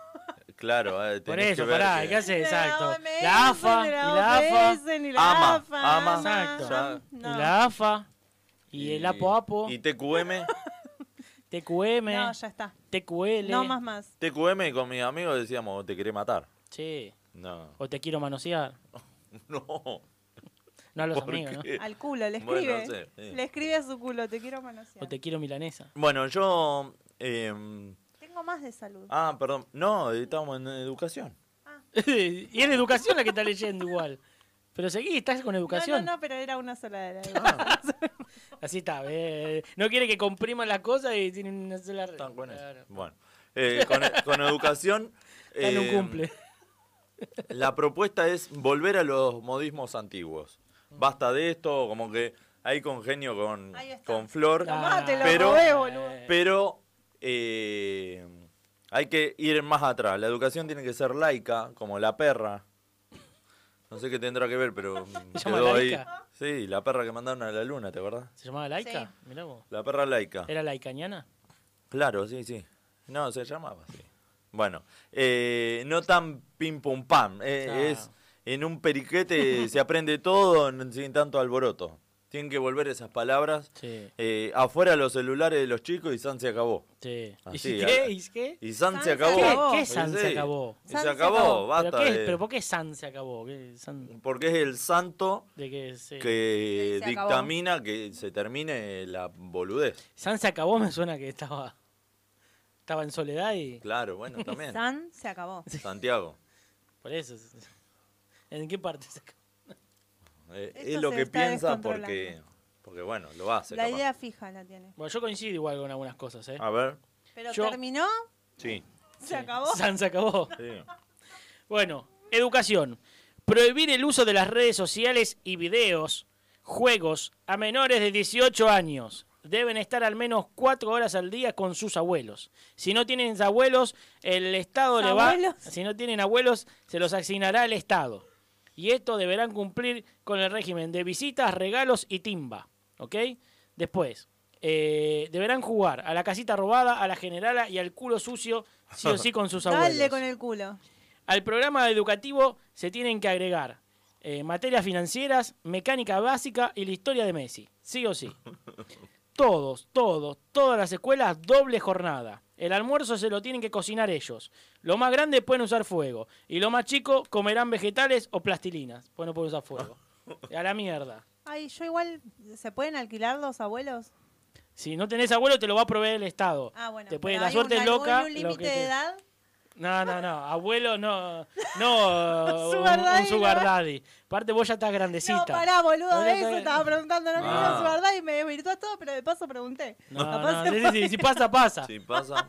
Claro, eh, Por tenés eso, que ver pará, que- ¿qué hace? Exacto. OMS, La AFA, ni y la la AFA. OMS, ni la Ama, AFA, ama. Exacto. Ya- Y la AFA. Y, el APO APO. Y TQM. TQM. No, ya está. TQL. No más más. TQM con mis amigos decíamos, te querés matar. Sí. No. O te quiero manosear. No. No a los ¿Por amigos, ¿no? qué? Al culo, le Bueno, escribe. sí, sí. Le escribe a su culo, te quiero manosear. O te quiero milanesa. Bueno, yo. eh, Tengo más de salud. ah, perdón. No, estamos en educación. y es de educación la que está leyendo igual. Pero seguí, estás con educación. No, no, no, pero era una sola de la Así está. eh, no quiere que compriman las cosas y tienen una sola... Tan Bueno, eh, con, con educación. Está en un eh, cumple. La propuesta es volver a los modismos antiguos. Basta de esto, como que hay congenio con, con Flor. Tomá, te lo pero robé, boludo. pero eh, hay que ir más atrás. La educación tiene que ser laica, como la perra. No sé qué tendrá que ver, pero llama quedó ahí. laica? Sí, la perra que mandaron a la luna, ¿te acordás? ¿Se llamaba Laika? Mirá vos. La perra laica. ¿Era laicañana? Claro, sí, sí. No, se llamaba así. Bueno, eh, no tan pim pum pam. eh, Ah. Es en un periquete se aprende todo n- sin tanto alboroto. Tienen que volver esas palabras Sí. eh, afuera los celulares de los chicos y San se acabó. Sí. ¿Y Así, qué? Ah, a- ¿Y qué? Y San, San se se acabó. acabó. ¿Qué- qué San Sí, se acabó? y San se se acabó, acabó. basta. ¿Pero, qué, de- pero por qué San se acabó? ¿Qué San? Porque es el santo ¿De qué eh? se- que Sí, se acabó. dictamina que se termine la boludez. San se acabó me suena que estaba... Estaba en soledad y... Claro, bueno, también. San se acabó. Santiago. Por eso. ¿En qué parte se acabó? Eh, Esto es lo se que está piensa descontrolando. porque, porque, bueno, lo hace. La capaz. idea fija la tiene. Bueno, yo coincido igual con algunas cosas, ¿eh? A ver. Pero Yo- terminó, Sí. se acabó. San se acabó. Sí. Bueno, educación. Prohibir el uso de las redes sociales y videos, juegos a menores de 18 años. deben estar al menos cuatro horas al día con sus abuelos. Si no tienen abuelos, el Estado le va. ¿Abuelos? Si no tienen abuelos, se los asignará el Estado. Y esto deberán cumplir con el régimen de visitas, regalos y timba. ¿Ok? Después, eh, deberán jugar a la casita robada, a la generala y al culo sucio, sí o sí, con sus abuelos. Dale con el culo. Al programa educativo se tienen que agregar eh, materias financieras, mecánica básica y la historia de Messi. Sí o sí. Todos, todos, todas las escuelas, doble jornada. El almuerzo se lo tienen que cocinar ellos. Lo más grande pueden usar fuego. Y lo más chico comerán vegetales o plastilinas. Pues no pueden usar fuego. A la mierda. Ay, yo igual, ¿se pueden alquilar los abuelos? Si no tenés abuelo, te lo va a proveer el Estado. Ah, bueno. Te puede- pero la hay suerte un- es loca. ¿Hay un lo límite que de te- edad? No, no, no. Abuelo, no. No, un, Sugar daddy, un sugar ¿no? daddy. Aparte, vos ya estás grandecita. No, pará, boludo, Vos ya eso estás- estaba preguntando, no quería Ah. su verdad y me desvirtuó todo, pero de paso pregunté. No, Capaz no, se sí, fue. sí, sí, si pasa, pasa. Si pasa.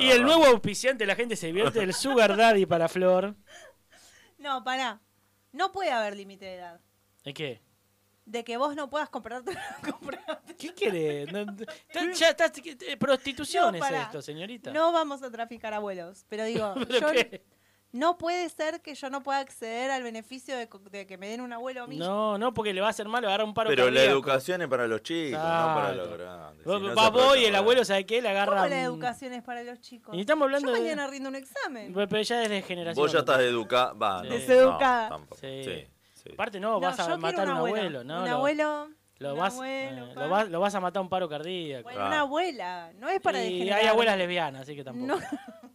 Y el nuevo auspiciante, la gente se divierte, el Sugar Daddy para Flor. No, pará. No puede haber límite de edad. ¿Es qué? De que vos no puedas comprarte. ¿Qué querés? No, no, está- ya está, eh, prostitución No, es pará. esto, señorita. No vamos a traficar abuelos. Pero digo, ¿Pero yo- qué? no puede ser que yo no pueda acceder al beneficio de, co- de que me den un abuelo a mí. no, no, porque le va a hacer mal, le va a dar un paro Pero la cardíaco. educación es para los chicos, no para los grandes. Vos- Si no vas se vos y aprovechan, el abuelo, ¿sabe qué? Le agarra. ¿Cómo la un- educación es para los chicos? Y estamos hablando yo de- mañana rindo un examen. Pero ya es de generación. Vos ya estás educada. Va, Sí. no, Deseducada. no, tampoco. Sí. Sí. Aparte, no, No, vas yo a quiero matar un a un abuelo. abuelo, ¿no? Un lo- abuelo, Lo, un vas, abuelo, eh, pa. lo, vas, lo vas a matar a un paro cardíaco. Bueno, una abuela. No es para y degenerar. hay abuelas lesbianas, así que tampoco. No,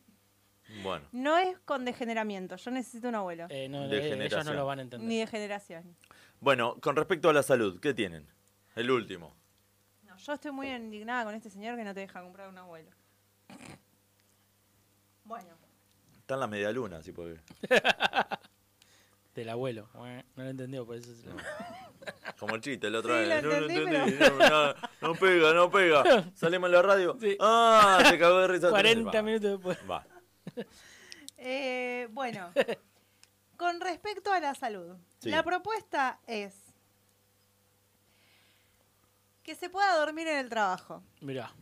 Bueno. no es con degeneramiento. Yo necesito un abuelo. Eh, no, De eh, ellos no generación. lo van a entender. Ni degeneración. Bueno, con respecto a la salud, ¿qué tienen? El último. No, yo estoy muy indignada con este señor que no te deja comprar un abuelo. Bueno. Están las medialunas, si podés. Del abuelo. No lo entendió, por eso se lo... Como el chiste, la Sí, otra vez. lo no, entendí, no entendí. pero- No, no, no pega, no pega. Salimos en la radio. Ah, te cagó de risa. 40 Va, minutos después. Va. Eh, bueno, con respecto a la salud, Sí. la propuesta es que se pueda dormir en el trabajo. Mirá.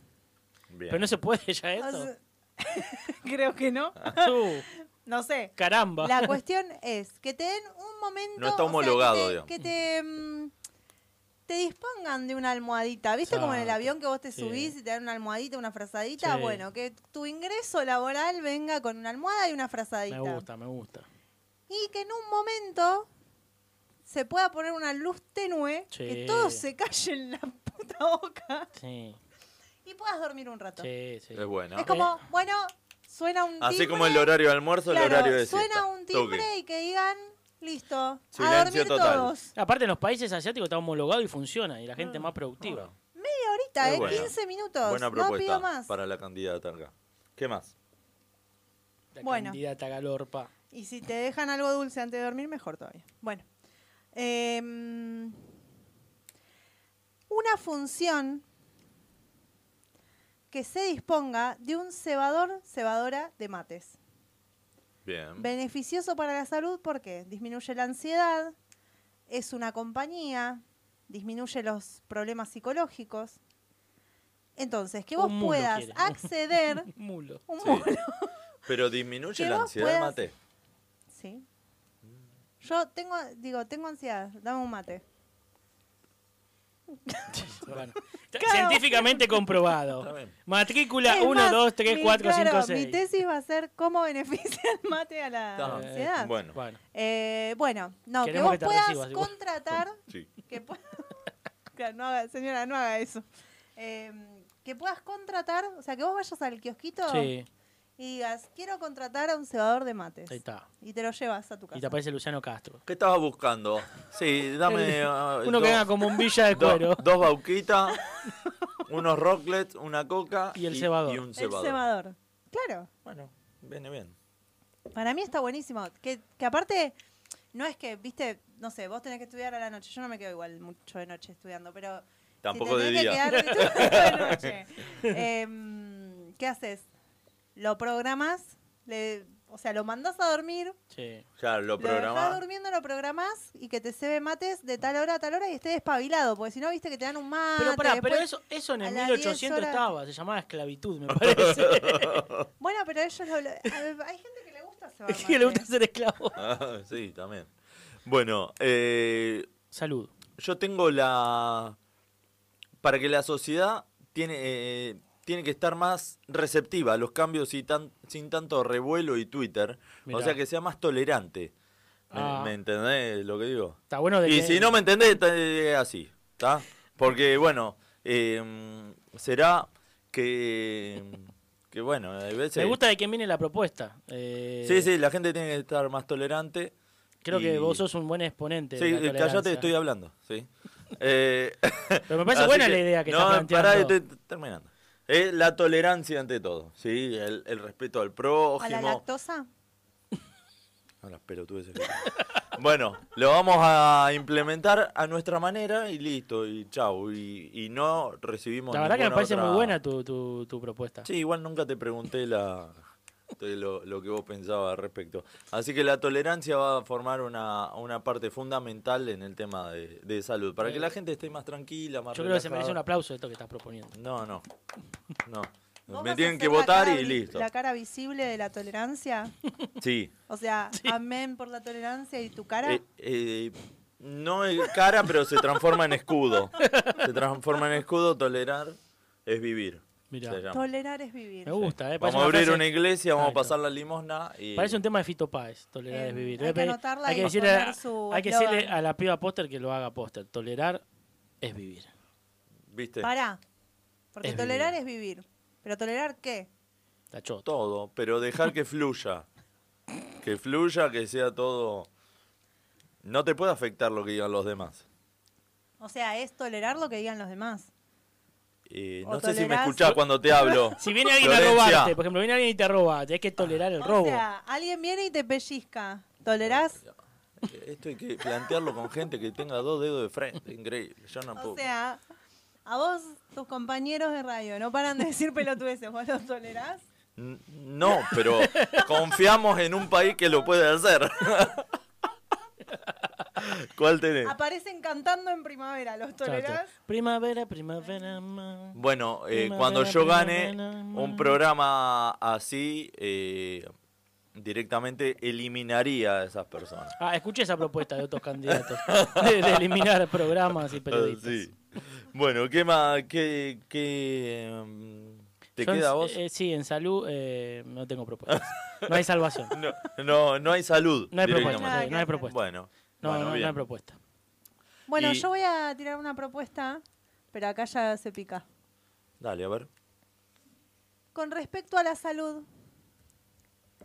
Pero no se puede ya O eso. sea- Creo que no. Uh, No sé. caramba. La cuestión es que te den un momento. No está o sea, homologado, que te- digamos. que te, mm, te dispongan de una almohadita. ¿Viste como en el Exacto, avión que vos te sí. subís y te dan una almohadita, una frazadita? Sí. Bueno, que tu ingreso laboral venga con una almohada y una frazadita. Me gusta, me gusta. Y que en un momento se pueda poner una luz tenue, Sí. que todo se calle en la puta boca Sí, y puedas dormir un rato. sí, Eh. sí. Es bueno. Es como, bueno, suena un Así timbre. como el horario de almuerzo, Claro, el horario de siesta. suena un timbre Toque. y que digan, listo, a Silencio dormir total. todos. Aparte, en los países asiáticos está homologado y funciona. Y la Ah. gente es más productiva. Ah. Media horita, Es eh, buena. 15 minutos. Buena no propuesta pido más. para la candidata acá. ¿Qué más? La Bueno. candidata galorpa. Y si te dejan algo dulce antes de dormir, mejor todavía. Bueno. Em, una función que se disponga de un cebador, cebadora de mates. Bien. Beneficioso para la salud porque disminuye la ansiedad, es una compañía, disminuye los problemas psicológicos. Entonces, que vos Un mulo puedas quiere. acceder, Mulo. un Sí. mulo, Pero disminuye Que la vos ansiedad, puedas- mate. Sí. Yo tengo, digo, tengo ansiedad, dame un mate. Bueno, Claro. Científicamente comprobado. Matrícula Es 1, más, 2, 3, mi- 4, claro, 5, Mi 6. tesis va a ser cómo beneficia el mate a la Está. ansiedad. Bueno. Eh, bueno, no, que Queremos vos que te puedas recibas igual. contratar, Sí. que pu- Claro, no haga- señora, no haga eso. Eh, que puedas contratar, o sea, que vos vayas al kiosquito Sí, y digas, quiero contratar a un cebador de mates. ahí está. Y te lo llevas a tu Y casa. te aparece Luciano Castro. ¿Qué estabas buscando? Sí, dame. ah, Uno que dos- haga como un villa de do- cuero. dos bauquitas, unos rocklets, una coca. Y el cebador. Y un El cebador. El cebador. Claro. Bueno, viene bien. Para mí está buenísimo. Que, que aparte, no es que, viste, no sé, vos tenés que estudiar a la noche. Yo no me quedo igual mucho de noche estudiando, pero. si Tampoco te tenés de que día. quedar de noche. em, ¿Qué haces? Lo programas, le O sea, lo mandás a dormir, Sí. Claro, lo lo dejás programás. durmiendo, lo programás y que te cebe mates de tal hora a tal hora y estés despabilado, porque si no, viste que Ah, te dan un mate. Pero pará, pero después- eso, eso en a el las 10 1800 horas- estaba, se llamaba esclavitud, me parece. Bueno, pero ellos lo- lo- a ver, hay gente que le gusta cebar que le gusta ser esclavo. Ah, sí, también. Bueno, eh, salud. Yo tengo la para que la sociedad tiene eh, tiene que estar más receptiva a los cambios y tan, sin tanto revuelo y Twitter, o Mirá. sea que sea más tolerante. ¿Me, Ah. me entendés lo que digo? Está bueno de y que- si no me entendés, ta- eh, así, ¿está? Porque bueno, eh, será que que bueno, a veces Me gusta de quién viene la propuesta. Eh, Sí, sí, la gente tiene que estar más tolerante. Creo que y- vos sos un buen exponente. Sí, de la eh, tolerancia. callate, estoy hablando. Sí. Eh, Pero me parece así buena la idea que no, estás planteando. pará, estoy t- terminando. Eh, la tolerancia ante todo, ¿sí? El, el respeto al prójimo. ¿A la lactosa? A las pelotudeces que- bueno, lo vamos a implementar a nuestra manera y listo, y chau. Y, y no recibimos La verdad que me ninguna parece otra- muy buena tu, tu, tu propuesta. Sí, igual nunca te pregunté la, te- lo, lo que vos pensabas al respecto. Así que la tolerancia va a formar una, una parte fundamental en el tema de, de salud, para que la gente esté más tranquila, Eh, Yo más creo que se merece un relajada. aplauso esto que estás proponiendo. No, no, no. ¿Vos vas Me a tienen que hacer la votar cara y vi- listo. La cara visible de la tolerancia. Sí. O sea, amén por la tolerancia y tu cara. Eh, eh, no es cara, pero se transforma en escudo. Se transforma en escudo, tolerar es vivir. Mirá. se llama. Tolerar es vivir. Me gusta, ¿eh? Parece Vamos a abrir frase- una iglesia, vamos a Exacto. pasar la limosna y... Parece un tema de Fito Páez, tolerar Eh, es hay vivir. Voy que a pedir- anotarla hay y que decirle, poner su hay que eslogan. decirle a la piba póster que lo haga póster. Tolerar es vivir. ¿Viste? Pará. Porque Es vivir. tolerar es vivir. ¿Pero tolerar qué? La chota. Todo, pero dejar que fluya. Que fluya, que sea todo... No te puede afectar lo que digan los demás. O sea, es tolerar lo que digan los demás. Eh, O no sé si me tolerás- escuchás cuando te hablo. Si viene alguien a Florencia. robarte, por ejemplo, viene alguien y te roba, tenés que tolerar el O robo. sea, alguien viene y te pellizca. ¿Tolerás? Esto hay que plantearlo con gente que tenga dos dedos de frente. Increíble. Yo no puedo. O sea, a vos, tus compañeros de radio, no paran de decir pelotudeces. ¿Vos los tolerás? N- No, pero confiamos en un país que lo puede hacer. ¿Cuál tenés? Aparecen cantando en primavera. ¿Los tolerás? Exacto. Primavera, primavera, ma. Bueno, eh, Primavera, cuando yo gane primavera, ma. un programa así, eh, directamente eliminaría a esas personas. Ah, escuché esa propuesta de otros candidatos. De, de eliminar programas y periodistas. Sí. Bueno, ¿qué más? ¿Qué, qué, em, te Yo en- queda a vos? eh, sí, en salud eh, no tengo propuestas. No hay salvación. No, no, no hay salud. No hay propuesta, directamente. sí, no hay propuesta. Bueno, No, bueno, no, no bien. hay propuesta. Bueno, Y- yo voy a tirar una propuesta, pero acá ya se pica. Dale, a ver. Con respecto a la salud,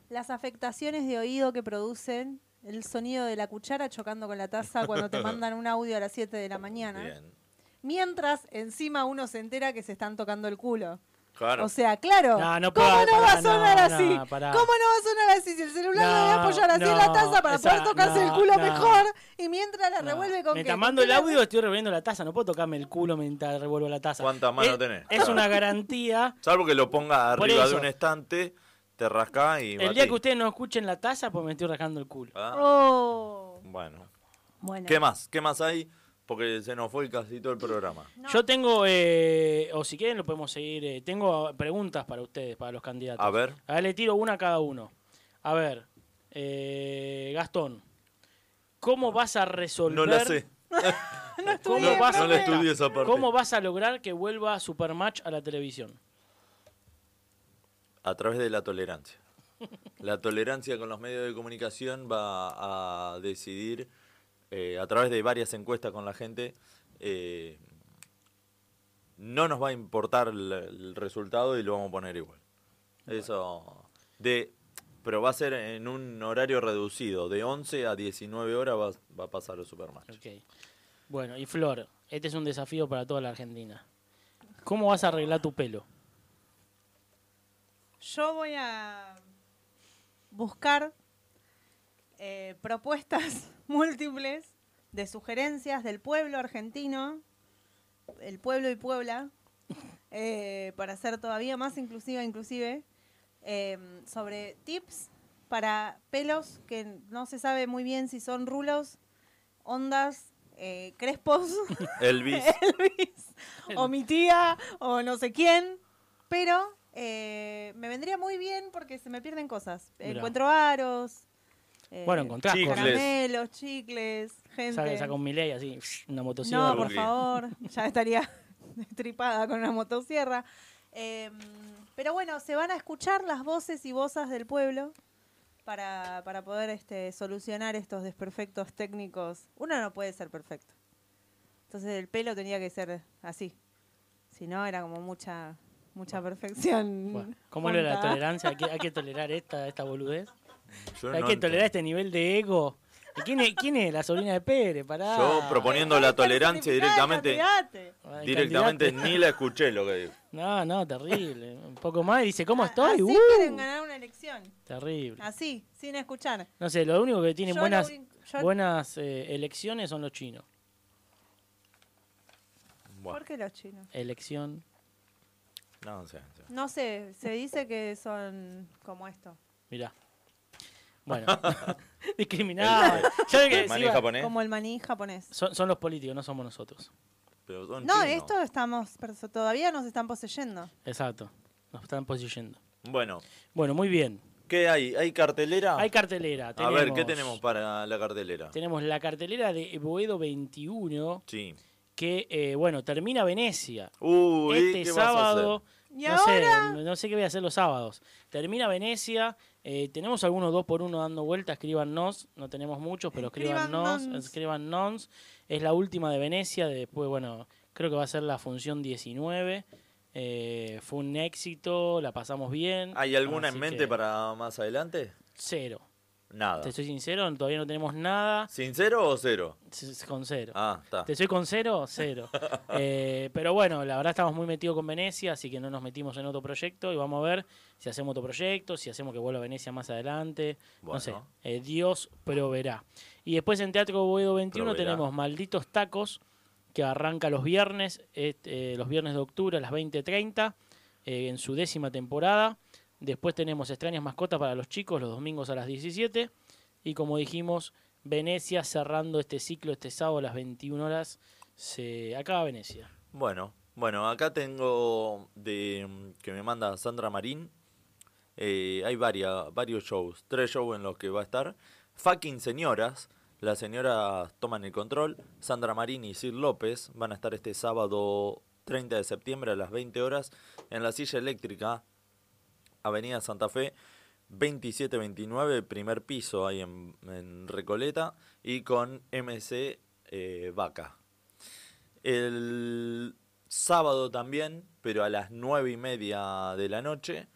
las afectaciones de oído que producen el sonido de la cuchara chocando con la taza cuando te mandan un audio a las 7 de la mañana. Bien. Mientras encima uno se entera que se están tocando el culo. Claro. O sea, claro. No, no ¿Cómo puedo, no va pará, a sonar no, así? no, pará. ¿Cómo no va a sonar así? Si el celular lo debe No, apoyar así en no, la taza para esa- poder tocarse el no, culo no. mejor y mientras la revuelve con qué? Mientras ¿Con mando qué el la- audio, estoy revolviendo la taza. No puedo tocarme el culo mientras revuelvo la taza. ¿Cuántas manos Es- tenés? Es una garantía. Salvo que lo ponga Por arriba de eso. un estante, te rascás y El día batís. que ustedes no escuchen la taza, pues me estoy rascando el culo. Ah, Oh. Bueno. Bueno. ¿Qué más? ¿Qué más hay? Porque se nos fue casi todo el programa. Yo tengo, eh, o si quieren lo podemos seguir, eh, tengo preguntas para ustedes, para los candidatos. A ver. A ver, le tiro una a cada uno. A ver, eh, Gastón, ¿cómo vas a resolver... Ah. No la sé. ¿Cómo No, vas, no la estudié esa parte. ¿Cómo vas a lograr que vuelva Supermatch a la televisión? A través de la tolerancia. La tolerancia con los medios de comunicación va a decidir, eh, a través de varias encuestas con la gente, eh, no nos va a importar el, el resultado y lo vamos a poner igual. Eso de... Pero va a ser en un horario reducido, de 11 a 19 horas va, va a pasar el Supermatch. Ok. Bueno, y Flor, este es un desafío para toda la Argentina. ¿Cómo vas a arreglar tu pelo? Yo voy a buscar eh, propuestas múltiples de sugerencias del pueblo argentino, el pueblo y Puebla, eh, para ser todavía más inclusiva, inclusive, eh, em, sobre tips para pelos que no se sabe muy bien si son rulos, ondas, eh, crespos, Elvis. Elvis, o mi tía, o no sé quién, pero eh, me vendría muy bien porque se me pierden cosas. Mirá. Encuentro aros, eh, Bueno, encontrás Chicles. cosas. caramelos, chicles, gente. Sale, saca un Milei así, una motosierra. No, por favor, ya estaría destripada con una motosierra. Eh, pero bueno, se van a escuchar las voces y vozas del pueblo para, para poder este, solucionar estos desperfectos técnicos. Uno no puede ser perfecto. Entonces el pelo tenía que ser así. Si no, era como mucha mucha perfección. Bueno, ¿Cómo era la junta. tolerancia? Hay que, hay que tolerar esta, esta boludez. Yo hay no que ent- tolerar este nivel de ego. ¿Y ¿Quién es, quién es la sobrina de Pérez? Pará. Yo proponiendo la tolerancia directamente. Ah, el Directamente candidato. ni la escuché lo que dijo. No, no, terrible. Un poco más y dice, ¿cómo estoy? Así Uh, Ah, quieren ganar una elección. terrible. Así, sin escuchar. No sé, lo único que tienen Yo lo buenas, único- yo- buenas eh, elecciones son los chinos. ¿Por qué los chinos? Elección. No, no sé. no sé. No sé, se dice que son como esto. Mirá. Bueno. Discriminado. Ya ve que ¿El maní decía- japonés? Como el maní japonés. Son, son los políticos, no somos nosotros. Pero son No, chinos. esto estamos, perso- todavía nos están poseyendo. Exacto. Nos están poseyendo. Bueno, Bueno, muy bien. ¿qué hay? ¿Hay cartelera? Hay cartelera. Ah. A Tenemos, ver, ¿qué tenemos para la cartelera? Tenemos la cartelera de Boedo 21, Sí. que, eh, bueno, termina Venecia. Uy, este ¿qué vas a sábado. ¿Y no, ahora? Sé, no sé qué voy a hacer los sábados. Termina Venecia. eh, tenemos algunos dos por uno dando vuelta. Escríbanos. No tenemos muchos, pero escríbanos. Escríbanos. Escríbanos. Es la última de Venecia. Después, bueno, creo que va a ser la función 19. Eh, fue un éxito. La pasamos bien. ¿Hay alguna Así en mente que, para más adelante? Cero. Nada. Te soy sincero, todavía no tenemos nada. ¿Sincero o cero? Con cero. Ah, está. ¿Te soy con cero? Cero. Eh, pero bueno, la verdad estamos muy metidos con Venecia, así que no nos metimos en otro proyecto y vamos a ver si hacemos otro proyecto, si hacemos que vuelva a Venecia más adelante. Bueno. No sé, Eh, Dios proveerá. Y después en Teatro Boedo 21 Proveerá. tenemos Malditos Tacos, que arranca los viernes, este, eh, los viernes de octubre a las 20.30, eh, en su décima temporada. Después tenemos Extrañas Mascotas para los chicos, los domingos a las 17. Y como dijimos, Venecia cerrando este ciclo este sábado a las 21 horas. Se acaba Venecia. Bueno, bueno, acá tengo de mm, que me manda Sandra Marín. Eh, hay varias, varios shows, tres shows en los que va a estar. Fucking señoras, las señoras toman el control. Sandra Marín y Sid López van a estar este sábado 30 de septiembre a las 20 horas en la silla eléctrica, Avenida Santa Fe. 2729, primer piso ahí en, en Recoleta, y con MC eh, Vaca. El sábado también, pero a las nueve y media de la noche.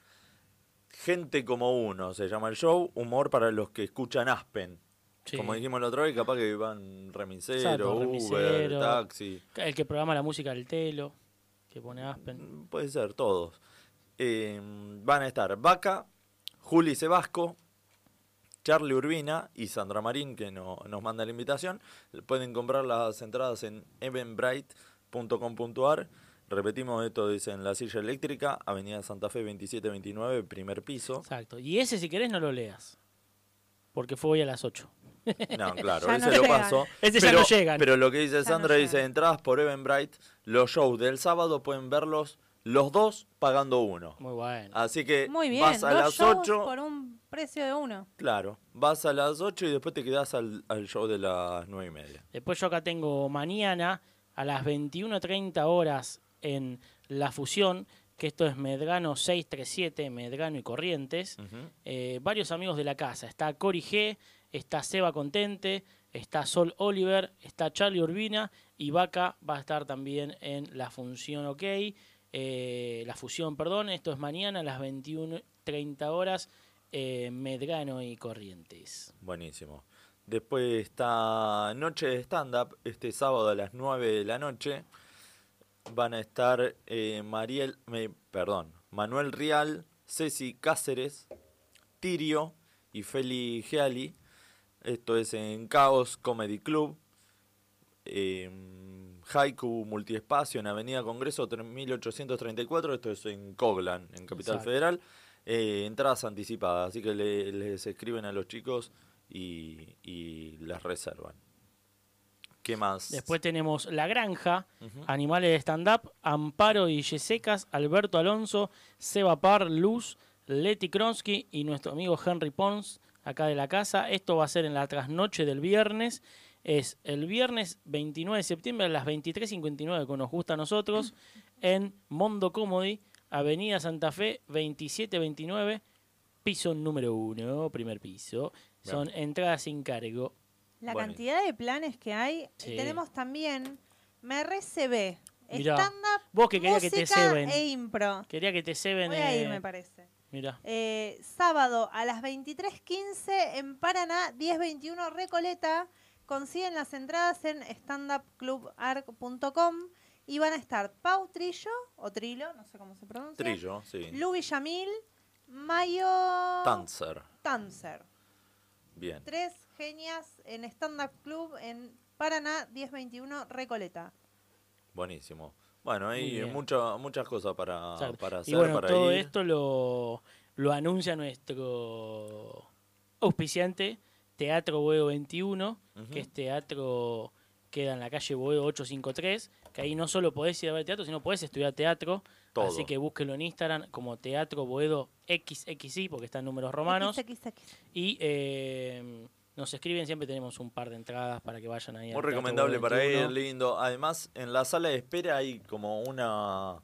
Gente como uno se llama el show. Humor para los que escuchan Aspen. Sí. Como dijimos la otra vez, capaz que van Exacto, remisero, Uber, remisero, taxi. El que programa la música del telo, que pone Aspen. Puede ser, todos. Eh, van a estar Vaca, Juli Sebasco, Charlie Urbina y Sandra Marín, que no- nos manda la invitación. Pueden comprar las entradas en eventbrite.com.ar. Repetimos esto, dice en la silla eléctrica, Avenida Santa Fe 2729, primer piso. Exacto. Y ese, si querés, no lo leas. Porque fue hoy a las 8. No, claro, Ya ese no lo llegan. paso. Ese ya pero, no llegan. Pero lo que dice Ya no Sandra dice, entradas por Eventbrite, los shows del sábado pueden verlos los dos pagando uno. Muy bueno. Así que Muy bien, vas a dos las shows 8, por un precio de uno. claro, vas a las 8 y después te quedás al, al show de las 9 y media. Después yo acá tengo mañana a las 21.30 horas en La Fusión, que esto es Medrano 637, Medrano y Corrientes. Mm. Eh, varios amigos de la casa. Está Cori G, está Seba Contente, está Sol Oliver, está Charlie Urbina y Vaca va a estar también en La Función OK. Eh, la Fusión, perdón. Esto es mañana a las 21.30 horas. eh, Medrano y Corrientes. Buenísimo. Después está Noche de Stand-Up, este sábado a las 9 de la noche. Van a estar eh, Mariel, me- perdón, Manuel Rial, Ceci Cáceres, Tirio y Feli Geali. Esto es en Caos Comedy Club. Eh, Haiku Multiespacio en Avenida Congreso 3834. Esto es en Coglan, en Capital Exacto. Federal. eh, entradas anticipadas, así que le- les escriben a los chicos y, y las reservan. ¿Qué más? Después tenemos La Granja, Ujú. Animales de Stand-Up, Amparo y Yesecas, Alberto Alonso, Seba Par, Luz, Leti Kronsky y nuestro amigo Henry Pons, acá de la casa. Esto va a ser en la trasnoche del viernes. Es el viernes 29 de septiembre a las 23.59, que nos gusta a nosotros, en Mondo Comedy, Avenida Santa Fe, 2729, piso número 1, primer piso. Son Bien. entradas sin cargo. La Bueno. cantidad de planes que hay. Sí. Tenemos también MRCB, Mirá. stand-up, Vos que querías que te música ceben. e impro. Quería que te ceben. Voy a ir, eh, me parece. Mirá. Eh, sábado a las 23.15 en Paraná, 10.21 Recoleta. Consiguen las entradas en standupclubarc.com y van a estar Pau Trillo, o Trilo, no sé cómo se pronuncia. Trillo, sí. Lu Villamil, Mayo Tanzer. Tanzer. Bien. Tres genias en Stand Up Club en Paraná, 10.21 Recoleta. Buenísimo. Bueno, Muy hay bien. mucha- muchas cosas para, Claro. Ah, para hacer, y bueno, para todo ir. esto lo, lo anuncia nuestro auspiciante, Teatro Boedo 21, Ujú. que es teatro queda en la calle Boedo 853, que ahí no solo podés ir a ver teatro, sino podés estudiar teatro. Todo. Así que búsquelo en Instagram como Teatro Boedo XXI, porque está en números romanos. Y eh, nos escriben, siempre tenemos un par de entradas para que vayan ahí. Muy al Teatro recomendable Boedo para 21. ir, lindo. Además, en la sala de espera hay como una.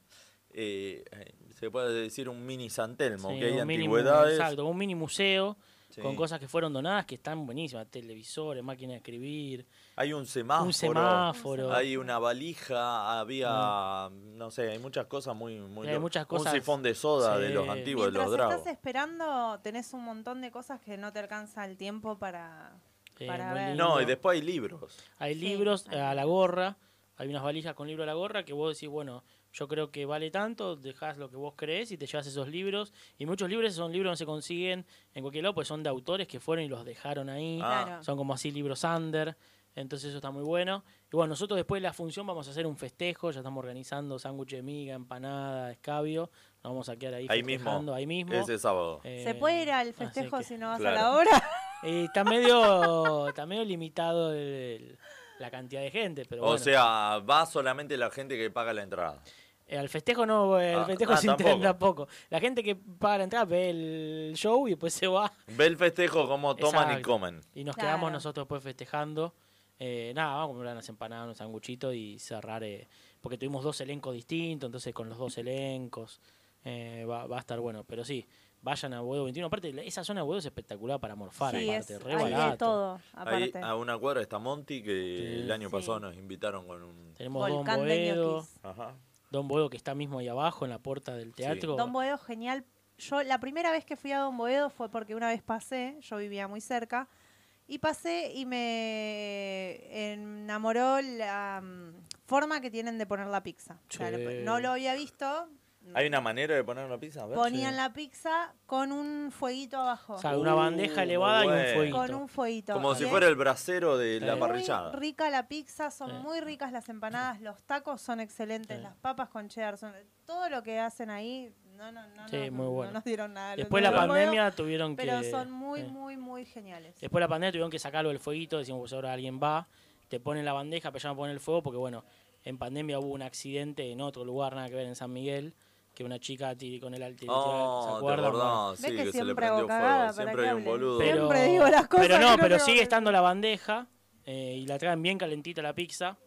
eh, eh, se puede decir un mini San Telmo, Sí, que hay un mini mu- antigüedades. exacto, un mini museo Sí. con cosas que fueron donadas que están buenísimas. Televisores, máquinas de escribir. Hay un semáforo. Un semáforo. Mm. Hay una valija, había. No sé, hay muchas cosas muy. muy Hay lo- muchas cosas, Un sifón de soda de sí. los antiguos, de los Mientras dragos. estás esperando, tenés un montón de cosas que no te alcanza el tiempo para, Eh, para muy ver. lindo. No, y después hay libros. Hay libros eh, a la gorra. Hay unas valijas con libro a la gorra que vos decís, bueno, yo creo que vale tanto, dejás lo que vos crees y te llevas esos libros. Y muchos libros son libros que no se consiguen en cualquier lado, pues son de autores que fueron y los dejaron ahí. Ah. Claro. Son como así libros under. Entonces eso está muy bueno. Y bueno, nosotros después de la función vamos a hacer un festejo. Ya estamos organizando sándwich de miga, empanada, escabio. Nos vamos a quedar ahí, Ahí mismo, festejando, ahí mismo. ese sábado. ¿Se puede ir al festejo Eh, que- si no vas a la Claro. hora? Eh, está medio está medio limitado el- el- la cantidad de gente, pero O bueno. sea, va solamente la gente que paga la entrada. Eh, al festejo no, eh, al Ah, festejo ah, se tampoco. intenta poco. La gente que paga la entrada ve el show y después se va. Ve el festejo, cómo toman y Exacto. comen. Y nos Claro. quedamos nosotros después festejando. Eh, nada, vamos a comprar unas empanadas, un sanguchito y cerrar. eh, porque tuvimos dos elencos distintos, entonces con los dos elencos eh, va, va a estar bueno. Pero sí, vayan a Boedo 21. Aparte, la- esa zona de Boedo es espectacular para morfar. Sí, aparte, es- re hay de barato. ah, todo, Ahí aparte. a una cuadra está Monty, que el año Sí. pasado nos invitaron con un... Tenemos Volcán Don de Boedo. ñoquis. Ajá. Don Boedo que está mismo ahí abajo en la puerta del teatro. Don Boedo, genial. Yo la primera vez que fui a Don Boedo fue porque una vez pasé, yo vivía muy cerca, y pasé y me enamoró la mm, forma que tienen de poner la pizza. O sea, Sí. lo- no lo había visto, ¿Hay una manera de poner una pizza? A ver. ponían la pizza con un fueguito abajo. O sea, una bandeja elevada y un bueno. fueguito. Con un fueguito. ¿eh? Como si Bien. fuera el brasero de la Sí. parrillada. Rica la pizza, son Sí. muy ricas las empanadas, los tacos son excelentes, las papas con cheddar, son, todo lo que hacen ahí, no, no, no, Sí, no, muy no bueno. nos dieron nada. Después los la del pandemia fuego, tuvieron pero que- Pero son muy, sí. muy, muy geniales. Después de la pandemia tuvieron que sacarlo del fueguito, decimos, pues ahora alguien va, te ponen la bandeja, pero ya no ponen el fuego, porque bueno, en pandemia hubo un accidente en otro lugar, nada que ver, en San Miguel, que una chica tiró con el alti Oh, te acordás, Ve que sí, que, se le siempre prendió hago cagada, ¿para fuego. Siempre qué hay un hablen? boludo. Pero, digo las cosas pero que no, no pero tengo sigue que estando la bandeja eh, y la traen bien calentita la pizza,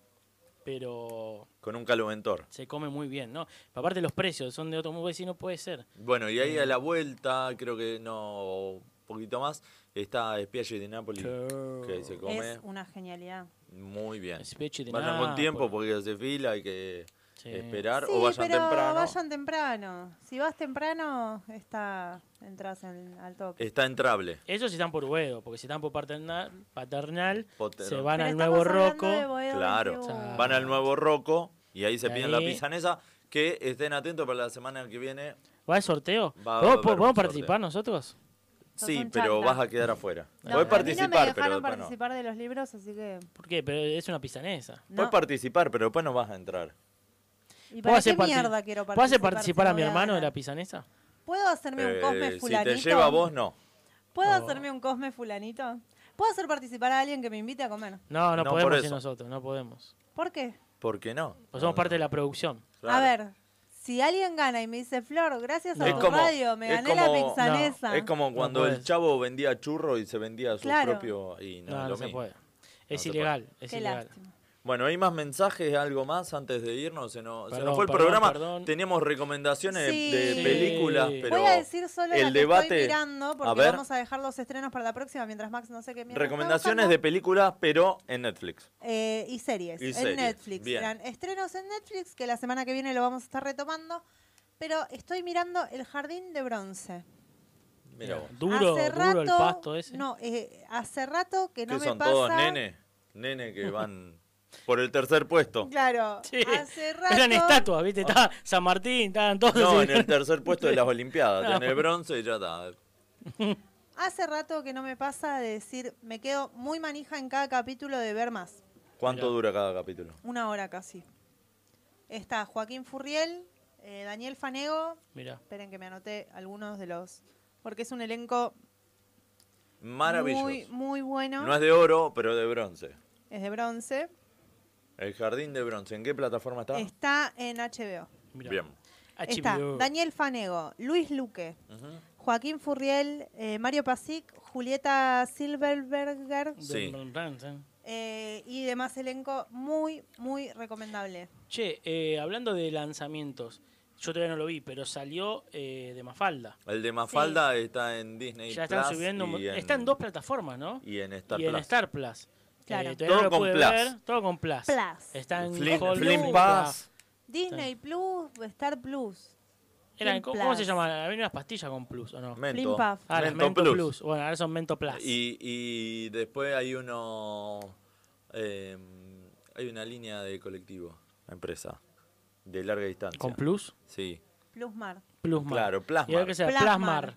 pero Con un calumentor. se come muy bien, ¿no? Pero aparte los precios son de otro mundo, si no puede ser. Bueno, y ahí a la vuelta, creo que no, un poquito más, está Spiaggi de Napoli, que se come Es una genialidad. muy bien. Spiaggi di Vayan con Napoli. tiempo porque hace fila, hay que esperar. Sí, o vayan pero temprano. vayan temprano. Si vas temprano, está, entras en- al toque. Está entrable. Ellos están por Boedo, porque si están por paternal, paternal Potero. se van Pero al estamos nuevo hablando Roco. de Boedo Claro. 21. Van al nuevo Roco y ahí se piden la Ahí. pizanesa. Que estén atentos para la semana que viene. ¿Va el sorteo? Va a ¿Podemos- haber un ¿Podemos sorteo. participar nosotros? Sí, un pero chanta. vas a quedar afuera. No, a Podés mí no me participar, pero dejaron después no. participar de los libros, así que... ¿Por qué? Pero es una pisanesa. Podés participar, pero después no vas a entrar. ¿Y ¿Puedo para hacer qué parti- mierda quiero ¿Puedo hacer participar? participar si a no mi voy hermano de la pisanesa? ¿Puedo hacerme un Eh, cosme si te fulanito? lleva a vos, no. ¿Puedo hacerme un cosme fulanito? ¿Puedo hacer participar a alguien que me invite a comer? No, no, No, por podemos ir eso. nosotros, no podemos. ¿Por qué? ¿Por qué no? Pues somos parte de la producción. A ver, si alguien gana y me dice, Flor, gracias a Es tu como- radio, me es gané la como- pizanesa. Es como No cuando el podés. chavo vendía churro y se vendía su Claro. propio. Y no, No, es no lo se mismo. puede. Es se ilegal, puede. es Qué ilegal. lástima. Bueno, ¿hay más mensajes? ¿Algo más antes de irnos? Se nos, se Perdón, nos fue el perdón, programa. perdón. Teníamos recomendaciones Sí. de Sí. películas, pero. Voy a decir solo el la que debate. estoy mirando, porque a ver, vamos a dejar los estrenos para la próxima, mientras Max no sé qué mierda está recomendaciones de películas, pero en Netflix. Eh, y series. Y en series, Netflix. bien. Eran estrenos en Netflix que la semana que viene lo vamos a estar retomando. Pero estoy mirando El Jardín de Bronce. Mira vos. Duro, hace duro rato, el pasto ese. No, eh, hace rato que ¿Qué no me son pasa. todos nenes? Nene que van por el tercer puesto. Claro. Hace rato. Eran estatuas, ¿viste? Estaba San Martín, estaban todos. No, así. en el tercer puesto de las Olimpiadas. No. En el bronce y ya está. Hace rato que no me pasa de decir, me quedo muy manija en cada capítulo de ver más. ¿Cuánto dura cada capítulo? Una hora casi. Está Joaquín Furriel, eh, Daniel Fanego. Mira. Esperen que me anoté algunos de los. Porque es un elenco Maravilloso. muy, muy bueno. No es de oro, pero de bronce. Es de bronce. El jardín de bronce. ¿En qué plataforma está? Está en HBO. Bien. Ah, Está oh. Daniel Fanego, Luis Luque, Ujú. Joaquín Furriel, eh, Mario Pasic, Julieta Silverberger Sí. eh, y demás elenco muy, muy recomendable. Che, eh, hablando de lanzamientos, yo todavía no lo vi, pero salió eh, de Mafalda. El de Mafalda está en Disney Ya están Eh, Plus subiendo. y mu- en, Está en dos plataformas, ¿no? y en Star y en Plus. Star Plus. Claro. Eh, todavía no Todo lo con pude Plus. ver, Todo con Plus. Plus. Está en Flim- Hulu, Flim está- Plus. Disney Plus, Star Plus. Eran- Flim ¿Cómo cómo se Plus. llama? Había unas pastillas con Plus, ¿o no? Mento. Flim Puff. Ah, eran Mento Mento Plus. Plus. Bueno, ahora son Mento Plus. Y, y después hay uno. eh, hay una línea de colectivo, una empresa, de larga distancia. ¿Con Plus? Sí. Plusmar. Plusmar. Claro, Plasmar. Y ahora que sea Plasmar. Plasmar.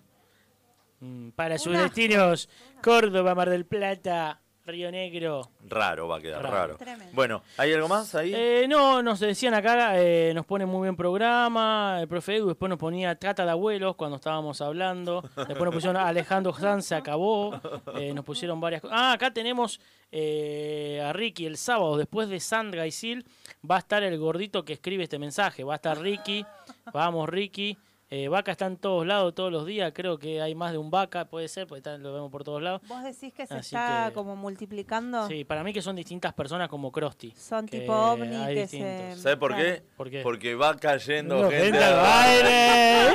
Mm, para sus Una- destinos, Córdoba, Mar del Plata, Río Negro. Raro va a quedar, Raro. raro. Bueno, ¿hay algo más ahí? Eh, no, nos decían acá, eh, nos pone muy bien programa, el profe Edu después nos ponía trata de abuelos cuando estábamos hablando, después nos pusieron Alejandro Sanz se acabó, eh, nos pusieron varias cosas. Ah, acá tenemos eh, a Ricky el sábado, después de Sandra y Sil, va a estar el gordito que escribe este mensaje, va a estar Ricky, vamos Ricky. Eh, vaca está en todos lados, todos los días. Creo que hay más de un vaca, puede ser, porque está- lo vemos por todos lados. Vos decís que se Así está que- como multiplicando. Sí, para mí que son distintas personas como Crosti. Ah. Son que tipo ovni hay que se- distintos. ¿Sabes por qué? eh, ¿Por qué? Porque va cayendo No, gente. gente al baile.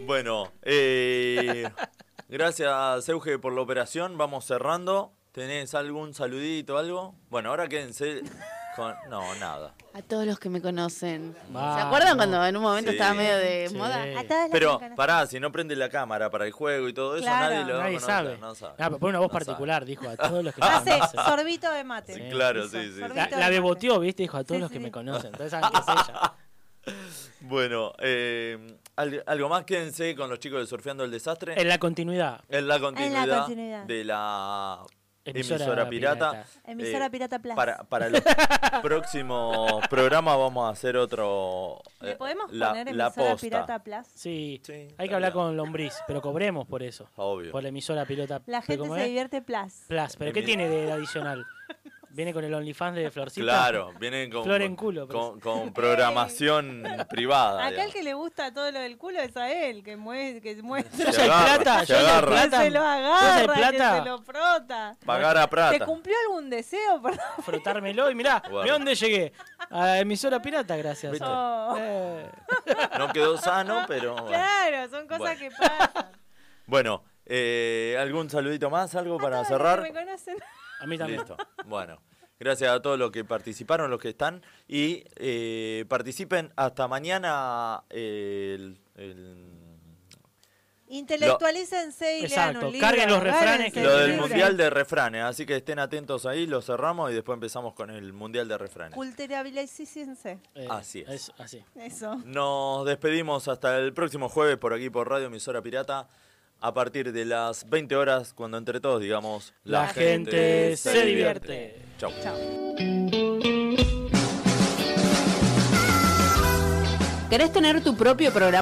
bueno, eh, gracias, Euge, por la operación. Vamos cerrando. ¿Tenés algún saludito, algo? Bueno, ahora quédense con. No, nada. A todos los que me conocen. ¿Se Vamos. acuerdan cuando en un momento Sí. estaba medio de Sí. moda? Pero pará, si no prende la cámara para el juego y todo eso, Claro. nadie lo va a Nadie conocer, sabe. No sabe. Ah, Ah, pero pone una voz No particular, dijo a todos los que me Hace conocen. sorbito de mate. Sí, claro, sí, sí. La, Sorbito la beboteó, viste, dijo a todos los que me conocen. Entonces saben que es ella. Bueno, eh, al- algo más, quédense con los chicos de Surfeando el Desastre. En la continuidad. En la continuidad, continuidad. de la Emisora emisora, pirata. pirata. Emisora Eh, Pirata Plus. Para, para los próximos programas vamos a hacer otro... ¿Le eh, podemos la- poner la emisora posta. Pirata Plus? Sí, hay que hablar con Lombriz, pero cobremos por eso. Obvio. Por la emisora pilota. La gente ¿cómo se es? divierte Plus. Plus, pero ¿qué Emi- tiene de adicional? Viene con el OnlyFans de Florcita. Claro, vienen con, Flor en culo. con, con programación privada. Acá el digamos. que le gusta todo lo del culo es a él, que, mue que muestra. Se agarra, plata, se yo soy agarra. Que se lo agarra, Yo soy que plata. se lo frota. Pagar a ¿Te plata. cumplió algún deseo? Perdón. Frotármelo y mirá, Guarda. ¿de dónde llegué? A emisora pirata, gracias. Eh. ¿Viste? Oh. No quedó sano, pero... bueno. Claro, son cosas Bueno. que pasan. Bueno, eh, ¿algún saludito más? ¿Algo para Todos los que cerrar? me conocen. A mí también. Listo. Bueno, gracias a todos los que participaron, los que están. Y eh, participen hasta mañana eh, el. el- Intelectualícense y lean un libro. agárrense Lo el del libro. mundial de refranes. Así que estén atentos ahí, lo cerramos y después empezamos con el mundial de refranes. Culterabilicícense. Así es. Eh, así. Eso. Nos despedimos hasta el próximo jueves por aquí por Radio Emisora Pirata. A partir de las 20 horas, cuando entre todos digamos, La gente se divierte. Chau. ¿Querés tener tu propio programa?